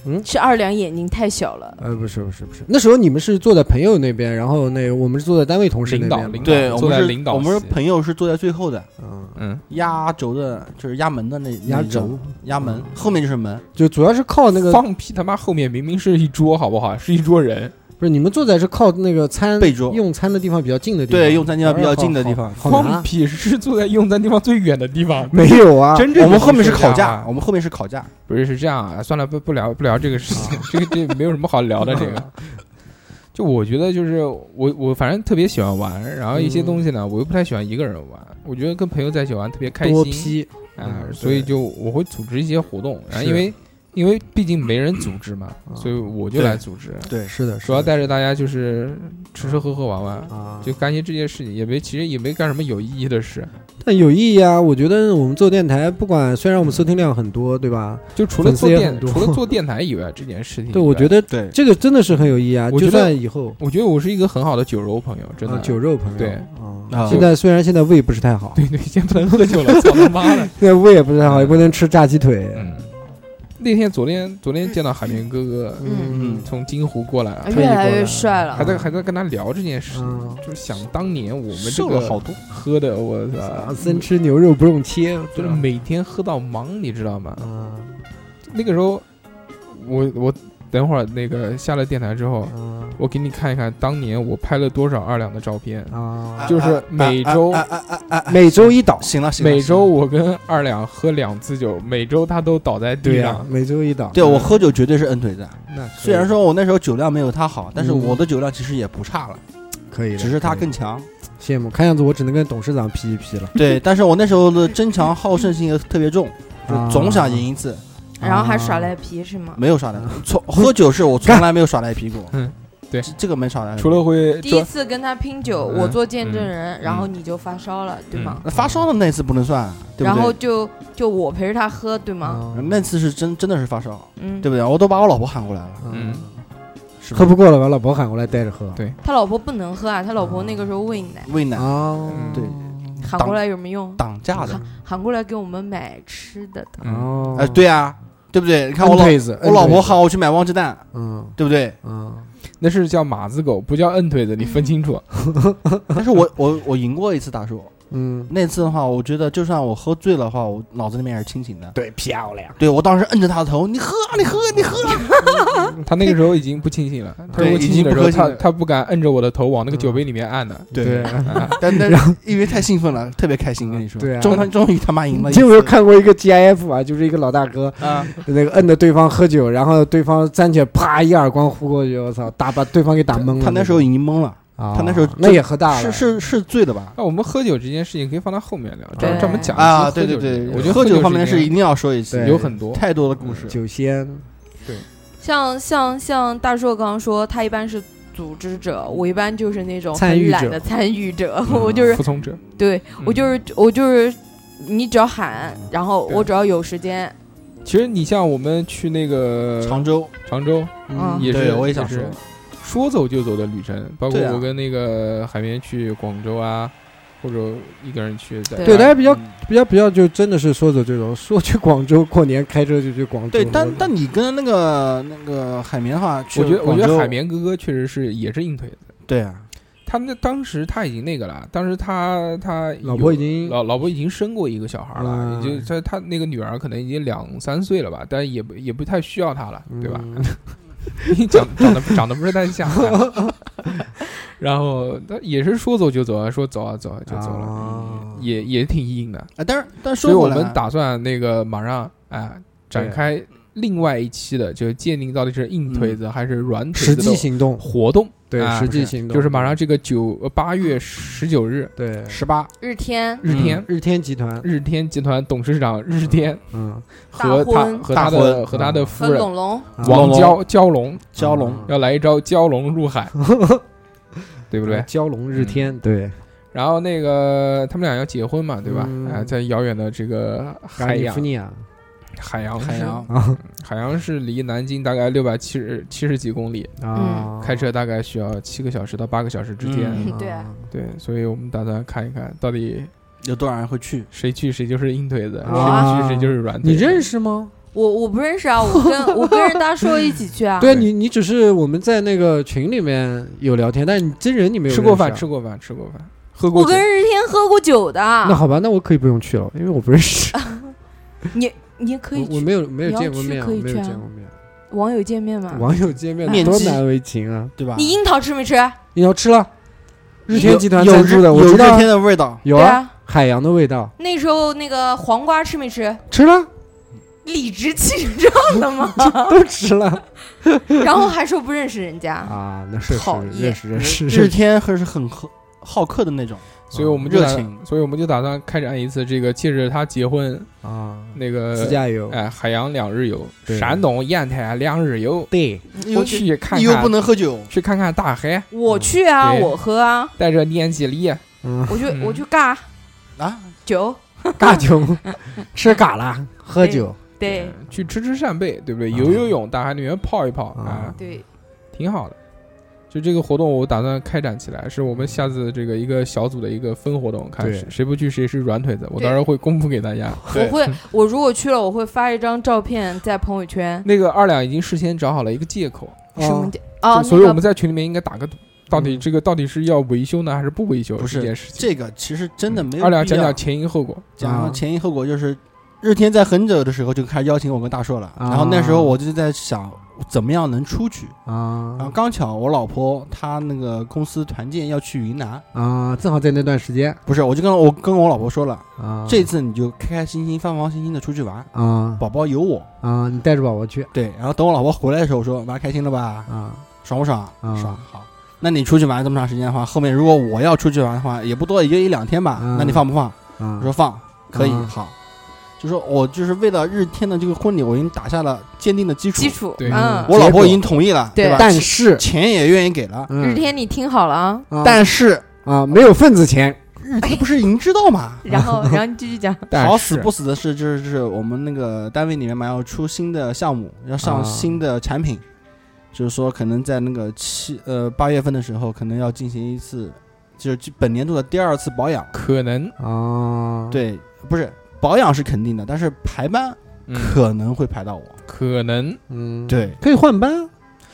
Speaker 4: 嗯
Speaker 2: 是二两眼睛太小了，
Speaker 4: 呃不是不是不是，那时候你们是坐在朋友那边，然后那个我们是坐在单位同事那
Speaker 1: 领导
Speaker 4: 边嘛，
Speaker 1: 领导
Speaker 3: 对，我
Speaker 1: 坐
Speaker 3: 们
Speaker 1: 在
Speaker 3: 是
Speaker 1: 领导
Speaker 3: 我们是
Speaker 1: 席
Speaker 3: 朋友，是坐在最后的
Speaker 4: 嗯，
Speaker 1: 嗯，
Speaker 3: 压轴的，就是压门的那
Speaker 4: 压
Speaker 3: 那一张
Speaker 4: 轴
Speaker 3: 压门
Speaker 4: 嗯，
Speaker 3: 后面就是门。
Speaker 4: 就主要是靠那个
Speaker 1: 放屁！他妈后面明明是一桌，好不好？是一桌人，
Speaker 4: 不是你们坐在是靠那个餐
Speaker 3: 背桌
Speaker 4: 用餐的地方比较近的地方，
Speaker 3: 对，用餐地方比较近的地
Speaker 4: 方。
Speaker 3: 方。
Speaker 4: 好难
Speaker 1: 放
Speaker 4: 啊，
Speaker 1: 屁是坐在用餐地方最远的地方。
Speaker 4: 没有啊，
Speaker 1: 真正
Speaker 3: 我们后面是烤
Speaker 1: 这样
Speaker 3: 架
Speaker 1: 啊，
Speaker 3: 我们后面是烤架。
Speaker 1: 不是是这样啊，算了，不不聊不聊这个事情， <laughs> 这个这没有什么好聊的。这个，就我觉得就是我我反正特别喜欢玩，然后一些
Speaker 4: 嗯
Speaker 1: 东西呢，我又不太喜欢一个人玩，我觉得跟朋友在一起玩特别开
Speaker 4: 多
Speaker 1: 心
Speaker 4: 批，
Speaker 1: 啊，
Speaker 4: 嗯
Speaker 1: 所以
Speaker 4: 对
Speaker 1: 就我会组织一些活动，然后
Speaker 4: 是
Speaker 1: 因为因为毕竟没人组织嘛，
Speaker 4: 啊
Speaker 1: 所以我就
Speaker 3: 对
Speaker 1: 来组织，
Speaker 3: 对，
Speaker 4: 是的，是
Speaker 1: 主要
Speaker 4: 的
Speaker 1: 带着大家就是吃吃喝喝玩玩。
Speaker 4: 啊，
Speaker 1: 就干些这些事情，也没其实也没干什么有意义的事，
Speaker 4: 但有意义啊！我觉得我们做电台，不管虽然我们收听量很多，对吧？
Speaker 1: 就除了
Speaker 4: 粉丝
Speaker 1: 做
Speaker 4: 也
Speaker 1: 电
Speaker 4: 很多
Speaker 1: 除了做电台以外，这件事情以外，
Speaker 4: <laughs> 对，我觉得
Speaker 3: 对，
Speaker 4: 这个真的是很有意义啊！
Speaker 1: 我觉得
Speaker 4: 就算以后
Speaker 1: 我觉得我是一个很好的酒肉朋友，真的
Speaker 4: 啊，酒肉朋友，
Speaker 1: 对
Speaker 4: 啊
Speaker 3: 啊，
Speaker 4: 现在虽然现在胃不是太好，
Speaker 1: <laughs> 对对，先不能喝酒了，操他妈
Speaker 4: <laughs>
Speaker 1: 的！
Speaker 4: 现在胃也不是太好，也不能吃炸鸡腿，
Speaker 1: 嗯，那天昨天昨天见到海绵哥哥
Speaker 2: 嗯
Speaker 3: 嗯
Speaker 1: 从金湖过来啊，
Speaker 4: 嗯
Speaker 2: 越来越帅了
Speaker 1: 还。在还在跟他聊这件事情，
Speaker 4: 嗯
Speaker 1: 就是想当年我们这
Speaker 3: 瘦了好
Speaker 1: 个
Speaker 3: 多。
Speaker 1: 喝的，我操
Speaker 4: 啊，，生吃牛肉不用切，
Speaker 1: 就是每天喝到忙，你知道吗？
Speaker 4: 啊
Speaker 1: 那个时候，我我等会儿那个下了电台之后，
Speaker 4: 啊
Speaker 1: 我给你看一看当年我拍了多少二两的照片，
Speaker 4: 啊！
Speaker 1: 就是每周
Speaker 3: 啊啊啊啊啊啊
Speaker 4: 每周一倒，
Speaker 3: 行了，行了
Speaker 1: 每周
Speaker 3: 行了
Speaker 1: 我跟二两喝两次酒，每周他都倒在地
Speaker 4: 对
Speaker 1: 上
Speaker 4: 呀，。每周一倒。
Speaker 3: 对我喝酒绝对是摁腿的。
Speaker 1: 那
Speaker 3: 虽然说我那时候酒量没有他好，但是
Speaker 4: 嗯
Speaker 3: 我的酒量其实也不差了，
Speaker 4: 可以的，
Speaker 3: 只是他
Speaker 4: 可以
Speaker 3: 更强。
Speaker 4: 羡慕。看样子我只能跟董事长 P 一 P 了，
Speaker 3: 对，但是我那时候的争强好胜心也特别重，
Speaker 1: 啊
Speaker 3: 就是总想赢一次，
Speaker 2: 然后还耍赖皮是吗？
Speaker 3: 没有耍赖皮。从喝酒是我从来没有耍赖皮过。
Speaker 1: 嗯，对
Speaker 3: 这，这个没耍赖皮。
Speaker 1: 除了会
Speaker 2: 第一次跟他拼酒，
Speaker 1: 嗯
Speaker 2: 我做见证
Speaker 1: 嗯
Speaker 2: 人，然后你就发烧了，对吗？
Speaker 3: 那发烧的那次不能算，对不对？
Speaker 2: 然后就就我陪着他喝，对吗？
Speaker 4: 啊。
Speaker 3: 那次是真真的是发烧，
Speaker 2: 嗯，
Speaker 3: 对不对？我都把我老婆喊过来了，
Speaker 1: 嗯
Speaker 3: 是吧
Speaker 4: 啊喝不过了，把老婆喊过来带着喝。
Speaker 1: 对
Speaker 2: 他老婆不能喝啊，他老婆那个时候喂奶，
Speaker 3: 喂奶
Speaker 4: 啊
Speaker 1: 嗯，
Speaker 3: 对
Speaker 2: 喊过来有什么用？
Speaker 3: 挡架的
Speaker 2: 喊。喊过来给我们买吃的的。
Speaker 1: 嗯
Speaker 4: 哦，
Speaker 3: 哎，，对啊，对不对？你看我
Speaker 4: 摁
Speaker 3: 老
Speaker 4: 被子，
Speaker 3: 我老婆喊我去买汪鸡蛋，
Speaker 4: 嗯
Speaker 3: 对不对？
Speaker 4: 嗯，
Speaker 1: 那是叫马子狗，不叫摁腿子，你分清楚。
Speaker 3: <laughs> 但是我我我赢过一次大叔，
Speaker 4: 嗯，
Speaker 3: 那次的话，我觉得就算我喝醉了的话，我脑子里面也是清醒的。
Speaker 4: 对，漂亮，
Speaker 3: 对我当时摁着他的头，你喝啊，你喝啊，你喝啊。
Speaker 1: 他那个时候已经不清醒了，他如
Speaker 3: 嗯对
Speaker 1: 果清醒的时候，
Speaker 3: 已经不
Speaker 1: 他
Speaker 3: 喝酒了
Speaker 1: 他不敢摁着我的头往那个酒杯里面按的。
Speaker 4: 对，
Speaker 3: 但但是因为太兴奋了，特别开心，跟你说，
Speaker 4: 对啊
Speaker 3: 终于终于他妈赢了一
Speaker 4: 你
Speaker 3: 次。
Speaker 4: 有没有看过一个 GIF 啊？就是一个老大哥
Speaker 3: 啊？
Speaker 4: 那个摁着对方喝酒，然后对方站起来，啪一耳光呼过去，我操，打把对方给打懵了。
Speaker 3: 他那时候已经懵了，
Speaker 4: 嗯啊，
Speaker 3: 他那时候
Speaker 4: 那也喝大
Speaker 3: 是
Speaker 4: 了，
Speaker 3: 是是醉的吧？
Speaker 1: 那我们喝酒这件事情可以放到后面聊，
Speaker 4: 对
Speaker 1: 专专门讲一期
Speaker 3: 啊，
Speaker 1: 喝
Speaker 3: 对对
Speaker 1: 酒这
Speaker 3: 对
Speaker 1: 件，我觉得
Speaker 3: 喝
Speaker 1: 酒
Speaker 3: 酒方面的
Speaker 1: 是
Speaker 3: 事一定要说一次，
Speaker 4: 对
Speaker 1: 有很多。
Speaker 3: 太多的故事。
Speaker 4: 酒仙，
Speaker 2: 像像像大硕刚刚说，他一般是组织者，我一般就是那种
Speaker 4: 参与
Speaker 2: 很懒
Speaker 4: 者
Speaker 2: 的参与者，<laughs>
Speaker 4: 嗯
Speaker 2: 我就是
Speaker 1: 服从者，
Speaker 2: 对
Speaker 1: 嗯
Speaker 2: 我就是我就是，你只要喊，然后我只要有时间，
Speaker 1: 其实你像我们去那个
Speaker 3: 常州，
Speaker 1: 常州，
Speaker 2: 嗯
Speaker 1: 嗯也是
Speaker 3: 对，我也想
Speaker 1: 就
Speaker 3: 说
Speaker 1: 是，说走就走的旅程，包括
Speaker 3: 对啊
Speaker 1: 我跟那个海绵去广州啊，或者一个人去
Speaker 3: 啊
Speaker 1: 在
Speaker 4: 对，
Speaker 2: 对
Speaker 4: 但是比较
Speaker 3: 嗯
Speaker 4: 比较比较就真的是说走就走，说去广州过年开车就去广州。
Speaker 3: 对，但但你跟那个那个海绵的话，去
Speaker 1: 我觉得我
Speaker 3: 广
Speaker 1: 觉得
Speaker 3: 州
Speaker 1: 海绵哥哥确实是也是硬腿子。
Speaker 3: 对啊，
Speaker 1: 他那当时他已经那个了，当时他他
Speaker 4: 老
Speaker 1: 有
Speaker 4: 婆已经
Speaker 1: 老老婆已经生过一个小孩了，
Speaker 4: 嗯
Speaker 1: 已经他他那个女儿可能已经两三岁了吧，但也不也不太需要他了，对吧？ <laughs>
Speaker 3: <laughs>
Speaker 4: 嗯
Speaker 1: 你长长得长得不是太像 <laughs> 他，然后他也是说走就走啊，说走啊走啊就走了，
Speaker 4: 啊
Speaker 1: 也也挺硬的。
Speaker 3: 啊，但是但是
Speaker 1: 所以
Speaker 3: 说
Speaker 1: 我
Speaker 3: 回来
Speaker 1: 们打算那个马上啊展开另外一期的，就鉴定到底是硬腿子还是软腿
Speaker 4: 实
Speaker 1: 子
Speaker 4: 际
Speaker 1: 的
Speaker 4: 行动，
Speaker 1: 活动，
Speaker 4: 对，
Speaker 1: 啊
Speaker 4: 实际行动
Speaker 1: 就是马上这个九呃八月十九日。
Speaker 4: 对
Speaker 3: 十八，
Speaker 2: 日天
Speaker 4: 嗯
Speaker 1: 日天、
Speaker 4: 日天集团，
Speaker 1: 日天集团董事长日天
Speaker 4: 嗯，
Speaker 1: 和
Speaker 2: 大
Speaker 1: 他
Speaker 2: 婚
Speaker 1: 和他
Speaker 3: 大
Speaker 1: 的
Speaker 3: 婚
Speaker 1: 和他的夫
Speaker 2: 和
Speaker 1: 人
Speaker 2: 董龙，
Speaker 1: 王
Speaker 3: 龙
Speaker 1: 蛟蛟龙
Speaker 3: 蛟龙
Speaker 1: 要来一招蛟龙入海，对不对？嗯
Speaker 4: 蛟龙日天，对，
Speaker 1: 然后那个他们俩要结婚嘛，对吧？哎
Speaker 4: 嗯
Speaker 1: 啊，在遥远的这个海
Speaker 4: 利
Speaker 1: 洋
Speaker 4: 夫尼亚，
Speaker 1: 海洋是
Speaker 3: 海洋
Speaker 4: 啊
Speaker 1: 海洋是离南京大概六百七十七十几公里，
Speaker 4: 啊，
Speaker 1: 嗯开车大概需要七个小时到八个小时之间。
Speaker 3: 嗯
Speaker 2: 对
Speaker 1: 对，所以我们打算看一看到底
Speaker 3: 有多少人会去？
Speaker 1: 谁去谁就是硬腿子，
Speaker 4: 啊
Speaker 1: 谁去谁就是软腿。
Speaker 4: 你认？识吗？
Speaker 2: 我我不认识啊，我
Speaker 4: <laughs>
Speaker 2: 跟我跟着大硕一起去啊。
Speaker 4: 对
Speaker 1: 对
Speaker 4: 你，你只是我们在那个群里面有聊天，但你真人你没有
Speaker 1: 吃过
Speaker 4: 认识啊
Speaker 1: 饭，吃过饭，吃过饭，喝过
Speaker 2: 我
Speaker 1: 酒
Speaker 2: 跟。日天喝过酒的。
Speaker 4: 那好吧，那我可以不用去了，因为我不认识，
Speaker 2: 你你可以
Speaker 4: 我我
Speaker 2: 去
Speaker 4: 没有没有
Speaker 2: 你要
Speaker 4: 见过
Speaker 2: 去
Speaker 4: 面，
Speaker 2: 可以
Speaker 4: 我没有
Speaker 2: 去啊
Speaker 4: 见过面，
Speaker 2: 网友见面嘛？
Speaker 4: 网友见面
Speaker 3: 面
Speaker 4: 多
Speaker 3: 基
Speaker 4: 难为情啊！
Speaker 3: 对吧？
Speaker 2: 你樱桃吃没吃？
Speaker 4: 你要吃了，日天集团
Speaker 3: 有
Speaker 4: 赞助的，
Speaker 3: 有
Speaker 4: 我
Speaker 3: 有
Speaker 4: 知道
Speaker 3: 日
Speaker 4: 啊
Speaker 3: 天的
Speaker 1: <laughs>
Speaker 3: 味道，
Speaker 4: 有
Speaker 2: 对
Speaker 4: 啊，
Speaker 2: 啊，
Speaker 4: 海洋的味道，
Speaker 2: 那时候那个黄瓜吃没吃？
Speaker 4: 吃了
Speaker 2: 理直气壮的嘛，
Speaker 4: <laughs> 都吃了
Speaker 2: 然后还说不认识人家。
Speaker 4: 啊！那是
Speaker 2: 讨
Speaker 4: 是
Speaker 2: 厌
Speaker 4: 认识认识
Speaker 3: 日
Speaker 4: 认识，
Speaker 3: 天还是很好好客的那种，
Speaker 1: 所以我们就
Speaker 3: 热
Speaker 1: 打，
Speaker 3: 情
Speaker 1: 哦所以我们就打算开展一次这个借着他结婚
Speaker 4: 啊，
Speaker 1: 那
Speaker 4: 自
Speaker 1: 个，
Speaker 4: 驾游
Speaker 1: 哎，海洋两日游，
Speaker 4: 对
Speaker 1: 山东烟台两日游，
Speaker 4: 对，
Speaker 3: 又
Speaker 1: 我去看
Speaker 3: 你又不
Speaker 1: 看，
Speaker 3: 能喝酒，
Speaker 1: 去看看大海，
Speaker 2: 我去啊，
Speaker 1: 对
Speaker 2: 我喝啊，
Speaker 1: 带着年纪力，
Speaker 4: 嗯，
Speaker 2: 我去
Speaker 1: 嗯
Speaker 2: 我去尬
Speaker 3: 啊，
Speaker 2: 酒，<laughs>
Speaker 4: 尬酒，吃嘎啦，喝酒，
Speaker 2: 对
Speaker 1: 嗯去吃吃扇贝，对不对？
Speaker 4: 啊
Speaker 1: 游游泳，大海里面泡一泡
Speaker 4: 啊
Speaker 1: 啊，
Speaker 2: 对，
Speaker 1: 挺好的。就这个活动，我打算开展起来，是我们下次这个一个小组的一个分活动，看
Speaker 4: 对
Speaker 1: 谁谁不去谁是软腿子，我
Speaker 2: 对
Speaker 1: 到时候会公布给大家。
Speaker 2: 我会我如果去了，我会发一张照片在朋友圈。
Speaker 1: 那个二两已经事先找好了一个借口，
Speaker 3: 啊
Speaker 2: 什么
Speaker 4: 哦
Speaker 2: 叫哦？
Speaker 1: 就所以
Speaker 2: 那
Speaker 1: 我
Speaker 2: 个
Speaker 1: 们在群里面应该打个赌，到底
Speaker 4: 嗯
Speaker 1: 这个到底是要维修呢，还是不维修
Speaker 3: 不是
Speaker 1: 这件事情？
Speaker 3: 这个其实真的没
Speaker 1: 嗯
Speaker 3: 有
Speaker 1: 二两
Speaker 3: 必
Speaker 1: 讲
Speaker 3: 要
Speaker 1: 讲前因后果，
Speaker 3: 讲
Speaker 4: 啊
Speaker 3: 前因后果，就是日天在很久的时候就开始邀请我跟大硕了，
Speaker 4: 啊
Speaker 3: 然后那时候我就在想怎么样能出去，然后
Speaker 4: 啊
Speaker 3: 刚巧我老婆她那个公司团建要去云南，
Speaker 4: 啊，正好在那段时间
Speaker 3: 不是，我就跟我跟我老婆说了，
Speaker 4: 啊，
Speaker 3: 这次你就开开心心、放放心心的出去玩，
Speaker 4: 啊
Speaker 3: 宝宝有我。
Speaker 4: 啊，你带着宝宝去
Speaker 3: 对，然后等我老婆回来的时候，我说玩开心了吧？
Speaker 4: 啊，
Speaker 3: 爽不爽？
Speaker 4: 嗯
Speaker 3: 爽。好，那你出去玩这么长时间的话，后面如果我要出去玩的话，也不多，也就一两天吧。
Speaker 4: 嗯
Speaker 3: 那你放不放？
Speaker 4: 啊
Speaker 3: 我说放，可以。
Speaker 4: 嗯
Speaker 3: 好，就说我就是为了日天的这个婚礼，我已经打下了坚定的基础。
Speaker 2: 基础，
Speaker 1: 对
Speaker 2: 嗯，
Speaker 3: 我老婆已经同意了，
Speaker 2: 对
Speaker 3: 吧？
Speaker 4: 但是
Speaker 3: 钱也愿意给了，
Speaker 2: 日
Speaker 4: 嗯，
Speaker 2: 天你听好了啊，
Speaker 4: 啊
Speaker 3: 但是
Speaker 4: 啊没有份子钱，
Speaker 3: 日
Speaker 2: <laughs>
Speaker 3: 天不是已经知道吗？
Speaker 2: 然后然后你继
Speaker 3: <laughs>
Speaker 2: 续讲，
Speaker 1: 但
Speaker 3: 好
Speaker 1: 是
Speaker 3: 死不死的是，就是就是我们那个单位里面嘛，要出新的项目，要
Speaker 4: 啊
Speaker 3: 上新的产品，就是说可能在那个七呃八月份的时候，可能要进行一次，就是本年度的第二次保养。
Speaker 1: 可能，
Speaker 4: 啊，，
Speaker 3: 对，不是保养是肯定的，但是排班
Speaker 1: 嗯，
Speaker 3: 可能会排到我。
Speaker 1: 可能
Speaker 4: 嗯，，
Speaker 3: 对，嗯
Speaker 4: 可以换班啊，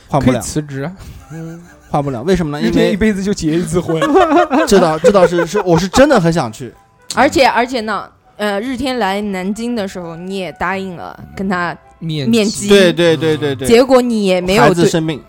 Speaker 3: 换不
Speaker 1: 可以
Speaker 3: 了，
Speaker 1: 辞职啊，
Speaker 3: 换不了。为什么呢？
Speaker 1: 一
Speaker 3: 因
Speaker 1: 天一
Speaker 3: 为
Speaker 1: 辈子就结一次婚，
Speaker 3: 这倒这倒是是我是真的很想去，
Speaker 2: 而且而且呢，呃，日天来南京的时候你也答应了跟他
Speaker 1: <laughs> 面
Speaker 2: 面
Speaker 1: 基
Speaker 2: 基，
Speaker 3: 对对对对对，
Speaker 2: 结果你也没
Speaker 3: 孩
Speaker 2: 有
Speaker 3: 子
Speaker 2: 对
Speaker 3: 生病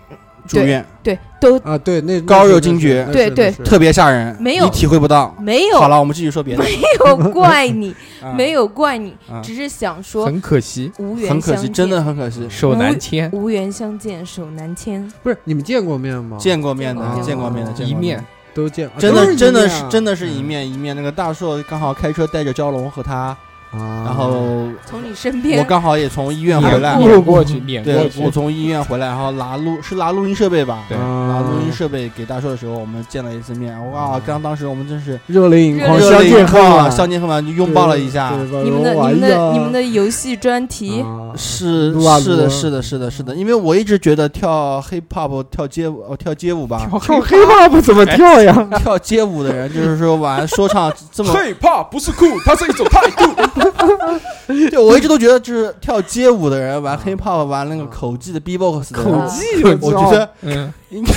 Speaker 3: 住
Speaker 2: 对
Speaker 3: 院，
Speaker 2: 对都
Speaker 4: 啊，对，那
Speaker 3: 高热惊厥
Speaker 2: 对对
Speaker 3: 特别吓人，
Speaker 2: 没有
Speaker 3: 你体会不到。
Speaker 2: 没有
Speaker 3: 好了，我们继续说别的。
Speaker 2: 没有怪你，
Speaker 3: 啊
Speaker 2: 没有怪你
Speaker 3: 啊，
Speaker 2: 只是想说
Speaker 1: 很可惜，
Speaker 2: 无缘
Speaker 3: 很可
Speaker 2: 相
Speaker 3: 惜，
Speaker 2: 见，
Speaker 3: 真的很可惜。
Speaker 1: 手难牵，
Speaker 2: 无缘相见手难牵，
Speaker 4: 不是你们见过面吗？
Speaker 3: 见过面的，见
Speaker 4: 见
Speaker 3: 过
Speaker 4: 过
Speaker 3: 面的，
Speaker 4: 啊
Speaker 3: 见
Speaker 1: 一
Speaker 3: 过
Speaker 1: 面，
Speaker 4: 都见，
Speaker 3: 真的真的是真
Speaker 4: 的
Speaker 3: 的是一面一面。那个大硕刚好开车带着蛟龙和他，
Speaker 4: 啊，
Speaker 3: 然后
Speaker 2: 从你身
Speaker 3: 我
Speaker 2: 边
Speaker 3: 刚好也从医院回来，
Speaker 1: 扭过去，撵过
Speaker 3: 对，我
Speaker 1: 去，
Speaker 3: 从医院回来，然后拿录是拿录音设备吧。
Speaker 1: 对
Speaker 3: 拿
Speaker 4: 啊，
Speaker 3: 录音设备给大硕的时候，我们见了一次面。哇，刚当时我们真是
Speaker 4: 热泪盈
Speaker 2: 哦
Speaker 4: 眶，
Speaker 3: 热
Speaker 4: 嗯相
Speaker 3: 泪
Speaker 4: 见
Speaker 3: 盈
Speaker 4: 恨
Speaker 3: 眶，啊
Speaker 4: 晚，
Speaker 3: 相见恨晚就拥抱了一下。
Speaker 4: 对，对
Speaker 2: 你们的你
Speaker 4: 哎
Speaker 2: 们的你们
Speaker 4: 啊
Speaker 2: 的游戏专题，
Speaker 4: 嗯
Speaker 3: 是
Speaker 4: 撸啊撸
Speaker 3: 是的，是的，是的，是的，因为我一直觉得跳 hip hop 跳街舞，哦，跳街舞吧，
Speaker 1: 跳黑
Speaker 4: 跳黑怕不怎么跳呀？
Speaker 3: <laughs> 跳街舞的人，就是说玩说唱
Speaker 1: <laughs>
Speaker 3: 这么，
Speaker 1: 害怕不是酷，它是一种态度。
Speaker 3: 对我一直都觉得就是跳街舞的人玩
Speaker 4: 啊
Speaker 3: hip hop 玩那个口技的 B box 的人，
Speaker 4: <laughs> 口
Speaker 2: 技
Speaker 4: 我
Speaker 3: 我觉得
Speaker 1: 嗯，
Speaker 3: 应该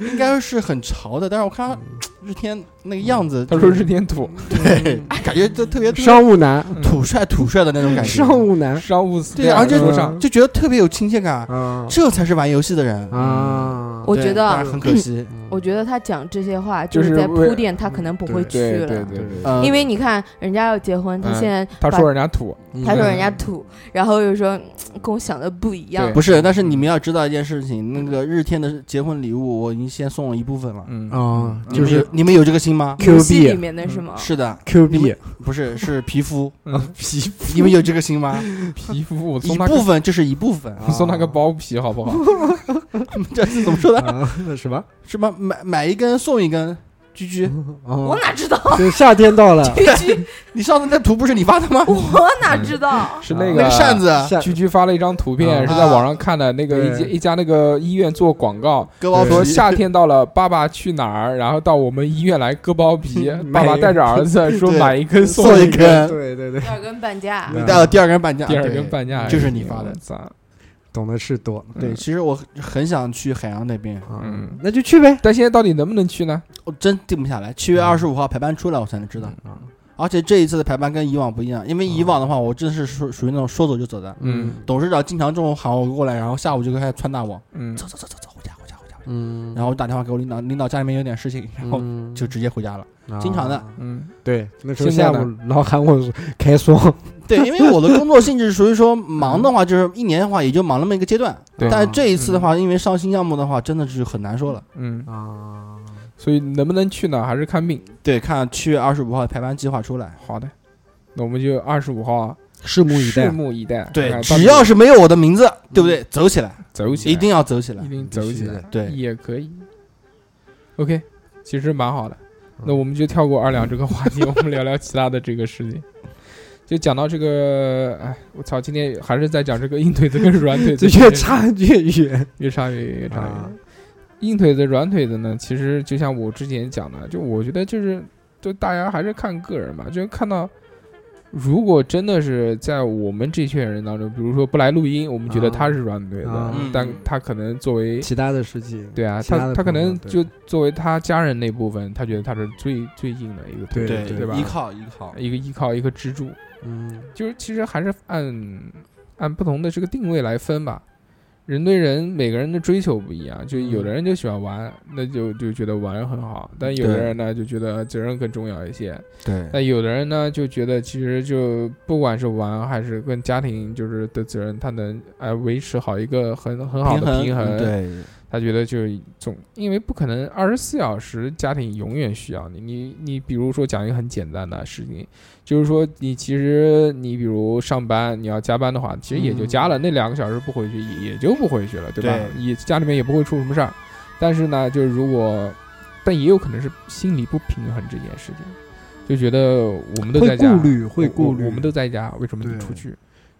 Speaker 3: 应该是很潮的，但是我看他日天那个样子，
Speaker 1: 他说日天土，
Speaker 3: 对，感觉就特别特
Speaker 4: <laughs> 商务男，
Speaker 3: 别土帅土帅的那种感觉，
Speaker 4: 商务男
Speaker 1: 商务司
Speaker 3: 对，而且
Speaker 4: 嗯
Speaker 1: 桌上
Speaker 3: 就觉得特别有亲切感，
Speaker 4: 啊
Speaker 3: 这才是玩游戏的人。
Speaker 4: 啊！
Speaker 2: 我
Speaker 3: 对
Speaker 2: 觉得
Speaker 3: 但是很可
Speaker 2: <laughs>
Speaker 3: 惜，
Speaker 4: 嗯
Speaker 2: 我觉得他讲这些话
Speaker 1: 就
Speaker 2: 就是是在
Speaker 1: 为
Speaker 2: 铺垫，他可能不会去
Speaker 1: 对对
Speaker 2: 了。
Speaker 1: 对对，
Speaker 3: 呃，
Speaker 2: 因为你看，人家要结婚，他
Speaker 1: 嗯
Speaker 2: 现在
Speaker 1: 他
Speaker 2: 把
Speaker 1: 说人家土，
Speaker 2: 他说
Speaker 1: 嗯
Speaker 2: 人家土，然后又说嗯跟我想的不一样
Speaker 1: 对。
Speaker 3: 不是，但是你们要知道一件事情，那个日天的结婚礼物我已经先送了一部分了，
Speaker 1: 嗯，
Speaker 4: 啊，
Speaker 3: 你
Speaker 4: 就
Speaker 3: 们有
Speaker 4: 是
Speaker 3: 你们有这个心吗？
Speaker 2: 游
Speaker 4: Q
Speaker 2: 戏
Speaker 4: B
Speaker 2: 里面的是吗？
Speaker 3: 是的，
Speaker 4: Q
Speaker 3: 你
Speaker 4: B
Speaker 3: 不是是皮肤，
Speaker 1: 嗯皮肤
Speaker 3: <laughs> 你们有这个心吗？
Speaker 1: 皮肤，我
Speaker 3: 一
Speaker 1: 送他
Speaker 3: 部
Speaker 1: 个
Speaker 3: 分，这是一部分 <laughs> 啊。
Speaker 1: 我送他个包皮好不好？
Speaker 3: 这怎么说的？
Speaker 4: 啊，什么
Speaker 3: 什么买买一根送一根？居居，
Speaker 1: 嗯
Speaker 2: 我
Speaker 4: 哦，
Speaker 2: 哪知道？
Speaker 4: 对，夏天
Speaker 2: <laughs>
Speaker 4: 到了，
Speaker 2: 居居，
Speaker 3: 你上次那图不是你发的吗？
Speaker 2: 我哪知道？
Speaker 1: 是 <laughs> 那
Speaker 3: 那
Speaker 1: 个
Speaker 3: 个扇子，
Speaker 4: 夏
Speaker 1: 居居发了一张图片，
Speaker 4: 嗯
Speaker 1: 是在网上看的那个一
Speaker 4: 对
Speaker 1: 家一家那个医院做广告，
Speaker 3: 割包皮
Speaker 1: 说夏天到了，爸爸去哪儿？然后到我们医院来割包皮
Speaker 4: 买
Speaker 1: 爸
Speaker 4: 一，
Speaker 1: 爸带着儿子说买一根送
Speaker 3: 送
Speaker 1: 一
Speaker 3: 一根
Speaker 4: 对对啊对
Speaker 2: 第，二根半价
Speaker 3: 你带了第二根半价，
Speaker 1: 嗯第二
Speaker 3: 对
Speaker 1: 根半价，嗯
Speaker 3: 就是你发的
Speaker 1: 我操
Speaker 4: 懂的是多，
Speaker 3: 对，其实我很想去海洋那边，
Speaker 1: 嗯
Speaker 4: 嗯，那就去呗。
Speaker 1: 但现在到底能不能去呢？
Speaker 3: 我真定不下来。七月
Speaker 1: 嗯
Speaker 3: 二十五号排班出来，我才能知道。而且这一次的排班跟以往不一样，因为以往的话，我真是属属于那种说走就走的。
Speaker 1: 嗯
Speaker 3: 董事长经常中午喊我过来，然后下午就开始撺掇我
Speaker 1: 嗯
Speaker 3: 走走走走走回家回家回家。回家
Speaker 4: 嗯，
Speaker 3: 然后我打电话给我领导，领导家里面有点事情，然后哦
Speaker 4: 嗯
Speaker 3: 就直接回家了。经常的，
Speaker 1: 嗯
Speaker 4: 对，那时候
Speaker 1: 现在
Speaker 4: 下
Speaker 1: 呢
Speaker 4: 午老喊我开双，
Speaker 3: <laughs> 对，因为我的工作性质属于说忙的话，就是一年的话也就忙那么一个阶段。
Speaker 1: 对
Speaker 3: 但是这一次的话，因为上新项目的话，真的是很难说了。
Speaker 1: 嗯，
Speaker 4: 啊，
Speaker 1: 所以能不能去呢？还是看命。
Speaker 3: 对，看七月二十五号的排班计划出来。
Speaker 1: 好的，那我们就二十五号啊，
Speaker 4: 拭目以待
Speaker 1: 拭。目以待。看
Speaker 3: 对，
Speaker 1: 哎看到
Speaker 3: 只
Speaker 1: 底
Speaker 3: 要是没有我的名字，对不对？嗯走起来，
Speaker 1: 走起来，
Speaker 3: 一定要走起来
Speaker 1: 一。定走起
Speaker 4: 必须
Speaker 1: 来
Speaker 4: 的，
Speaker 3: 对
Speaker 1: 也可以。OK，其实蛮好的。那我们就跳过二两这个话题，我们聊聊其他的这个事情。 <laughs> 就讲到这个，哎，我操，今天还是在讲这个硬腿子跟软腿
Speaker 4: 这
Speaker 1: 子，
Speaker 4: 越差越远
Speaker 1: 越差越远越差越
Speaker 4: 啊
Speaker 1: 远。硬腿子、软腿子呢，其实就像我之前讲的，就我觉得就是，就大家还是看个人嘛，就是看到。如果真的是在我们这群人当中，比如说不来录音，我们觉得
Speaker 4: 啊
Speaker 1: 他是软腿子，
Speaker 4: 啊
Speaker 3: 嗯
Speaker 1: 但他可能作为
Speaker 4: 其他的事情，
Speaker 1: 对啊，
Speaker 4: 其他
Speaker 1: 他
Speaker 4: 的
Speaker 1: 他可
Speaker 4: 朋友
Speaker 1: 能
Speaker 4: 对
Speaker 1: 就作为他家人那部分，他觉得他是最最硬的一个
Speaker 4: 对
Speaker 1: 对吧
Speaker 3: 依？靠依靠。
Speaker 1: 一个依靠，一个支柱，
Speaker 4: 嗯，
Speaker 1: 就是其实还是按按不同的这个定位来分吧。人对人，每个人的追求不一样，就有的人就喜欢玩，那就就觉得玩很好；但有的
Speaker 3: 对
Speaker 1: 人呢，就觉得责任更重要一些；
Speaker 3: 对
Speaker 1: 但有的人呢，就觉得其实就不管是玩还是跟家庭就是的责任，他能哎维持好一个很很好的平衡，
Speaker 3: 对
Speaker 1: 他觉得就总因为不可能二十四小时家庭永远需要你，你你比如说讲一个很简单的事情，就是说你其实你比如上班你要加班的话，其实也就加了、
Speaker 4: 嗯
Speaker 1: 那两个小时不回去也也就不回去了，对吧？
Speaker 3: 对
Speaker 1: 也家里面也不会出什么事儿，但是呢，就是如果但也有可能是心里不平衡这件事情，就觉得我们都在
Speaker 4: 会
Speaker 1: 家
Speaker 4: 顾虑，会
Speaker 1: 我
Speaker 4: 顾虑。
Speaker 1: 我，我们都在家，为什么你
Speaker 4: 对
Speaker 1: 出去？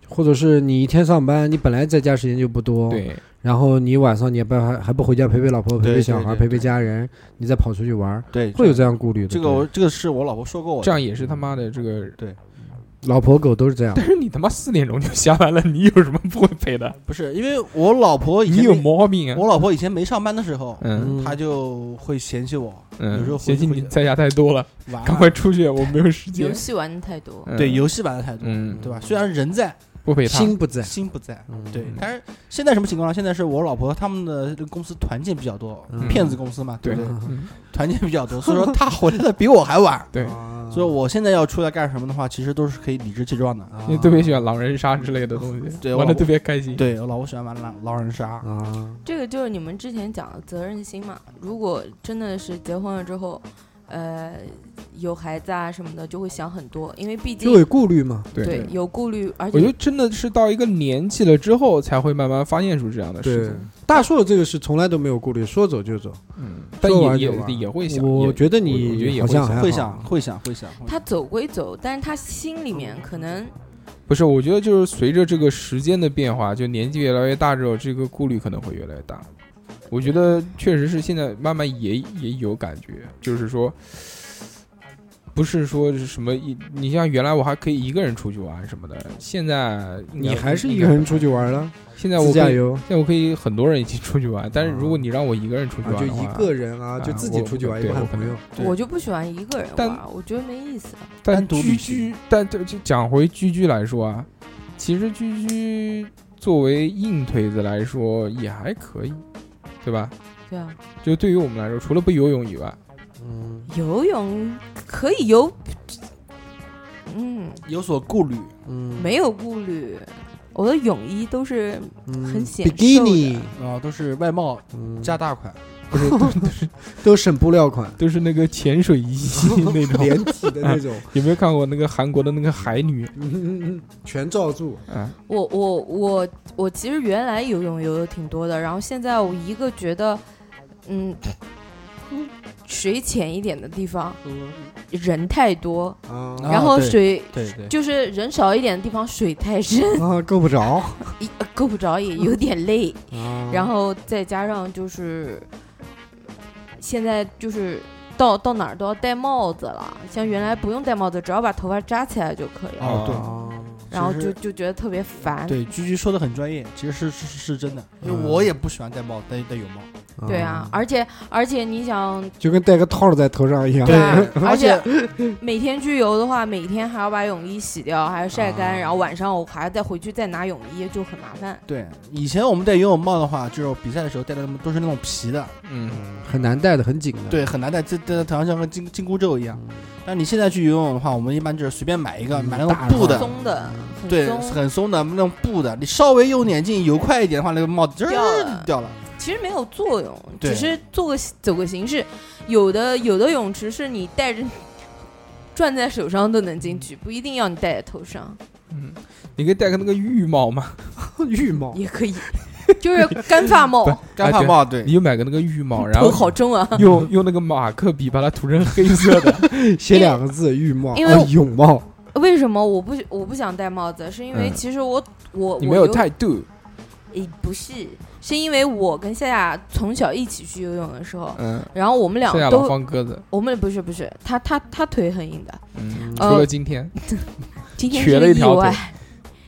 Speaker 4: 或者是你一天上班，你本来在家时间就不多，，
Speaker 1: 对
Speaker 4: 然后你晚上你也不还还不回家陪陪老婆、陪
Speaker 3: 对
Speaker 4: 陪小孩、
Speaker 3: 对对
Speaker 4: 陪陪家人，你再跑出去玩儿，
Speaker 3: 对，
Speaker 4: 会有这样顾虑的。
Speaker 3: 这个我这个是我老婆说过我
Speaker 1: 这
Speaker 3: 的，
Speaker 1: 样也是他妈的这个。
Speaker 4: 对老婆狗都是这样
Speaker 1: 但，是你他妈四点钟就下班了，你有什么不会陪的？
Speaker 3: 不是因为我老婆以前
Speaker 1: 你有
Speaker 3: 没
Speaker 1: 毛病啊！
Speaker 3: 我老婆以前没上班的时候，
Speaker 1: 嗯
Speaker 3: 她就会嫌弃我
Speaker 1: 嗯，
Speaker 3: 有时候回
Speaker 1: 嫌弃
Speaker 3: 回
Speaker 1: 你在家太多了，
Speaker 3: 玩
Speaker 1: 赶快出去，我没有时间
Speaker 2: 游。戏玩的太多，
Speaker 1: 嗯
Speaker 3: 对游戏玩的态度，
Speaker 1: 嗯，
Speaker 3: 对吧？虽然人在
Speaker 1: 不陪他，
Speaker 4: 心不在。
Speaker 3: 心不在，
Speaker 4: 嗯
Speaker 3: 对。但是现在什么情况呢？现在是我老婆他们的这个公司团建比较多
Speaker 4: 嗯，
Speaker 3: 骗子公司嘛，
Speaker 1: 对
Speaker 3: 不对？
Speaker 1: 嗯
Speaker 3: 团建比较多，所以说她回来的比我还晚。
Speaker 1: 对，
Speaker 4: 啊
Speaker 3: 所以我现在要出来干什么的话，其实都是可以理直气壮的。
Speaker 4: 啊
Speaker 1: 你特别喜欢狼人杀之类的东西，
Speaker 3: 对
Speaker 1: 玩的特别开
Speaker 4: 嗯
Speaker 1: 心。
Speaker 3: 对我老婆喜欢玩狼狼人杀，
Speaker 4: 啊，
Speaker 2: 这个就是你们之前讲的责任心嘛。如果真的是结婚了之后，呃，有孩子啊什么的，就会想很多，因为毕竟
Speaker 4: 就有顾虑嘛。
Speaker 1: 对
Speaker 2: 对有顾虑，而
Speaker 1: 我觉得
Speaker 2: 且
Speaker 1: 真的是到一个年纪了之后，才会慢慢发现出这样的事
Speaker 4: 对
Speaker 1: 情。，
Speaker 4: 大硕这个是从来都没有顾虑，说走就走。
Speaker 1: 嗯，但
Speaker 4: 说玩
Speaker 1: 也
Speaker 4: 就玩
Speaker 1: 也也会想，
Speaker 4: 我
Speaker 1: 也
Speaker 4: 觉得
Speaker 1: 我
Speaker 4: 你
Speaker 1: 我觉得也
Speaker 4: 好像
Speaker 1: 想
Speaker 4: 嗯还
Speaker 3: 会
Speaker 4: 好
Speaker 3: 想会想会想。会
Speaker 2: 他走归走，但是他心里面可能
Speaker 1: 不是，我觉得就是随着这个时间的变化，就年纪越来越大之后，这个顾虑可能会越来越大。我觉得确实是现在慢慢也也有感觉，就是说，不是说是什么一，你像原来我还可以一个人出去玩什么的，现在应该
Speaker 4: 你还是一个人出去玩了，
Speaker 1: 现在我
Speaker 4: 自
Speaker 1: 可
Speaker 4: 驾
Speaker 1: 以，
Speaker 4: 游。
Speaker 1: 现在我可以很多人一起出去玩，但是如果你让我一个人出去玩
Speaker 4: 啊，就
Speaker 1: 的
Speaker 4: 一
Speaker 1: 话，
Speaker 4: 个人啊，
Speaker 1: 啊
Speaker 4: 就自己
Speaker 1: 我
Speaker 4: 出去玩，
Speaker 1: 对
Speaker 4: 也不喊
Speaker 1: 我可
Speaker 4: 朋
Speaker 1: 能
Speaker 4: 友。
Speaker 3: 对
Speaker 2: 我就不喜欢一个人
Speaker 1: 但
Speaker 2: 玩，我觉得没意思。
Speaker 1: 但
Speaker 3: 单独
Speaker 1: 居
Speaker 3: 旅行
Speaker 1: 居，但就就讲回居居来说啊，其实居居作为硬腿子来说也还可以，对吧？
Speaker 2: 对啊，
Speaker 1: 就对于我们来说，除了不游泳以外，
Speaker 4: 嗯
Speaker 2: 游泳可以游，嗯，
Speaker 3: 有所顾虑，
Speaker 4: 嗯，
Speaker 2: 没有顾虑。我的泳衣都是
Speaker 1: 嗯
Speaker 2: 很显
Speaker 4: 嗯比基
Speaker 2: 瘦的
Speaker 4: 尼，
Speaker 3: 啊，都是外贸
Speaker 4: 嗯
Speaker 3: 加大款，
Speaker 1: 不是都是，
Speaker 4: 都省布料款
Speaker 1: 都是那个潜水衣 <laughs> 那种。
Speaker 4: 连体的
Speaker 1: <laughs>
Speaker 4: 那种，
Speaker 1: 有没有看过那个韩国的那个海女？
Speaker 4: 嗯全罩住。
Speaker 1: 啊，
Speaker 2: 我我我我其实原来游泳游的挺多的，然后现在我一个觉得，嗯，水浅一点的地方
Speaker 4: 嗯
Speaker 2: 人太多，
Speaker 4: 啊
Speaker 3: 啊
Speaker 2: 然后
Speaker 3: 对
Speaker 2: 水
Speaker 3: 对对，
Speaker 2: 就是人少一点的地方水太深，
Speaker 4: 啊够不着啊，
Speaker 2: 一呃够不着也有点累。
Speaker 3: 嗯
Speaker 2: <laughs>
Speaker 4: 然
Speaker 2: 然后再加上就是现在就是到到哪儿都要戴帽子了，像原来不用戴帽子，只要把头发扎起来就可以了。
Speaker 3: 哦对
Speaker 2: 然后
Speaker 3: 其
Speaker 2: 就
Speaker 3: 实
Speaker 2: 就觉得特别烦，
Speaker 3: 对，居居说的很专业，其实是是是是真的，因为
Speaker 4: 嗯
Speaker 3: 我也不喜欢戴帽，戴戴泳帽。
Speaker 2: 对啊，，而且而且你想，
Speaker 4: 就跟戴个套儿在头上一样，
Speaker 3: 对
Speaker 2: 啊
Speaker 3: 而
Speaker 2: 而且 <laughs> 每天去游的话，每天还要把泳衣洗掉，还要晒干，
Speaker 3: 啊
Speaker 2: 然后晚上我还要再回去再拿泳衣，就很麻烦。
Speaker 3: 对，以前我们戴游泳帽的话，就是比赛的时候戴的都是那种皮的，
Speaker 1: 嗯，
Speaker 4: 很难戴的，很紧的，
Speaker 3: 对，很难戴，这戴在头上像个金金箍咒一样。但你现在去游泳的话，我们一般就是随便买一个，
Speaker 4: 嗯
Speaker 3: 买那种
Speaker 4: 大的
Speaker 3: 布
Speaker 4: 对
Speaker 3: 的，
Speaker 2: 松的，很
Speaker 3: 对，
Speaker 2: 松，
Speaker 3: 很松的那种布的，你稍微用点劲，游快一点的话，那个帽子
Speaker 2: 掉了
Speaker 3: 就掉了。
Speaker 2: 其实没有作用，
Speaker 3: 对
Speaker 2: 只是做个走个形式。有的有的泳池是你带着转在手上都能进去，不一定要你戴在头上，
Speaker 1: 嗯，你可以戴个那个浴帽嘛，
Speaker 4: <laughs> 浴帽
Speaker 2: 也可以，就是干发帽
Speaker 1: 不，
Speaker 3: 干发，帽，哎对
Speaker 1: 你，就买个那个浴帽，然
Speaker 2: 头
Speaker 1: 后
Speaker 2: 好重啊。
Speaker 1: 用用那个马克笔把它涂成黑色的。
Speaker 4: 写两个字浴帽，
Speaker 2: 因为
Speaker 4: 啊泳帽，
Speaker 2: 为什么我不我不想戴帽子？是因为
Speaker 1: 嗯
Speaker 2: 其实我、我
Speaker 1: 你
Speaker 2: 我
Speaker 1: 没有
Speaker 2: 游
Speaker 1: 态度，
Speaker 2: 诶，不是，是因为我跟夏夏从小一起去游泳的时候，
Speaker 1: 嗯，
Speaker 2: 然后我们俩
Speaker 1: 剩下老
Speaker 2: 都，
Speaker 1: 放鸽子，
Speaker 2: 我们不是不是，他他他腿很硬的，
Speaker 1: 嗯，除
Speaker 2: 呃
Speaker 1: 了今天
Speaker 2: 今天
Speaker 1: 瘸了一
Speaker 2: 是意
Speaker 1: 条
Speaker 2: 外
Speaker 1: 腿。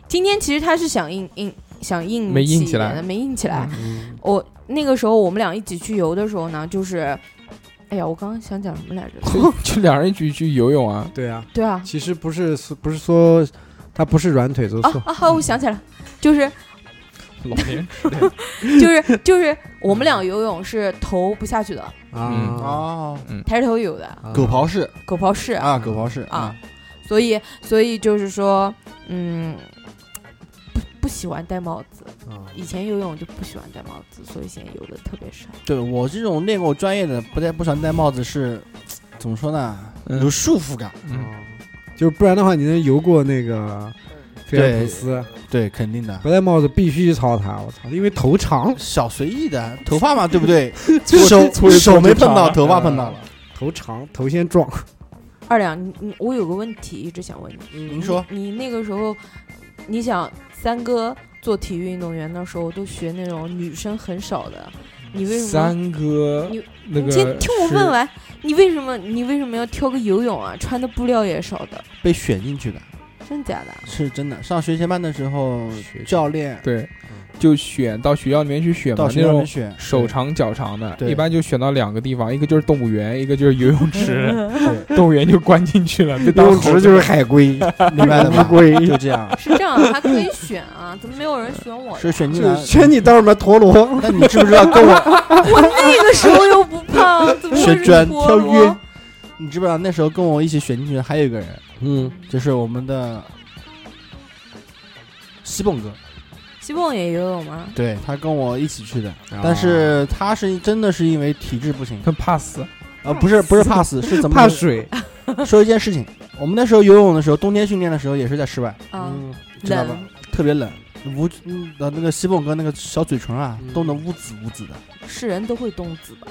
Speaker 2: 今天其实他是想硬硬想硬
Speaker 1: 没硬
Speaker 2: 气一
Speaker 1: 起来
Speaker 2: 点的没硬起来。
Speaker 4: 嗯
Speaker 2: 我那个时候我们俩一起去游的时候呢，就是，哎呀，我刚刚想讲什么来着？ <laughs>
Speaker 1: 就嗯 <laughs> 就两人一起去游泳啊，
Speaker 4: 对啊，
Speaker 2: 对啊，
Speaker 4: 其实不是不是说它不是软腿都
Speaker 2: 啊
Speaker 4: 说
Speaker 2: 啊，好，我想起来了，就是
Speaker 1: 老年
Speaker 2: 就是就是我们俩游泳是头不下去的，
Speaker 1: 嗯
Speaker 4: 啊
Speaker 3: 哦，
Speaker 2: 抬着头游的，
Speaker 4: 啊
Speaker 3: 狗刨式
Speaker 2: 狗刨式
Speaker 3: 啊，狗刨式
Speaker 2: 啊，，所以所以就是说，嗯，不不喜欢戴帽子。
Speaker 4: 啊
Speaker 2: 以前游泳就不喜欢戴帽子，所以现在游的特别少。
Speaker 3: 对我这种练过专业的，不戴不喜欢戴帽子是，怎么说呢？
Speaker 1: 嗯
Speaker 3: 有束缚感。
Speaker 1: 嗯，
Speaker 4: 哦就是不然的话，你能游过那个菲尔普斯，
Speaker 3: 对，肯定的。
Speaker 4: 不戴帽子必须操他，我操，因为头长，
Speaker 3: 小随意的头发嘛，对不对？
Speaker 1: 搓
Speaker 4: <laughs>
Speaker 3: 手
Speaker 1: 搓一搓
Speaker 3: 手没
Speaker 1: 就
Speaker 3: 碰
Speaker 1: 长
Speaker 3: 到，
Speaker 1: 了嗯
Speaker 3: 头发碰到了。
Speaker 4: 头长，头先撞。
Speaker 2: 二两，你你我有个问题一直想问你，
Speaker 3: 您说，
Speaker 2: 你那个时候，你想三哥做体育运动员的时候都学那种女生很少的，你为什么？
Speaker 1: 三哥
Speaker 2: 你
Speaker 1: 那个
Speaker 2: 你先听我
Speaker 1: 是
Speaker 2: 问完，你为什么你为什么要挑个游泳啊？穿的布料也少的，
Speaker 3: 被选进去的
Speaker 2: 真假的？
Speaker 3: 是真的。上学前班的时候
Speaker 4: 学，
Speaker 3: 教练
Speaker 1: 对，就选到学校里面去选
Speaker 3: 到
Speaker 1: 嘛，
Speaker 3: 学
Speaker 1: 那
Speaker 3: 校里面
Speaker 1: 种
Speaker 3: 选
Speaker 1: 手，长脚长的，
Speaker 3: 对
Speaker 1: 一般就选到两个地方，一个就是动物园，一个就是游泳池。
Speaker 3: 对
Speaker 2: 嗯
Speaker 1: <laughs> 动物园就关进去了，被
Speaker 4: 游
Speaker 1: 当
Speaker 4: 泳池
Speaker 1: 猴子
Speaker 4: 就是海 <laughs> 龟，
Speaker 3: 明 <laughs> 白了
Speaker 4: 乌
Speaker 3: 吧？
Speaker 4: 龟， <laughs>
Speaker 3: 就这样，
Speaker 2: 是这样的，还可以选啊？怎么没有人选我
Speaker 3: <laughs>
Speaker 2: 呀？
Speaker 3: 是选进
Speaker 4: 就
Speaker 3: 来。 <laughs>
Speaker 4: 选你当什么陀螺？
Speaker 3: 那你知不知道跟我
Speaker 2: 我那个时候又不胖，怎么会
Speaker 3: 旋
Speaker 2: 是
Speaker 3: 转
Speaker 2: 陀
Speaker 3: 跳
Speaker 2: 螺
Speaker 3: 跃？你知不知道那时候跟我一起选进去的还有一个人，
Speaker 4: 嗯，
Speaker 3: 就是我们的西蹦哥，
Speaker 2: 西蹦也游泳吗？
Speaker 3: 对他跟我一起去的，但是他是真的是因为体质不行，
Speaker 1: 哦他怕死，
Speaker 3: 呃，不是不是怕死，是怎么
Speaker 4: 怕
Speaker 3: 回事
Speaker 4: 水，
Speaker 3: 说一件事情，我们那时候游泳的时候，冬天训练的时候也是在室外，
Speaker 2: 啊，
Speaker 4: 嗯
Speaker 3: 知道吧
Speaker 2: 冷？
Speaker 3: 特别冷，无嗯呃那个西蹦哥那个小嘴唇啊，
Speaker 4: 嗯
Speaker 3: 冻得乌紫乌紫的。
Speaker 2: 是人都会冻紫吧？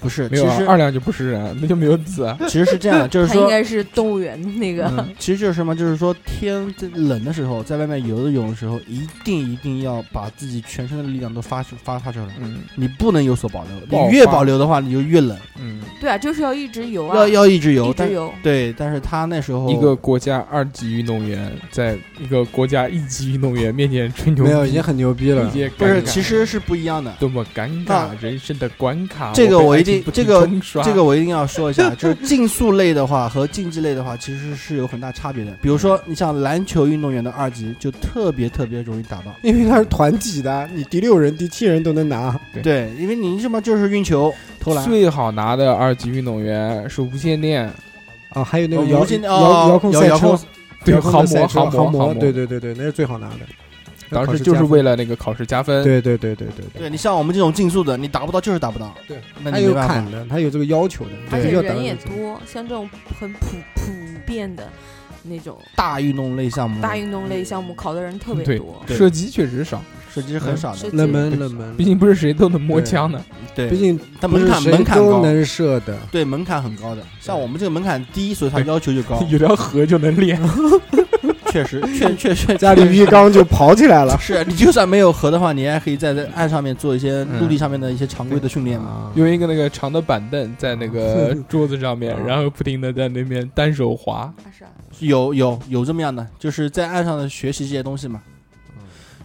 Speaker 3: 不是，
Speaker 1: 没
Speaker 3: 其
Speaker 1: 有啊
Speaker 3: 实
Speaker 1: 二两就不是人，那就没有子啊。
Speaker 3: 其实是这样的，
Speaker 2: <laughs>
Speaker 3: 就是
Speaker 2: 他应
Speaker 3: 说，
Speaker 2: 该是动物园的那个。
Speaker 3: 嗯，其实就是什么，就是说天在冷的时候，在外面游泳的时候，一定一定要把自己全身的力量都发出发发出来，
Speaker 1: 嗯
Speaker 3: 你不能有所保留，
Speaker 1: 爆
Speaker 3: 你越
Speaker 1: 发
Speaker 3: 保留的话，你就越冷，
Speaker 1: 嗯，
Speaker 2: 对啊，就是要一直游啊，
Speaker 3: 要要一直游，
Speaker 2: 一
Speaker 3: 但
Speaker 2: 直游。
Speaker 3: 对，但是他那时候
Speaker 1: 一个国家二级运动员在一个国家一级运动员面前吹牛逼，
Speaker 4: 没有，已经很牛逼了
Speaker 1: 一。些
Speaker 3: 不
Speaker 1: 尴
Speaker 3: 是，
Speaker 1: 尬
Speaker 3: 其实是不一
Speaker 4: <laughs>
Speaker 3: 样的。
Speaker 1: 多么尴
Speaker 3: 那
Speaker 1: 尬，人生的关卡。
Speaker 3: 这个
Speaker 1: 被
Speaker 3: 我
Speaker 1: 爱
Speaker 3: 一定
Speaker 1: 情不
Speaker 3: 这
Speaker 1: 停
Speaker 3: 个
Speaker 1: 冲刷
Speaker 3: 这个我一定要说一下，就是竞速类的话和竞技类的话其实是有很大差别的。比如说，你像篮球运动员的二级就特别特别容易打到，
Speaker 4: 因为它是团体的，你第六人、第七人都能拿。
Speaker 3: 对，因为你什么就是运球、投篮。
Speaker 1: 最好拿的二级运动员是无线电，
Speaker 4: 啊，还有那
Speaker 3: 哦
Speaker 4: 个
Speaker 3: 无
Speaker 4: 遥
Speaker 3: 线
Speaker 4: 遥
Speaker 3: 哦
Speaker 4: 控
Speaker 3: 遥
Speaker 4: 赛
Speaker 3: 遥
Speaker 4: 车
Speaker 3: 控，
Speaker 1: 对
Speaker 4: 遥控
Speaker 1: 航
Speaker 4: 的赛
Speaker 1: 模
Speaker 4: 车
Speaker 1: 航模航
Speaker 4: 航
Speaker 1: 模
Speaker 4: 对对对对，那是最好拿的。
Speaker 1: 当时就是
Speaker 4: 为
Speaker 1: 为了那个考试加分。
Speaker 4: 对对对对对
Speaker 3: 对你像我们这种竞速的，你打不到就是打不到。
Speaker 4: 对，
Speaker 3: 那
Speaker 4: 他
Speaker 3: 你没
Speaker 4: 有
Speaker 3: 办
Speaker 4: 砍
Speaker 3: 法。
Speaker 4: 的，他有这个要求的，
Speaker 2: 而
Speaker 4: 必
Speaker 2: 且
Speaker 4: 须要达到
Speaker 2: 人也
Speaker 4: 这个。
Speaker 2: 多，像这种很普普遍的那种
Speaker 3: 大运动类项目，
Speaker 2: 大运动类项目，考的人特别
Speaker 1: 嗯对
Speaker 2: 多。
Speaker 3: 对嗯
Speaker 1: 射击确实少，
Speaker 3: 手机是很少的
Speaker 2: 是，
Speaker 4: 冷门冷门，
Speaker 1: 毕竟不是谁都能摸枪的。
Speaker 3: 对
Speaker 4: 毕竟
Speaker 3: 它
Speaker 4: 不
Speaker 3: 门
Speaker 4: 是
Speaker 3: 槛
Speaker 4: 谁
Speaker 3: 门槛
Speaker 4: 都
Speaker 3: 高，
Speaker 4: 能射的。
Speaker 3: 对门槛很高的。像我们这个门槛低，所以它要求就高
Speaker 1: <laughs> ，有条河就能练，
Speaker 3: 确实，确确确。
Speaker 4: 家里浴 <laughs> 缸就跑起来了
Speaker 3: 是你就算没有河的话，你还可以在在岸上面做一些陆地上面的一些常规的训 <laughs> 练嘛。
Speaker 4: 啊
Speaker 1: <laughs> 用一个那个长的板凳在那
Speaker 3: <laughs>
Speaker 1: 个桌子上
Speaker 3: 嗯
Speaker 1: 面，然后不停的在那边单手滑。
Speaker 2: 是
Speaker 3: 有有有这么样的，就是在岸上的学习这些东西嘛。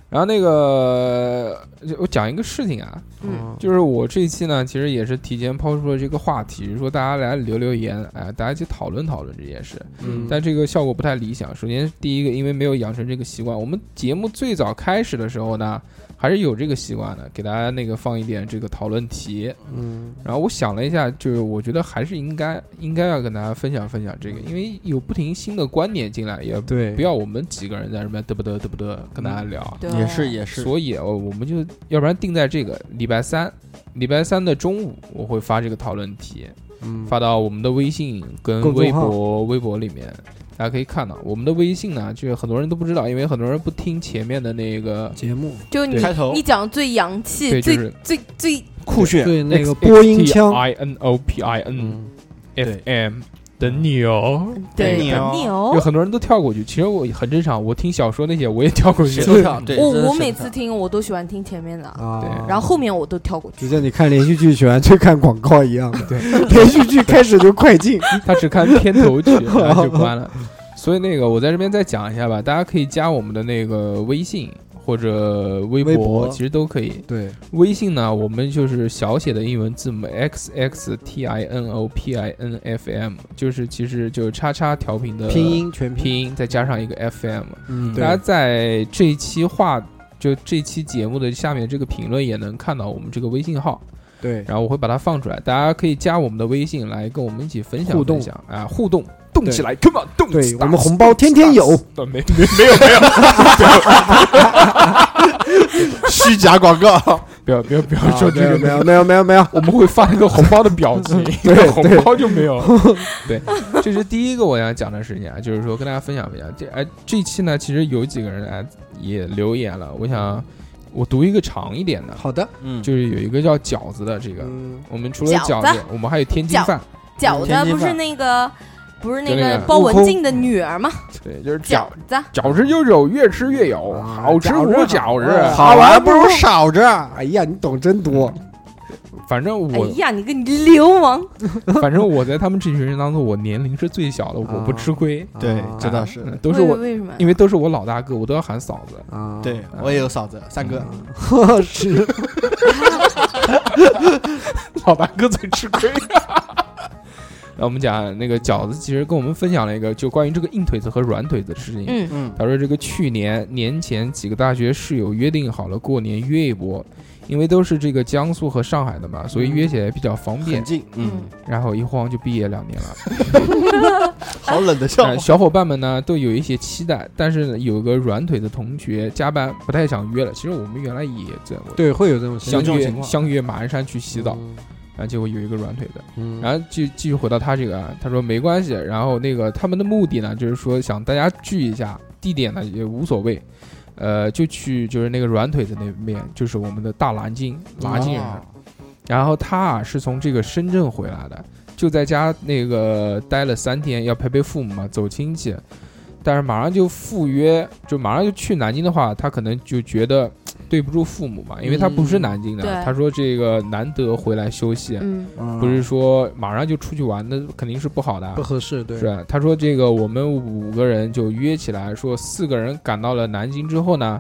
Speaker 1: 然后那个就我讲一个事情啊，
Speaker 2: 嗯，
Speaker 1: 就是我这一期呢，其实也是提前抛出了这个话题，说大家来留留言，哎，大家一起讨论讨论这件事。
Speaker 4: 嗯
Speaker 1: 但这个效果不太理想。首先，第一个，因为没有养成这个习惯，我们节目最早开始的时候呢，还是有这个习惯的，给大家那个放一点这个讨论题。
Speaker 4: 嗯，
Speaker 1: 然后我想了一下，就是我觉得还是应该应该要跟大家分享分享这个，因为有不停新的观点进来，也
Speaker 4: 对，
Speaker 1: 不要我们几个人在这边嘚不嘚嘚不嘚跟大家
Speaker 4: 嗯
Speaker 1: 聊。
Speaker 2: 对，啊
Speaker 3: 也是也是，
Speaker 1: 所以，哦我们就要不然定在这个礼拜三，礼拜三的中午我会发这个讨论题，
Speaker 4: 嗯
Speaker 1: 发到我们的微信跟
Speaker 4: 公众
Speaker 1: 微
Speaker 4: 号
Speaker 1: 博、微博里面，大家可以看到。我们的微信呢，就是很多人都不知道，因为很多人不听前面的那个，
Speaker 4: 节目
Speaker 2: 就你
Speaker 3: 开头
Speaker 2: 你讲最洋
Speaker 1: 对就
Speaker 2: 气、最
Speaker 1: 是
Speaker 2: 最最
Speaker 3: 酷炫，
Speaker 4: 对那个播音腔，
Speaker 1: i n o p i n
Speaker 4: 嗯，
Speaker 1: f m 等你哦。
Speaker 3: 对哦
Speaker 2: 对哦
Speaker 3: 牛
Speaker 1: 有
Speaker 2: 牛。
Speaker 1: 很多人都跳过去，其实我很正常，我听小说那些我也跳过去
Speaker 3: 谁。都
Speaker 1: <laughs>
Speaker 3: 跳。对，
Speaker 2: 我
Speaker 3: 真的
Speaker 2: 我
Speaker 3: 谁
Speaker 2: 每
Speaker 3: 都
Speaker 2: 次
Speaker 3: 跳
Speaker 2: 听我都喜欢听前面的，
Speaker 4: 啊，
Speaker 2: 然后后面我都跳过
Speaker 4: 就
Speaker 2: 去。
Speaker 4: 像你看连续剧喜欢去看广告一样的，
Speaker 1: 对，
Speaker 4: 连续剧开始就快进，
Speaker 1: 他只看片头
Speaker 4: <laughs>
Speaker 1: 曲，然后就关了。所以那个，我在这边再讲一下吧，大家可以加我们的那个微信或者微博，
Speaker 4: 微博
Speaker 1: 其实都可以。
Speaker 4: 对，
Speaker 1: 微信呢，我们就是小写的英文字母 x x t i n o p i n f m，就是其实就是叉叉调频的
Speaker 4: 拼音全
Speaker 1: 拼
Speaker 4: 拼，
Speaker 1: 音，再加上一个 f m。
Speaker 3: 嗯，
Speaker 1: 大家在这一期话就这期节目的下面这个评论也能看到我们这个微信号。 <laughs>
Speaker 4: 对，
Speaker 1: 然后我会把它放出来，大家可以加我们的微信来跟我们一起分享
Speaker 4: 互动
Speaker 1: 分享啊，互动动起来，come on，动
Speaker 4: 对
Speaker 1: 起来！
Speaker 4: 我们红包天天有，
Speaker 1: 呃没没没有没有，
Speaker 3: 虚假广告，
Speaker 1: 不要不要不
Speaker 4: 啊
Speaker 1: 要说这个，
Speaker 4: 没有没有没有没有，
Speaker 1: <laughs> 我们会发一个红包的表 <laughs> 情，一
Speaker 4: 对
Speaker 1: 个红包就没有。 <laughs> 对，这是第一个我想讲的事情啊， <laughs> 就是说跟大家分享分享。这哎，这一期呢，其实有几个人哎也留言了，我想我读一个长一点的，
Speaker 4: 好的，
Speaker 3: 嗯，
Speaker 1: 就是有一个叫饺子的这个，
Speaker 4: 嗯，
Speaker 1: 我们除了
Speaker 2: 饺
Speaker 1: 饺
Speaker 2: 子
Speaker 1: 子，我们还有天津
Speaker 2: 饺
Speaker 1: 饭，
Speaker 2: 饺
Speaker 3: 天
Speaker 2: 子
Speaker 3: 津
Speaker 2: 不是
Speaker 3: 饭
Speaker 2: 那个不是那
Speaker 1: 就那
Speaker 2: 个
Speaker 1: 个
Speaker 2: 包
Speaker 4: 悟
Speaker 2: 文
Speaker 4: 空
Speaker 2: 静的女儿吗？
Speaker 1: 对，就是饺
Speaker 2: 饺子，
Speaker 1: 饺子就有，越吃越有，
Speaker 4: 啊
Speaker 1: 好吃无饺
Speaker 4: 饺子
Speaker 1: 子。哦
Speaker 3: 好玩不如少着。
Speaker 4: 哎呀，你懂真多，
Speaker 1: 反正
Speaker 2: 哎
Speaker 1: <laughs> 我，
Speaker 2: 呀，你个流氓！
Speaker 1: 反正我在他们这群人当中，我年龄是最小的，我不吃亏。
Speaker 3: 对
Speaker 4: 啊
Speaker 3: 这倒是
Speaker 1: 嗯哦都是我，
Speaker 2: 为为什么？
Speaker 1: 因为都是我老大哥，我都要喊嫂子。
Speaker 4: 啊，
Speaker 3: 对，我也有嫂子，三哥，
Speaker 4: 哥是，
Speaker 1: 老大哥最吃亏。 <laughs> 那我们讲那个饺子，其实跟我们分享了一个就关于这个硬腿子和软腿子的事情。
Speaker 2: 嗯，
Speaker 3: 嗯，
Speaker 1: 他说这个去年年前几个大学室友约定好了过年约一波，因为都是这个江苏和上海的嘛，所以约起来比较方便
Speaker 3: 很。近，嗯，
Speaker 1: <laughs> 然后一晃就毕业两年了。
Speaker 3: 好冷的笑话
Speaker 1: 呃，小伙伴们呢都有一些期待，但是呢有个软腿的同学加班不太想约了。其实我们原来也这样过，
Speaker 4: <laughs> 对，会有这种
Speaker 3: 有
Speaker 1: 相
Speaker 3: 这种情
Speaker 1: 约
Speaker 3: 况
Speaker 1: 相约马鞍山去洗澡，，然后结果有一个软腿的，
Speaker 4: 嗯，
Speaker 1: 然后就继续回到他这个，啊，他说没关系，然后那个他们的目的呢就是说想大家聚一下，地点呢也无所谓。呃，就去就是那个软腿子那边，就是我们的大南京南京人，
Speaker 3: 哦
Speaker 1: 然后他啊是从这个深圳回来的，就在家那个待了三天，要陪陪父母嘛，走亲戚。但是马上就赴约，就马上就去南京的话，他可能就觉得对不住父母嘛，因为他不是南京的。
Speaker 2: 对
Speaker 1: 他说这个难得回来休息，
Speaker 2: 嗯，
Speaker 4: 嗯
Speaker 1: 不是说马上就出去玩，那肯定是不好的啊
Speaker 4: 不。合适，对，
Speaker 1: 是吧他说这个我们五个人就约起来，说四个人赶到了南京之后呢，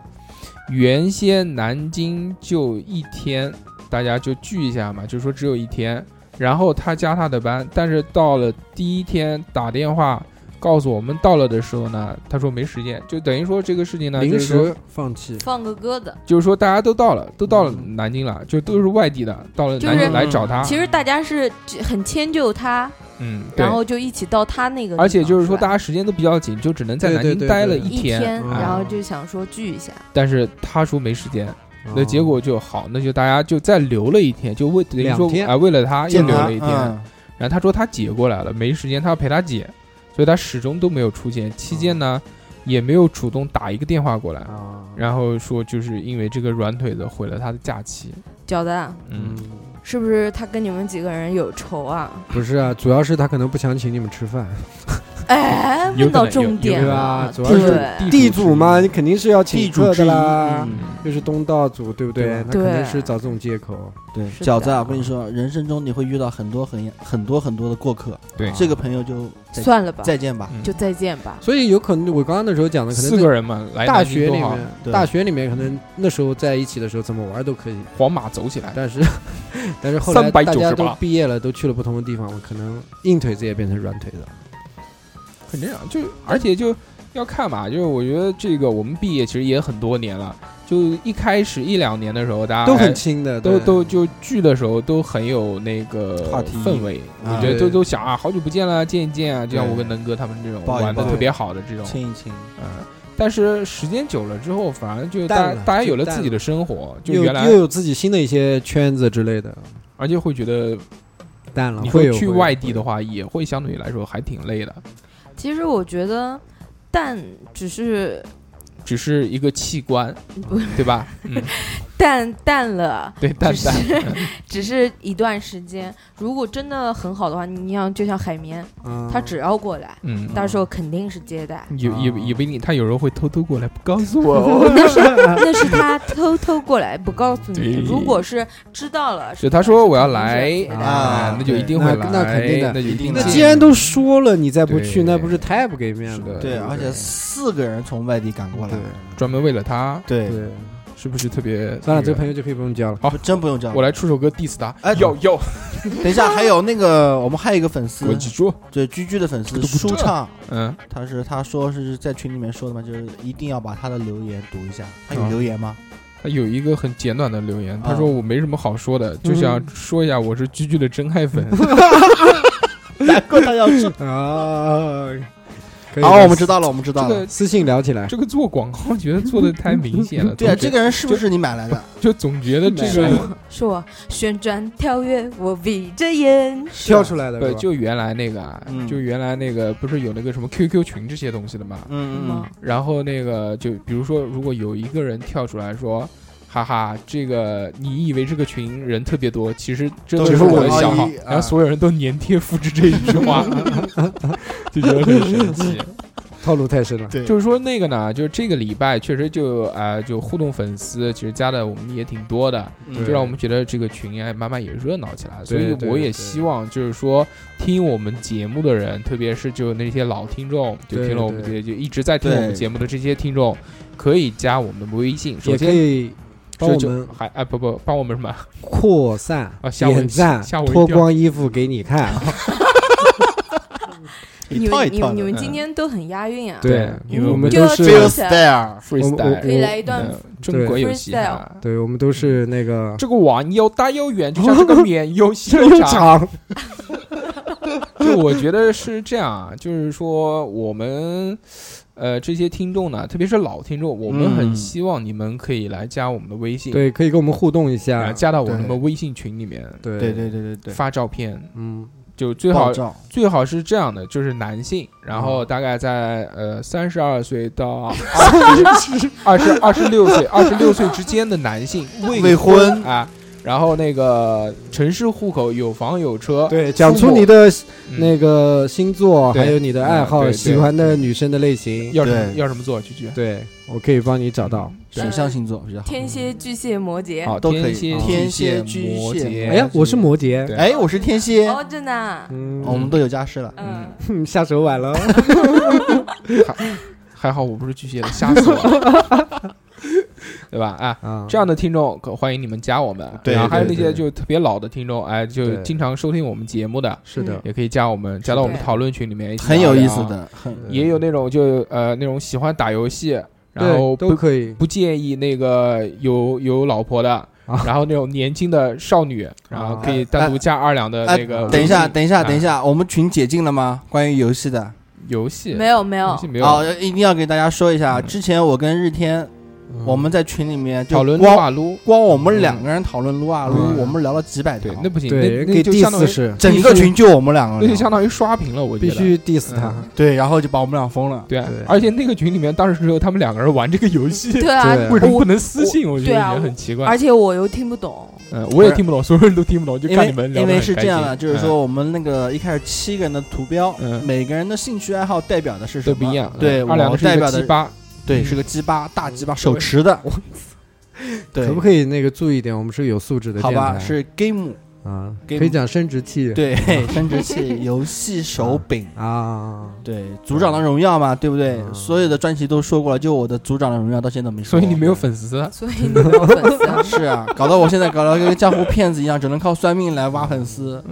Speaker 1: 原先南京就一天，大家就聚一下嘛，就说只有一天。然后他加他的班，但是到了第一天打电话告诉我们到了的时候呢，他说没时间，就等于说这个事情呢，就
Speaker 4: 临
Speaker 1: 是说
Speaker 4: 时放弃，
Speaker 2: 放个鸽子。
Speaker 1: 就是说大家都到了，都到了
Speaker 4: 嗯
Speaker 1: 南京了，就都是外地的，到了
Speaker 2: 就
Speaker 1: 南京
Speaker 2: 是
Speaker 1: 来找他。
Speaker 2: 其实大家是很迁就他，
Speaker 1: 嗯，啊对
Speaker 2: 然。后就一起到他那个地方，
Speaker 1: 而且就是说，大
Speaker 2: 家
Speaker 1: 家时间都比较紧，就只能在
Speaker 4: 对
Speaker 1: 南
Speaker 4: 对
Speaker 1: 京
Speaker 4: 对
Speaker 1: 待了
Speaker 4: 对
Speaker 2: 一
Speaker 1: 天，
Speaker 2: 天，
Speaker 1: 哎
Speaker 2: 然后就想说聚一下，
Speaker 1: 但是他说没时间，那
Speaker 4: 啊
Speaker 1: 结果就好，那就大家就再留了一天，就为等于说
Speaker 4: 两天
Speaker 1: 哎为了他又
Speaker 3: 见
Speaker 1: 留
Speaker 3: 他
Speaker 1: 了一天。
Speaker 3: 嗯
Speaker 1: 然后
Speaker 4: 嗯
Speaker 1: 他说他姐过来了，没时间，他要陪他姐，所以他始终都没有出现。期间呢，也没有主动打一个电话过来，
Speaker 4: 啊，
Speaker 1: 然后说就是因为这个软腿子毁了他的假期。
Speaker 2: 饺子，啊
Speaker 1: 嗯，
Speaker 2: 是不是他跟你们几个人有仇啊？
Speaker 4: 不是啊，主要是他可能不想请你们吃饭，
Speaker 2: 哎，
Speaker 1: 有
Speaker 2: 问
Speaker 1: 可
Speaker 2: 到
Speaker 1: 能有
Speaker 2: 重
Speaker 1: 有
Speaker 2: 点
Speaker 4: 对
Speaker 2: 了
Speaker 4: 吧，主要是
Speaker 2: 对
Speaker 4: 地主嘛，你肯定是要
Speaker 3: 地
Speaker 4: 请
Speaker 3: 主
Speaker 4: 客
Speaker 3: 之
Speaker 4: 的
Speaker 3: 一，
Speaker 4: 啦，
Speaker 3: 嗯
Speaker 4: 又是东道主，对不
Speaker 3: 对
Speaker 1: 啊
Speaker 4: 对？那肯定
Speaker 2: 对
Speaker 4: 是找这种借口。
Speaker 3: 对，
Speaker 2: 是
Speaker 3: 饺子啊，
Speaker 2: 的
Speaker 3: 我跟你说，人生中你会遇到很多很很多很多的过客，
Speaker 1: 对
Speaker 3: 这个朋友就再
Speaker 2: 算了吧，
Speaker 3: 再见吧。
Speaker 1: 嗯
Speaker 2: 就再见吧。
Speaker 4: 所以有可能我刚刚那时候讲的，可能
Speaker 1: 四个人嘛，来
Speaker 4: 在大
Speaker 1: 南京
Speaker 4: 学
Speaker 1: 多
Speaker 4: 里
Speaker 1: 好
Speaker 4: 面，
Speaker 3: 对
Speaker 4: 大学里面可能那时候在一起的时候怎么玩都可以，
Speaker 1: 皇马走起来，
Speaker 4: <laughs> 但是但是后来大家
Speaker 1: 398
Speaker 4: 都毕业了，都去了不同的地方，我可能硬腿子也变成软腿子了。
Speaker 1: 很正啊常。就而且就要看嘛，就是我觉得这个我们毕业其实也很多年了，就一开始一两年的时候，大家
Speaker 4: 都
Speaker 1: 还
Speaker 4: 很轻的，
Speaker 1: 都
Speaker 4: 对
Speaker 1: 哎都就聚的时候都很有那个
Speaker 3: 话题
Speaker 1: 氛围，
Speaker 3: 啊
Speaker 1: 我觉得
Speaker 4: 对
Speaker 1: 都都想啊，好久不见了，见一见啊，就像我跟能哥他们这种
Speaker 3: 抱一
Speaker 1: 玩的
Speaker 3: 抱
Speaker 1: 特别好的这种，
Speaker 3: 亲一亲，
Speaker 1: 嗯。但是时间久了之后，反而就大
Speaker 4: 淡
Speaker 1: 家
Speaker 4: 了
Speaker 1: 大家有了
Speaker 4: 就淡
Speaker 1: 自己的生活，就
Speaker 4: 又
Speaker 1: 原来
Speaker 4: 又有自己新的一些圈子之类的，
Speaker 1: 而且会觉得
Speaker 4: 淡了。
Speaker 1: 你
Speaker 4: 啊会
Speaker 1: 会
Speaker 4: 有
Speaker 1: 去外地的
Speaker 4: 话，
Speaker 1: 话，也会相对来说还挺累的，
Speaker 2: 其实我觉得蛋只是
Speaker 1: 只是一个器官
Speaker 2: 不，
Speaker 1: 对吧？嗯，
Speaker 2: 淡淡了，
Speaker 1: 对，淡
Speaker 2: 只
Speaker 1: 淡。
Speaker 2: <laughs> 只是一段时间。如果真的很好的话，你像就像海绵，
Speaker 4: 嗯
Speaker 2: 他只要过来，
Speaker 1: 嗯，
Speaker 2: 到时候肯定是接
Speaker 1: <laughs>
Speaker 2: 待。
Speaker 1: 也也
Speaker 4: 哦
Speaker 1: 也不一定，他有时候会偷偷过来不告诉我哦。
Speaker 2: 那是那是他偷偷过来不告诉
Speaker 1: 对
Speaker 2: 你。如果是知道了，
Speaker 1: 就他说我要
Speaker 4: <laughs>
Speaker 1: 来
Speaker 2: 是肯定是接待
Speaker 3: 啊
Speaker 1: 那就一定会
Speaker 4: 那
Speaker 1: 来，
Speaker 4: 那肯定的
Speaker 1: 那就一定
Speaker 4: 那
Speaker 1: 来
Speaker 4: 既然都说了，你再不
Speaker 1: 对
Speaker 4: 去，那不是太不给面
Speaker 1: 是
Speaker 4: 子
Speaker 1: 的
Speaker 4: 了？
Speaker 3: 对，而且四个人从外地赶过来，
Speaker 1: 专门为了他，
Speaker 3: 对
Speaker 4: 对，对，
Speaker 1: 是不是特别？
Speaker 4: 算了，这个朋
Speaker 1: 友，
Speaker 4: 友就可以不用交了。
Speaker 1: 好
Speaker 3: 不真不用这样
Speaker 1: 我。来出首歌 diss 他。
Speaker 3: 哎
Speaker 1: 要要，
Speaker 3: 等一下，还有那个我们还有一个粉
Speaker 4: 嗯
Speaker 3: 丝
Speaker 1: 我，记住，
Speaker 3: 对居居的粉丝
Speaker 1: 这个不知道
Speaker 3: 舒畅，
Speaker 1: 嗯，
Speaker 3: 他是他说是在群里面说的嘛，就是一定要把他的留言读一下。他有
Speaker 1: 啊
Speaker 3: 留言吗？
Speaker 1: 他有一个很简短的留言，他
Speaker 3: 啊
Speaker 4: 嗯
Speaker 1: 说我没什么好说的，就想说一下我是居居的真爱
Speaker 4: 嗯
Speaker 1: 粉。
Speaker 3: 难怪他
Speaker 4: <laughs>
Speaker 3: 要说。
Speaker 4: 啊，可以
Speaker 3: 好，
Speaker 4: 的
Speaker 3: 哦我们知道了，我们知
Speaker 1: 这
Speaker 3: 道了。
Speaker 1: 个
Speaker 4: 私信聊起来。
Speaker 1: 这个做广告，觉得做的太明
Speaker 4: <laughs>
Speaker 1: 显了。
Speaker 3: 对啊，
Speaker 1: 总
Speaker 3: 这
Speaker 1: 觉
Speaker 3: 个人是不是你买来的？
Speaker 1: 就总觉得这
Speaker 4: 买
Speaker 1: 个
Speaker 2: 是我旋转跳跃，我闭着眼。
Speaker 4: 跳出来的
Speaker 1: 不
Speaker 4: 是吧
Speaker 1: 就原来那个啊
Speaker 3: 嗯，
Speaker 1: 就原来那个不是有那个什么 QQ 群这些东西的嘛？
Speaker 3: 嗯
Speaker 2: 吗
Speaker 3: 嗯？
Speaker 1: 然后那个就比如说，如果有一个人跳出来说。哈哈，这个你以为这个群人特别多，其实真的
Speaker 3: 都
Speaker 1: 是
Speaker 3: 是
Speaker 1: 我的
Speaker 3: 我
Speaker 1: 小
Speaker 3: 而
Speaker 1: 号
Speaker 3: 已，
Speaker 1: 然后所有人都粘贴复制这一句话，
Speaker 3: <laughs>
Speaker 1: 就觉得很神奇。
Speaker 4: 套路太深了。
Speaker 3: 对
Speaker 1: 就是说那个呢，就是这个礼拜确实就啊、呃就互动粉丝其实加的我们也挺多的，
Speaker 3: 嗯，
Speaker 1: 就让我们觉得这个群哎慢慢也热闹起来。所以
Speaker 4: 对对
Speaker 1: 我也
Speaker 4: 对
Speaker 1: 希望就是说听我们节目的人，特别是就那些老听众，就
Speaker 4: 对
Speaker 1: 听了我们
Speaker 4: 对
Speaker 1: 节就一直在听我们
Speaker 3: 对
Speaker 1: 节目的这些听众，可以加我们的微信，首
Speaker 4: 也可
Speaker 1: 先
Speaker 4: 以帮
Speaker 1: 就
Speaker 4: 我
Speaker 1: 就
Speaker 4: 们
Speaker 1: 还哎不不帮我们什么
Speaker 4: <laughs> 扩散
Speaker 1: 啊吓我一
Speaker 4: 点赞
Speaker 1: 吓我一，跳
Speaker 4: 脱光衣服给你看。
Speaker 1: <laughs>
Speaker 2: 你
Speaker 3: 一套
Speaker 2: 们
Speaker 3: 一
Speaker 2: 你
Speaker 3: 套
Speaker 2: 们你
Speaker 3: 的。嗯
Speaker 2: 们今天都很押韵啊！
Speaker 1: 对因为
Speaker 4: 我
Speaker 1: 我们
Speaker 4: 们都
Speaker 2: 就是这个
Speaker 3: Feel style，
Speaker 1: freestyle，
Speaker 2: 可以来一段
Speaker 1: 嗯中国游戏啊。
Speaker 4: 对，我们都是那个
Speaker 1: 这个网又大又圆，就像这
Speaker 4: <laughs>
Speaker 1: 个脸又细又
Speaker 4: 正
Speaker 1: 长。
Speaker 4: 常。
Speaker 3: <laughs>
Speaker 1: 就我觉得是这样啊，就是说我们呃这些听众呢，特别是老听众，我们很
Speaker 3: 嗯
Speaker 1: 希望你们可以来加我们的微信，
Speaker 4: 对，可以跟我们互动一
Speaker 1: 然后
Speaker 4: 下。
Speaker 1: 加到我们的
Speaker 3: 对
Speaker 1: 微信群里面，
Speaker 4: 对
Speaker 3: 对对，对对对，
Speaker 1: 发照片，
Speaker 4: 嗯，
Speaker 1: 就最好
Speaker 3: 爆照，嗯
Speaker 1: 最好是这样的，就是男性，然后大概在呃三十二岁
Speaker 3: <laughs>
Speaker 1: 到二十二十二十六岁二十六岁之间的男性
Speaker 3: 未婚
Speaker 1: 啊，然后那个城市户口有房有 <laughs> 车，
Speaker 4: 对，讲
Speaker 1: 父
Speaker 4: 出
Speaker 1: 母
Speaker 4: 你的
Speaker 1: 嗯
Speaker 4: 那个星座，
Speaker 1: 对
Speaker 4: 还有你的爱
Speaker 1: 嗯
Speaker 4: 好，
Speaker 1: 对
Speaker 4: 喜
Speaker 1: 对
Speaker 4: 欢的女生的类型。
Speaker 1: 要什么
Speaker 3: 对
Speaker 1: 要什么做去去。
Speaker 4: 对，我可以帮你找到。
Speaker 3: 水象星座比较好。
Speaker 2: 天蝎、巨蟹、摩羯。
Speaker 1: 好，
Speaker 3: 都可以
Speaker 1: 蝎、
Speaker 3: 天
Speaker 1: 蝎、
Speaker 3: 蝎巨
Speaker 1: 摩
Speaker 3: 蟹
Speaker 1: 羯。
Speaker 3: 对
Speaker 4: 哎呀，我是摩羯。
Speaker 1: 对
Speaker 3: 哎，我是天蝎，
Speaker 2: 哦，真的啊。
Speaker 1: <laughs>
Speaker 4: 嗯，
Speaker 3: 我们都有家室了。
Speaker 2: 嗯，
Speaker 4: 哼下手晚 <laughs> 了。
Speaker 1: 还好我不是巨蟹的，吓死我了， <laughs> 对吧？啊，
Speaker 4: 啊，
Speaker 1: 这样的听众可欢迎你们加我们，
Speaker 3: 对
Speaker 1: 然后还有那
Speaker 4: 对
Speaker 1: 些
Speaker 4: 对
Speaker 1: 就特别老的听众，哎，就
Speaker 4: 对
Speaker 1: 经常收听我们节目的，
Speaker 4: 是的
Speaker 2: 嗯，
Speaker 1: 也可以加我们，加到我们
Speaker 2: 对
Speaker 1: 讨论群里面，一起
Speaker 3: 很
Speaker 1: 聊
Speaker 3: 有
Speaker 1: 聊啊
Speaker 3: 意思。的，很
Speaker 1: 也有那种就呃那种喜欢打游戏，然
Speaker 4: 嗯对
Speaker 1: 后
Speaker 4: 都
Speaker 1: 不
Speaker 4: 可以。
Speaker 1: 不介意那个有有老婆的。
Speaker 4: 啊
Speaker 1: 然后那种年轻的少女，然后可以单独加二两的
Speaker 3: 啊哎
Speaker 1: 呃那个微信。
Speaker 3: 等一下，等一下，
Speaker 1: 啊
Speaker 3: 等一，下，我们群解禁了吗？关于游戏的，
Speaker 1: 游戏
Speaker 2: 没有没有
Speaker 3: 哦
Speaker 1: 游戏，没有
Speaker 3: 哦，一定要给大家说一下，
Speaker 1: 嗯
Speaker 3: 之前我跟日天我们在群里面就
Speaker 1: 讨论撸
Speaker 3: 光
Speaker 1: 啊撸，
Speaker 3: 光我们两个人讨论撸啊撸
Speaker 1: 嗯，
Speaker 3: 我们聊了几百条
Speaker 1: 对，，那不行，
Speaker 4: 对，
Speaker 1: 那
Speaker 4: 给
Speaker 1: 那就相当
Speaker 4: diss
Speaker 1: 于
Speaker 4: 是
Speaker 3: 整个群就我们两个
Speaker 1: 那就
Speaker 3: 人
Speaker 1: 相当于刷屏了，我觉
Speaker 4: 必
Speaker 1: 得。
Speaker 4: 须 diss
Speaker 1: 嗯
Speaker 4: 他，
Speaker 3: 对，然后就把我们俩封了。
Speaker 1: 对啊
Speaker 4: 对，
Speaker 1: 而且那个群里面当时只有他们两个人玩这个游戏，
Speaker 2: 对啊
Speaker 4: 对，
Speaker 1: <laughs> 为什么
Speaker 2: 我
Speaker 1: 不能私信？我觉得
Speaker 2: 对啊
Speaker 1: 也很奇怪
Speaker 2: 而。且我又听不懂，
Speaker 1: 嗯，我也听不懂，所有人都听不懂，就
Speaker 3: 因
Speaker 1: 看你
Speaker 3: 为
Speaker 1: 们聊
Speaker 3: 因
Speaker 1: 得
Speaker 3: 为
Speaker 1: 很
Speaker 3: 是
Speaker 1: 开
Speaker 3: 这样
Speaker 1: 心
Speaker 3: 的，就是，说我们那个一开始七个人的图标
Speaker 1: 嗯，
Speaker 3: 每个人的兴趣爱好代表的是
Speaker 1: 嗯
Speaker 3: 什
Speaker 1: 都
Speaker 3: 么？
Speaker 1: 不一样。
Speaker 3: 对，
Speaker 1: 二两
Speaker 3: 我
Speaker 1: 个是
Speaker 3: 代
Speaker 1: 一
Speaker 3: 表
Speaker 1: 个鸡
Speaker 3: 的
Speaker 1: 巴，
Speaker 3: 对是个鸡巴大鸡巴，手持的。对
Speaker 1: <laughs>
Speaker 4: 可，不可以那个注意一点？我们是有素质的
Speaker 3: 好
Speaker 4: 电台，
Speaker 3: 吧，是 game
Speaker 4: 啊，
Speaker 3: 给
Speaker 4: 可以讲生殖器，
Speaker 3: 对
Speaker 1: <laughs>
Speaker 3: 生殖器游戏手柄。
Speaker 4: 啊，
Speaker 3: 对，组长的荣耀嘛，对不对？
Speaker 4: 嗯
Speaker 3: 所有的专辑都说过了，就我的组长的荣耀到现在都没说。。
Speaker 1: 啊所以你没有粉丝。啊
Speaker 2: 所以你没有粉丝
Speaker 3: <laughs>
Speaker 2: 啊
Speaker 3: 是啊，搞得我现在搞得跟个江湖骗子一样，只能靠算命来挖粉丝，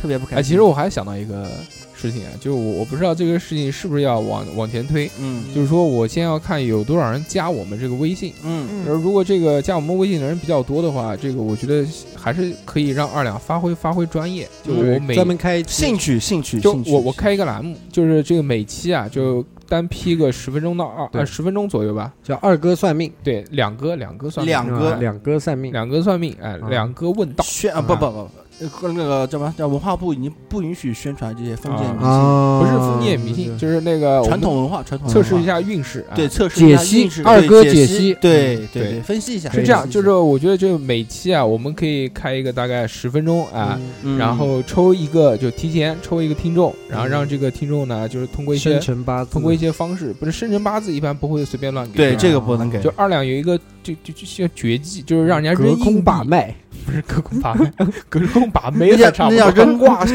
Speaker 3: 特别不开
Speaker 1: 哎，
Speaker 3: 心。
Speaker 1: 其实我还想到一个事情啊，就是我我不知道这个事情是不是要往往前推，
Speaker 3: 嗯
Speaker 1: 就是说我先要看有多少人加我们这个微信。
Speaker 3: 嗯
Speaker 1: 而
Speaker 2: 嗯，
Speaker 1: 如果这个加我们微信的人比较多的话，这个我觉得还是可以让二两发挥发挥专业。就
Speaker 3: 嗯
Speaker 1: 我每
Speaker 4: 专门开一期
Speaker 3: 兴趣兴趣
Speaker 1: 就
Speaker 3: 兴趣，
Speaker 1: 我我开一个栏目，就是这个每期啊，就单批个十分钟到二
Speaker 4: 对
Speaker 1: 呃十分钟左右吧。
Speaker 4: 叫二哥算命，
Speaker 1: 对，两哥两哥算命，
Speaker 3: 两哥
Speaker 4: 啊两哥算命，
Speaker 1: 两哥算命，哎，
Speaker 4: 啊
Speaker 1: 两哥问道，
Speaker 3: 宣啊不不不，呃那个叫什么叫文化部已经不允许宣传这些封建迷信，
Speaker 4: 啊，
Speaker 1: 不是封建迷信，就是那个我们
Speaker 3: 嗯传统文化传统文化
Speaker 1: 测试一，下运势。啊
Speaker 3: 对，测试一下
Speaker 4: 解析
Speaker 3: 运势
Speaker 4: 二
Speaker 3: 对
Speaker 4: 哥
Speaker 3: 解
Speaker 4: 解
Speaker 3: 析
Speaker 4: 析，
Speaker 3: 对对
Speaker 1: 嗯对
Speaker 3: 对，分析一下
Speaker 1: 是这样，就是我觉得这个每期啊，我们可以开一个大概十分钟啊。
Speaker 4: 嗯
Speaker 3: 嗯
Speaker 1: 然后抽一个，就提前抽一个听众，然后让
Speaker 3: 嗯
Speaker 1: 这个听众呢，就是通过一些
Speaker 4: 生辰八字，
Speaker 1: 通过一些方式，不是生辰八字一般不会随便乱给。
Speaker 3: 对
Speaker 1: 吧
Speaker 3: 这个不能给
Speaker 1: 就，二两有一个就就就像绝技，就是让人家
Speaker 4: 隔
Speaker 1: 扔硬
Speaker 4: 空
Speaker 1: 币
Speaker 4: 把，脉，
Speaker 1: 不是隔空把脉， <laughs> 隔空把
Speaker 3: 那
Speaker 1: 妹
Speaker 3: 叫
Speaker 1: 还差
Speaker 3: 那
Speaker 1: 不 <laughs>
Speaker 3: 叫
Speaker 1: 多。
Speaker 3: 扔卦，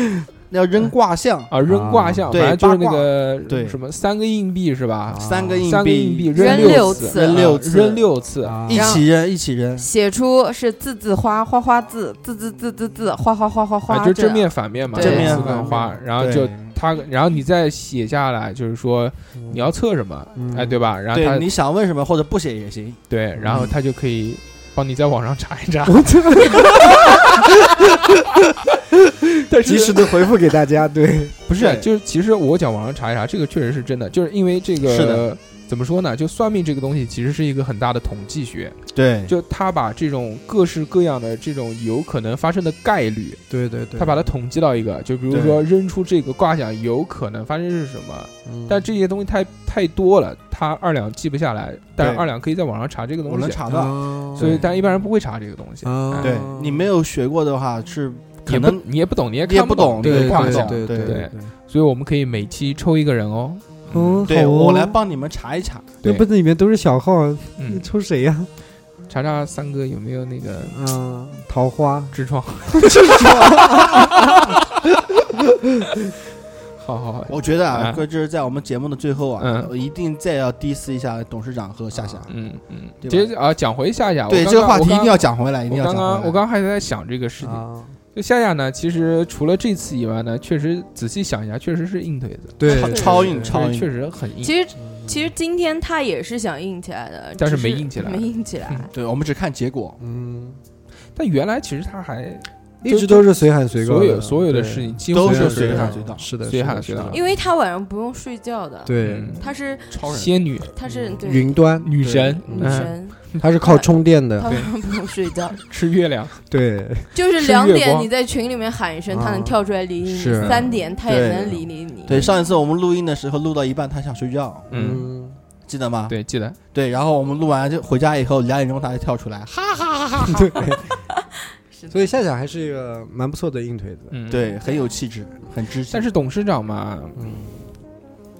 Speaker 3: 那叫扔卦象，
Speaker 1: 啊，扔卦象，
Speaker 3: 对
Speaker 1: 反正就是那
Speaker 3: 八卦
Speaker 1: 个
Speaker 3: 对啊
Speaker 1: 什么三个硬币是吧？
Speaker 3: 三个硬
Speaker 1: 三个硬币
Speaker 3: 币
Speaker 2: 扔
Speaker 1: 六
Speaker 2: 六
Speaker 1: 次，
Speaker 2: 次
Speaker 3: 扔六次
Speaker 1: 扔六次。
Speaker 4: 啊
Speaker 3: 一起扔一起扔，
Speaker 2: 写出是字字花花花字字字字字字花花花花
Speaker 1: 啊，
Speaker 2: 花，
Speaker 1: 就
Speaker 2: 这
Speaker 1: 正
Speaker 2: 样
Speaker 1: 面反面嘛，
Speaker 2: 对
Speaker 1: 正面
Speaker 3: 正面
Speaker 1: 四个
Speaker 3: 反
Speaker 1: 花，然后
Speaker 3: 对
Speaker 1: 就他，然后你再写下来，就是说你要测什么，
Speaker 4: 嗯
Speaker 1: 哎，对吧？然后
Speaker 3: 对，
Speaker 1: 他
Speaker 3: 你想问什么或者不写也行，
Speaker 1: 对，然后他就可以帮你在网上查一查。但是
Speaker 4: 及时的回复给大家，对，
Speaker 1: 不是，啊
Speaker 3: 对
Speaker 1: 就是其实我讲网上查一查，这个确实是真的，就是因为这个
Speaker 3: 是的
Speaker 1: 怎么说呢？就算命这个东西其实是一个很大的统计学，
Speaker 3: 对，
Speaker 1: 就他把这种各式各样的这种有可能发生的概率， <laughs>
Speaker 4: 对对对
Speaker 1: 他把它统计到一个，就比如说扔出这个卦象有可能发生是什么，
Speaker 4: 嗯
Speaker 3: 嗯
Speaker 1: 但这些东西太太多了，他二两记不下来，但是
Speaker 3: 对
Speaker 1: 二两可以在网上查这个
Speaker 3: 我
Speaker 1: 东
Speaker 3: 能
Speaker 1: 西，
Speaker 3: 查到，
Speaker 4: 到
Speaker 1: 所以但一般人不会查这个东西，
Speaker 4: 啊，
Speaker 3: 对你没有学过的话是可能
Speaker 1: 嗯也不你也不懂，你也
Speaker 3: 你也
Speaker 1: 看
Speaker 3: 不
Speaker 1: 懂
Speaker 3: 懂
Speaker 1: 这
Speaker 4: 对
Speaker 1: 个卦
Speaker 3: 对
Speaker 1: 象，
Speaker 4: 对
Speaker 3: 对
Speaker 4: 对，
Speaker 1: 所以我们可以每期抽一个人哦，
Speaker 4: 嗯，
Speaker 3: 对
Speaker 4: 好哦
Speaker 3: 我来，帮你们查一查，
Speaker 4: 那
Speaker 1: 对
Speaker 4: 不是里面都是小号， <laughs>
Speaker 1: 嗯，
Speaker 4: 抽谁呀？
Speaker 1: 查查三哥有没有那个
Speaker 4: 嗯，桃花，
Speaker 1: 痔
Speaker 3: <laughs>
Speaker 1: 疮。好好好，
Speaker 3: 我觉得
Speaker 1: 啊
Speaker 3: 啊，哥就是在我们节目的最后啊
Speaker 1: 嗯，
Speaker 3: 我一定再要 diss 一下董事长和夏夏。
Speaker 1: 嗯嗯，
Speaker 3: 对吧
Speaker 1: 其实啊，讲回夏夏，
Speaker 3: 对
Speaker 1: 我刚
Speaker 3: 这个
Speaker 1: 刚
Speaker 3: 话题
Speaker 1: 我
Speaker 3: 一
Speaker 1: 刚
Speaker 3: 定要讲回来，一定
Speaker 1: 我
Speaker 3: 要
Speaker 1: 刚
Speaker 3: 讲回
Speaker 1: 刚
Speaker 3: 来。
Speaker 1: 我刚刚还在想这个事情，
Speaker 4: 啊，
Speaker 1: 就夏夏呢，其实除了这次以外呢，确实仔细想一下，确实是硬腿子，
Speaker 4: 对
Speaker 3: 超，
Speaker 4: 对
Speaker 3: 超
Speaker 4: 对
Speaker 3: 硬
Speaker 4: 对
Speaker 3: 超硬
Speaker 1: 确实很硬。
Speaker 2: 其实
Speaker 1: 嗯
Speaker 2: 其实今天他也是想硬起来的，
Speaker 1: 但是
Speaker 2: 只
Speaker 1: 没硬起来
Speaker 2: 没硬起来。
Speaker 3: 对我们只看结果，
Speaker 4: 嗯，
Speaker 1: 但原来其实他还
Speaker 4: 一直都是随喊随告的，
Speaker 1: 所有所有的
Speaker 4: 对
Speaker 1: 事情几乎
Speaker 3: 都
Speaker 4: 是
Speaker 3: 是随
Speaker 4: 随的
Speaker 3: 喊随到。
Speaker 4: 是的，
Speaker 1: 随
Speaker 4: 是
Speaker 1: 喊
Speaker 4: 的
Speaker 1: 随
Speaker 4: 是
Speaker 1: 到
Speaker 4: 的
Speaker 2: 因为他晚上不用睡觉的，
Speaker 4: 对
Speaker 1: 嗯
Speaker 2: 他是
Speaker 3: 超人
Speaker 1: 仙女
Speaker 2: 他是对
Speaker 4: 云端，
Speaker 1: 女神
Speaker 4: 嗯
Speaker 2: 女
Speaker 1: 嗯
Speaker 2: 神，
Speaker 4: 它是靠充电的
Speaker 2: 他，晚上不用睡觉，
Speaker 1: 吃月亮，
Speaker 4: 对，
Speaker 2: 就是
Speaker 1: 是
Speaker 2: 两
Speaker 1: 月
Speaker 2: 点
Speaker 1: 光
Speaker 2: 你在群里面喊一声，他
Speaker 4: 啊
Speaker 2: 能跳出来理你；
Speaker 4: 是
Speaker 2: 三点他也
Speaker 3: 对
Speaker 2: 能理理你。
Speaker 3: 对，上一次我们录音的时候录到一半，他想睡觉，
Speaker 1: 嗯，
Speaker 4: 嗯，
Speaker 3: 记得吗？
Speaker 1: 对，记得
Speaker 3: 对，然后我们录完就回家以后两点钟他就跳出来，哈，
Speaker 4: 对，
Speaker 2: 是的
Speaker 4: 所以夏夏还是一个蛮不错的硬腿子，
Speaker 1: 嗯，
Speaker 3: 对，很有气质，很知性
Speaker 1: 但。是董事长嘛，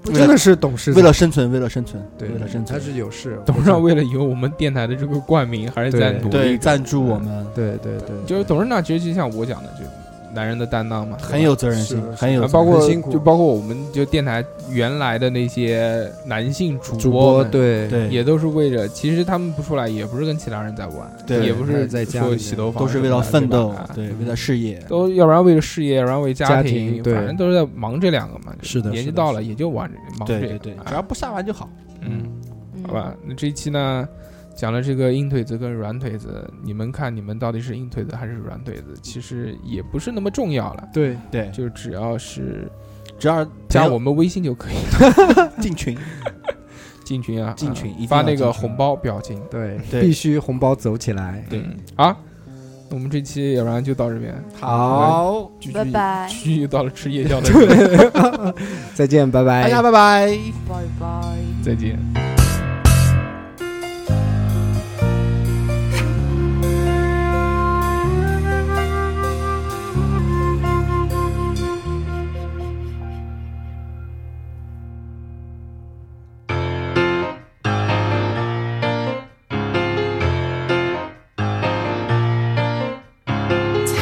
Speaker 2: 不
Speaker 3: 为
Speaker 4: 真
Speaker 3: 了
Speaker 4: 的是懂事的，
Speaker 3: 为了生存，为了生存，
Speaker 4: 嗯对
Speaker 3: 为了生，
Speaker 4: 他
Speaker 3: 存，
Speaker 4: 是有事，
Speaker 1: <laughs> 董事长啊为了有我们电台的这个冠名，还是在
Speaker 4: 对
Speaker 1: 努力。
Speaker 3: 对赞助我们，
Speaker 4: 对对对，
Speaker 1: 就是董事长其实就像我讲的，就男人的担当嘛，
Speaker 3: 很有责任
Speaker 4: 是的
Speaker 3: 心，
Speaker 4: 是
Speaker 3: 很有
Speaker 1: 啊
Speaker 3: 责任
Speaker 1: 包括
Speaker 4: 很辛苦
Speaker 1: 就包括我们就电台原来的那些男性主
Speaker 4: 主播
Speaker 1: 们，
Speaker 4: 对
Speaker 3: 对
Speaker 1: 也都是为着，其实他们不出来，也不是跟其他人在玩，
Speaker 3: 对
Speaker 1: 也不
Speaker 4: 还
Speaker 1: 是
Speaker 4: 是在家
Speaker 1: 说
Speaker 4: 里面
Speaker 1: 洗头房
Speaker 3: 都
Speaker 1: 什
Speaker 3: 是
Speaker 1: 么
Speaker 3: 为
Speaker 1: 的，
Speaker 3: 了奋
Speaker 1: 对
Speaker 3: 斗
Speaker 1: 吧，啊
Speaker 3: 对，为了事业，
Speaker 1: 都要不然为了事业，要不然为
Speaker 4: 家
Speaker 1: 庭，
Speaker 4: 庭对
Speaker 1: 反正都是在忙这两个嘛。
Speaker 4: 是的
Speaker 1: 年纪
Speaker 4: 是的
Speaker 1: 到了
Speaker 4: 是的
Speaker 1: 也就玩这忙
Speaker 3: 对
Speaker 1: 这
Speaker 3: 对
Speaker 1: 个，
Speaker 3: 对，
Speaker 1: 啊
Speaker 3: 只要不下完就好。
Speaker 1: 嗯，
Speaker 2: 嗯
Speaker 1: 好吧，那这一期呢，讲了这个硬腿子跟软腿子，你们看你们到底是硬腿子还是软腿子，其实也不是那么重要了，
Speaker 4: 对，
Speaker 3: 对，
Speaker 1: 就只要是
Speaker 3: 只要
Speaker 1: 加
Speaker 3: 朋友
Speaker 1: 我们微信就可以。
Speaker 3: 进群，
Speaker 1: 进群啊，
Speaker 3: 进群
Speaker 1: 啊
Speaker 3: 一定
Speaker 1: 发
Speaker 3: 要
Speaker 1: 那
Speaker 3: 进
Speaker 1: 个
Speaker 3: 群
Speaker 1: 红包表情。
Speaker 4: 对，
Speaker 3: 对
Speaker 4: 必须红包走起来。
Speaker 3: 对
Speaker 1: 嗯啊，那我们这期要不然就到这边，
Speaker 3: 好，
Speaker 1: 聚聚
Speaker 2: 拜
Speaker 1: <laughs>
Speaker 2: 拜，
Speaker 1: 聚聚到了吃夜宵的
Speaker 3: <laughs>
Speaker 1: 时候，
Speaker 4: <laughs> 再见，拜拜。
Speaker 3: 大家拜拜。
Speaker 2: 拜拜。
Speaker 1: 再见。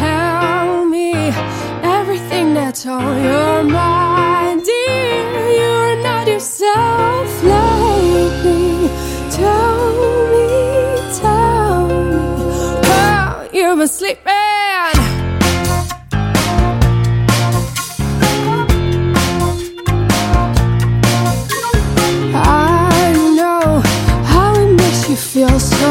Speaker 5: Tell me everything that's on your mind, dear. You're not yourself lately. Tell me, tell me how you've been sleeping. I know how it makes you feel so Oh, Oh, Oh, Oh. Oh,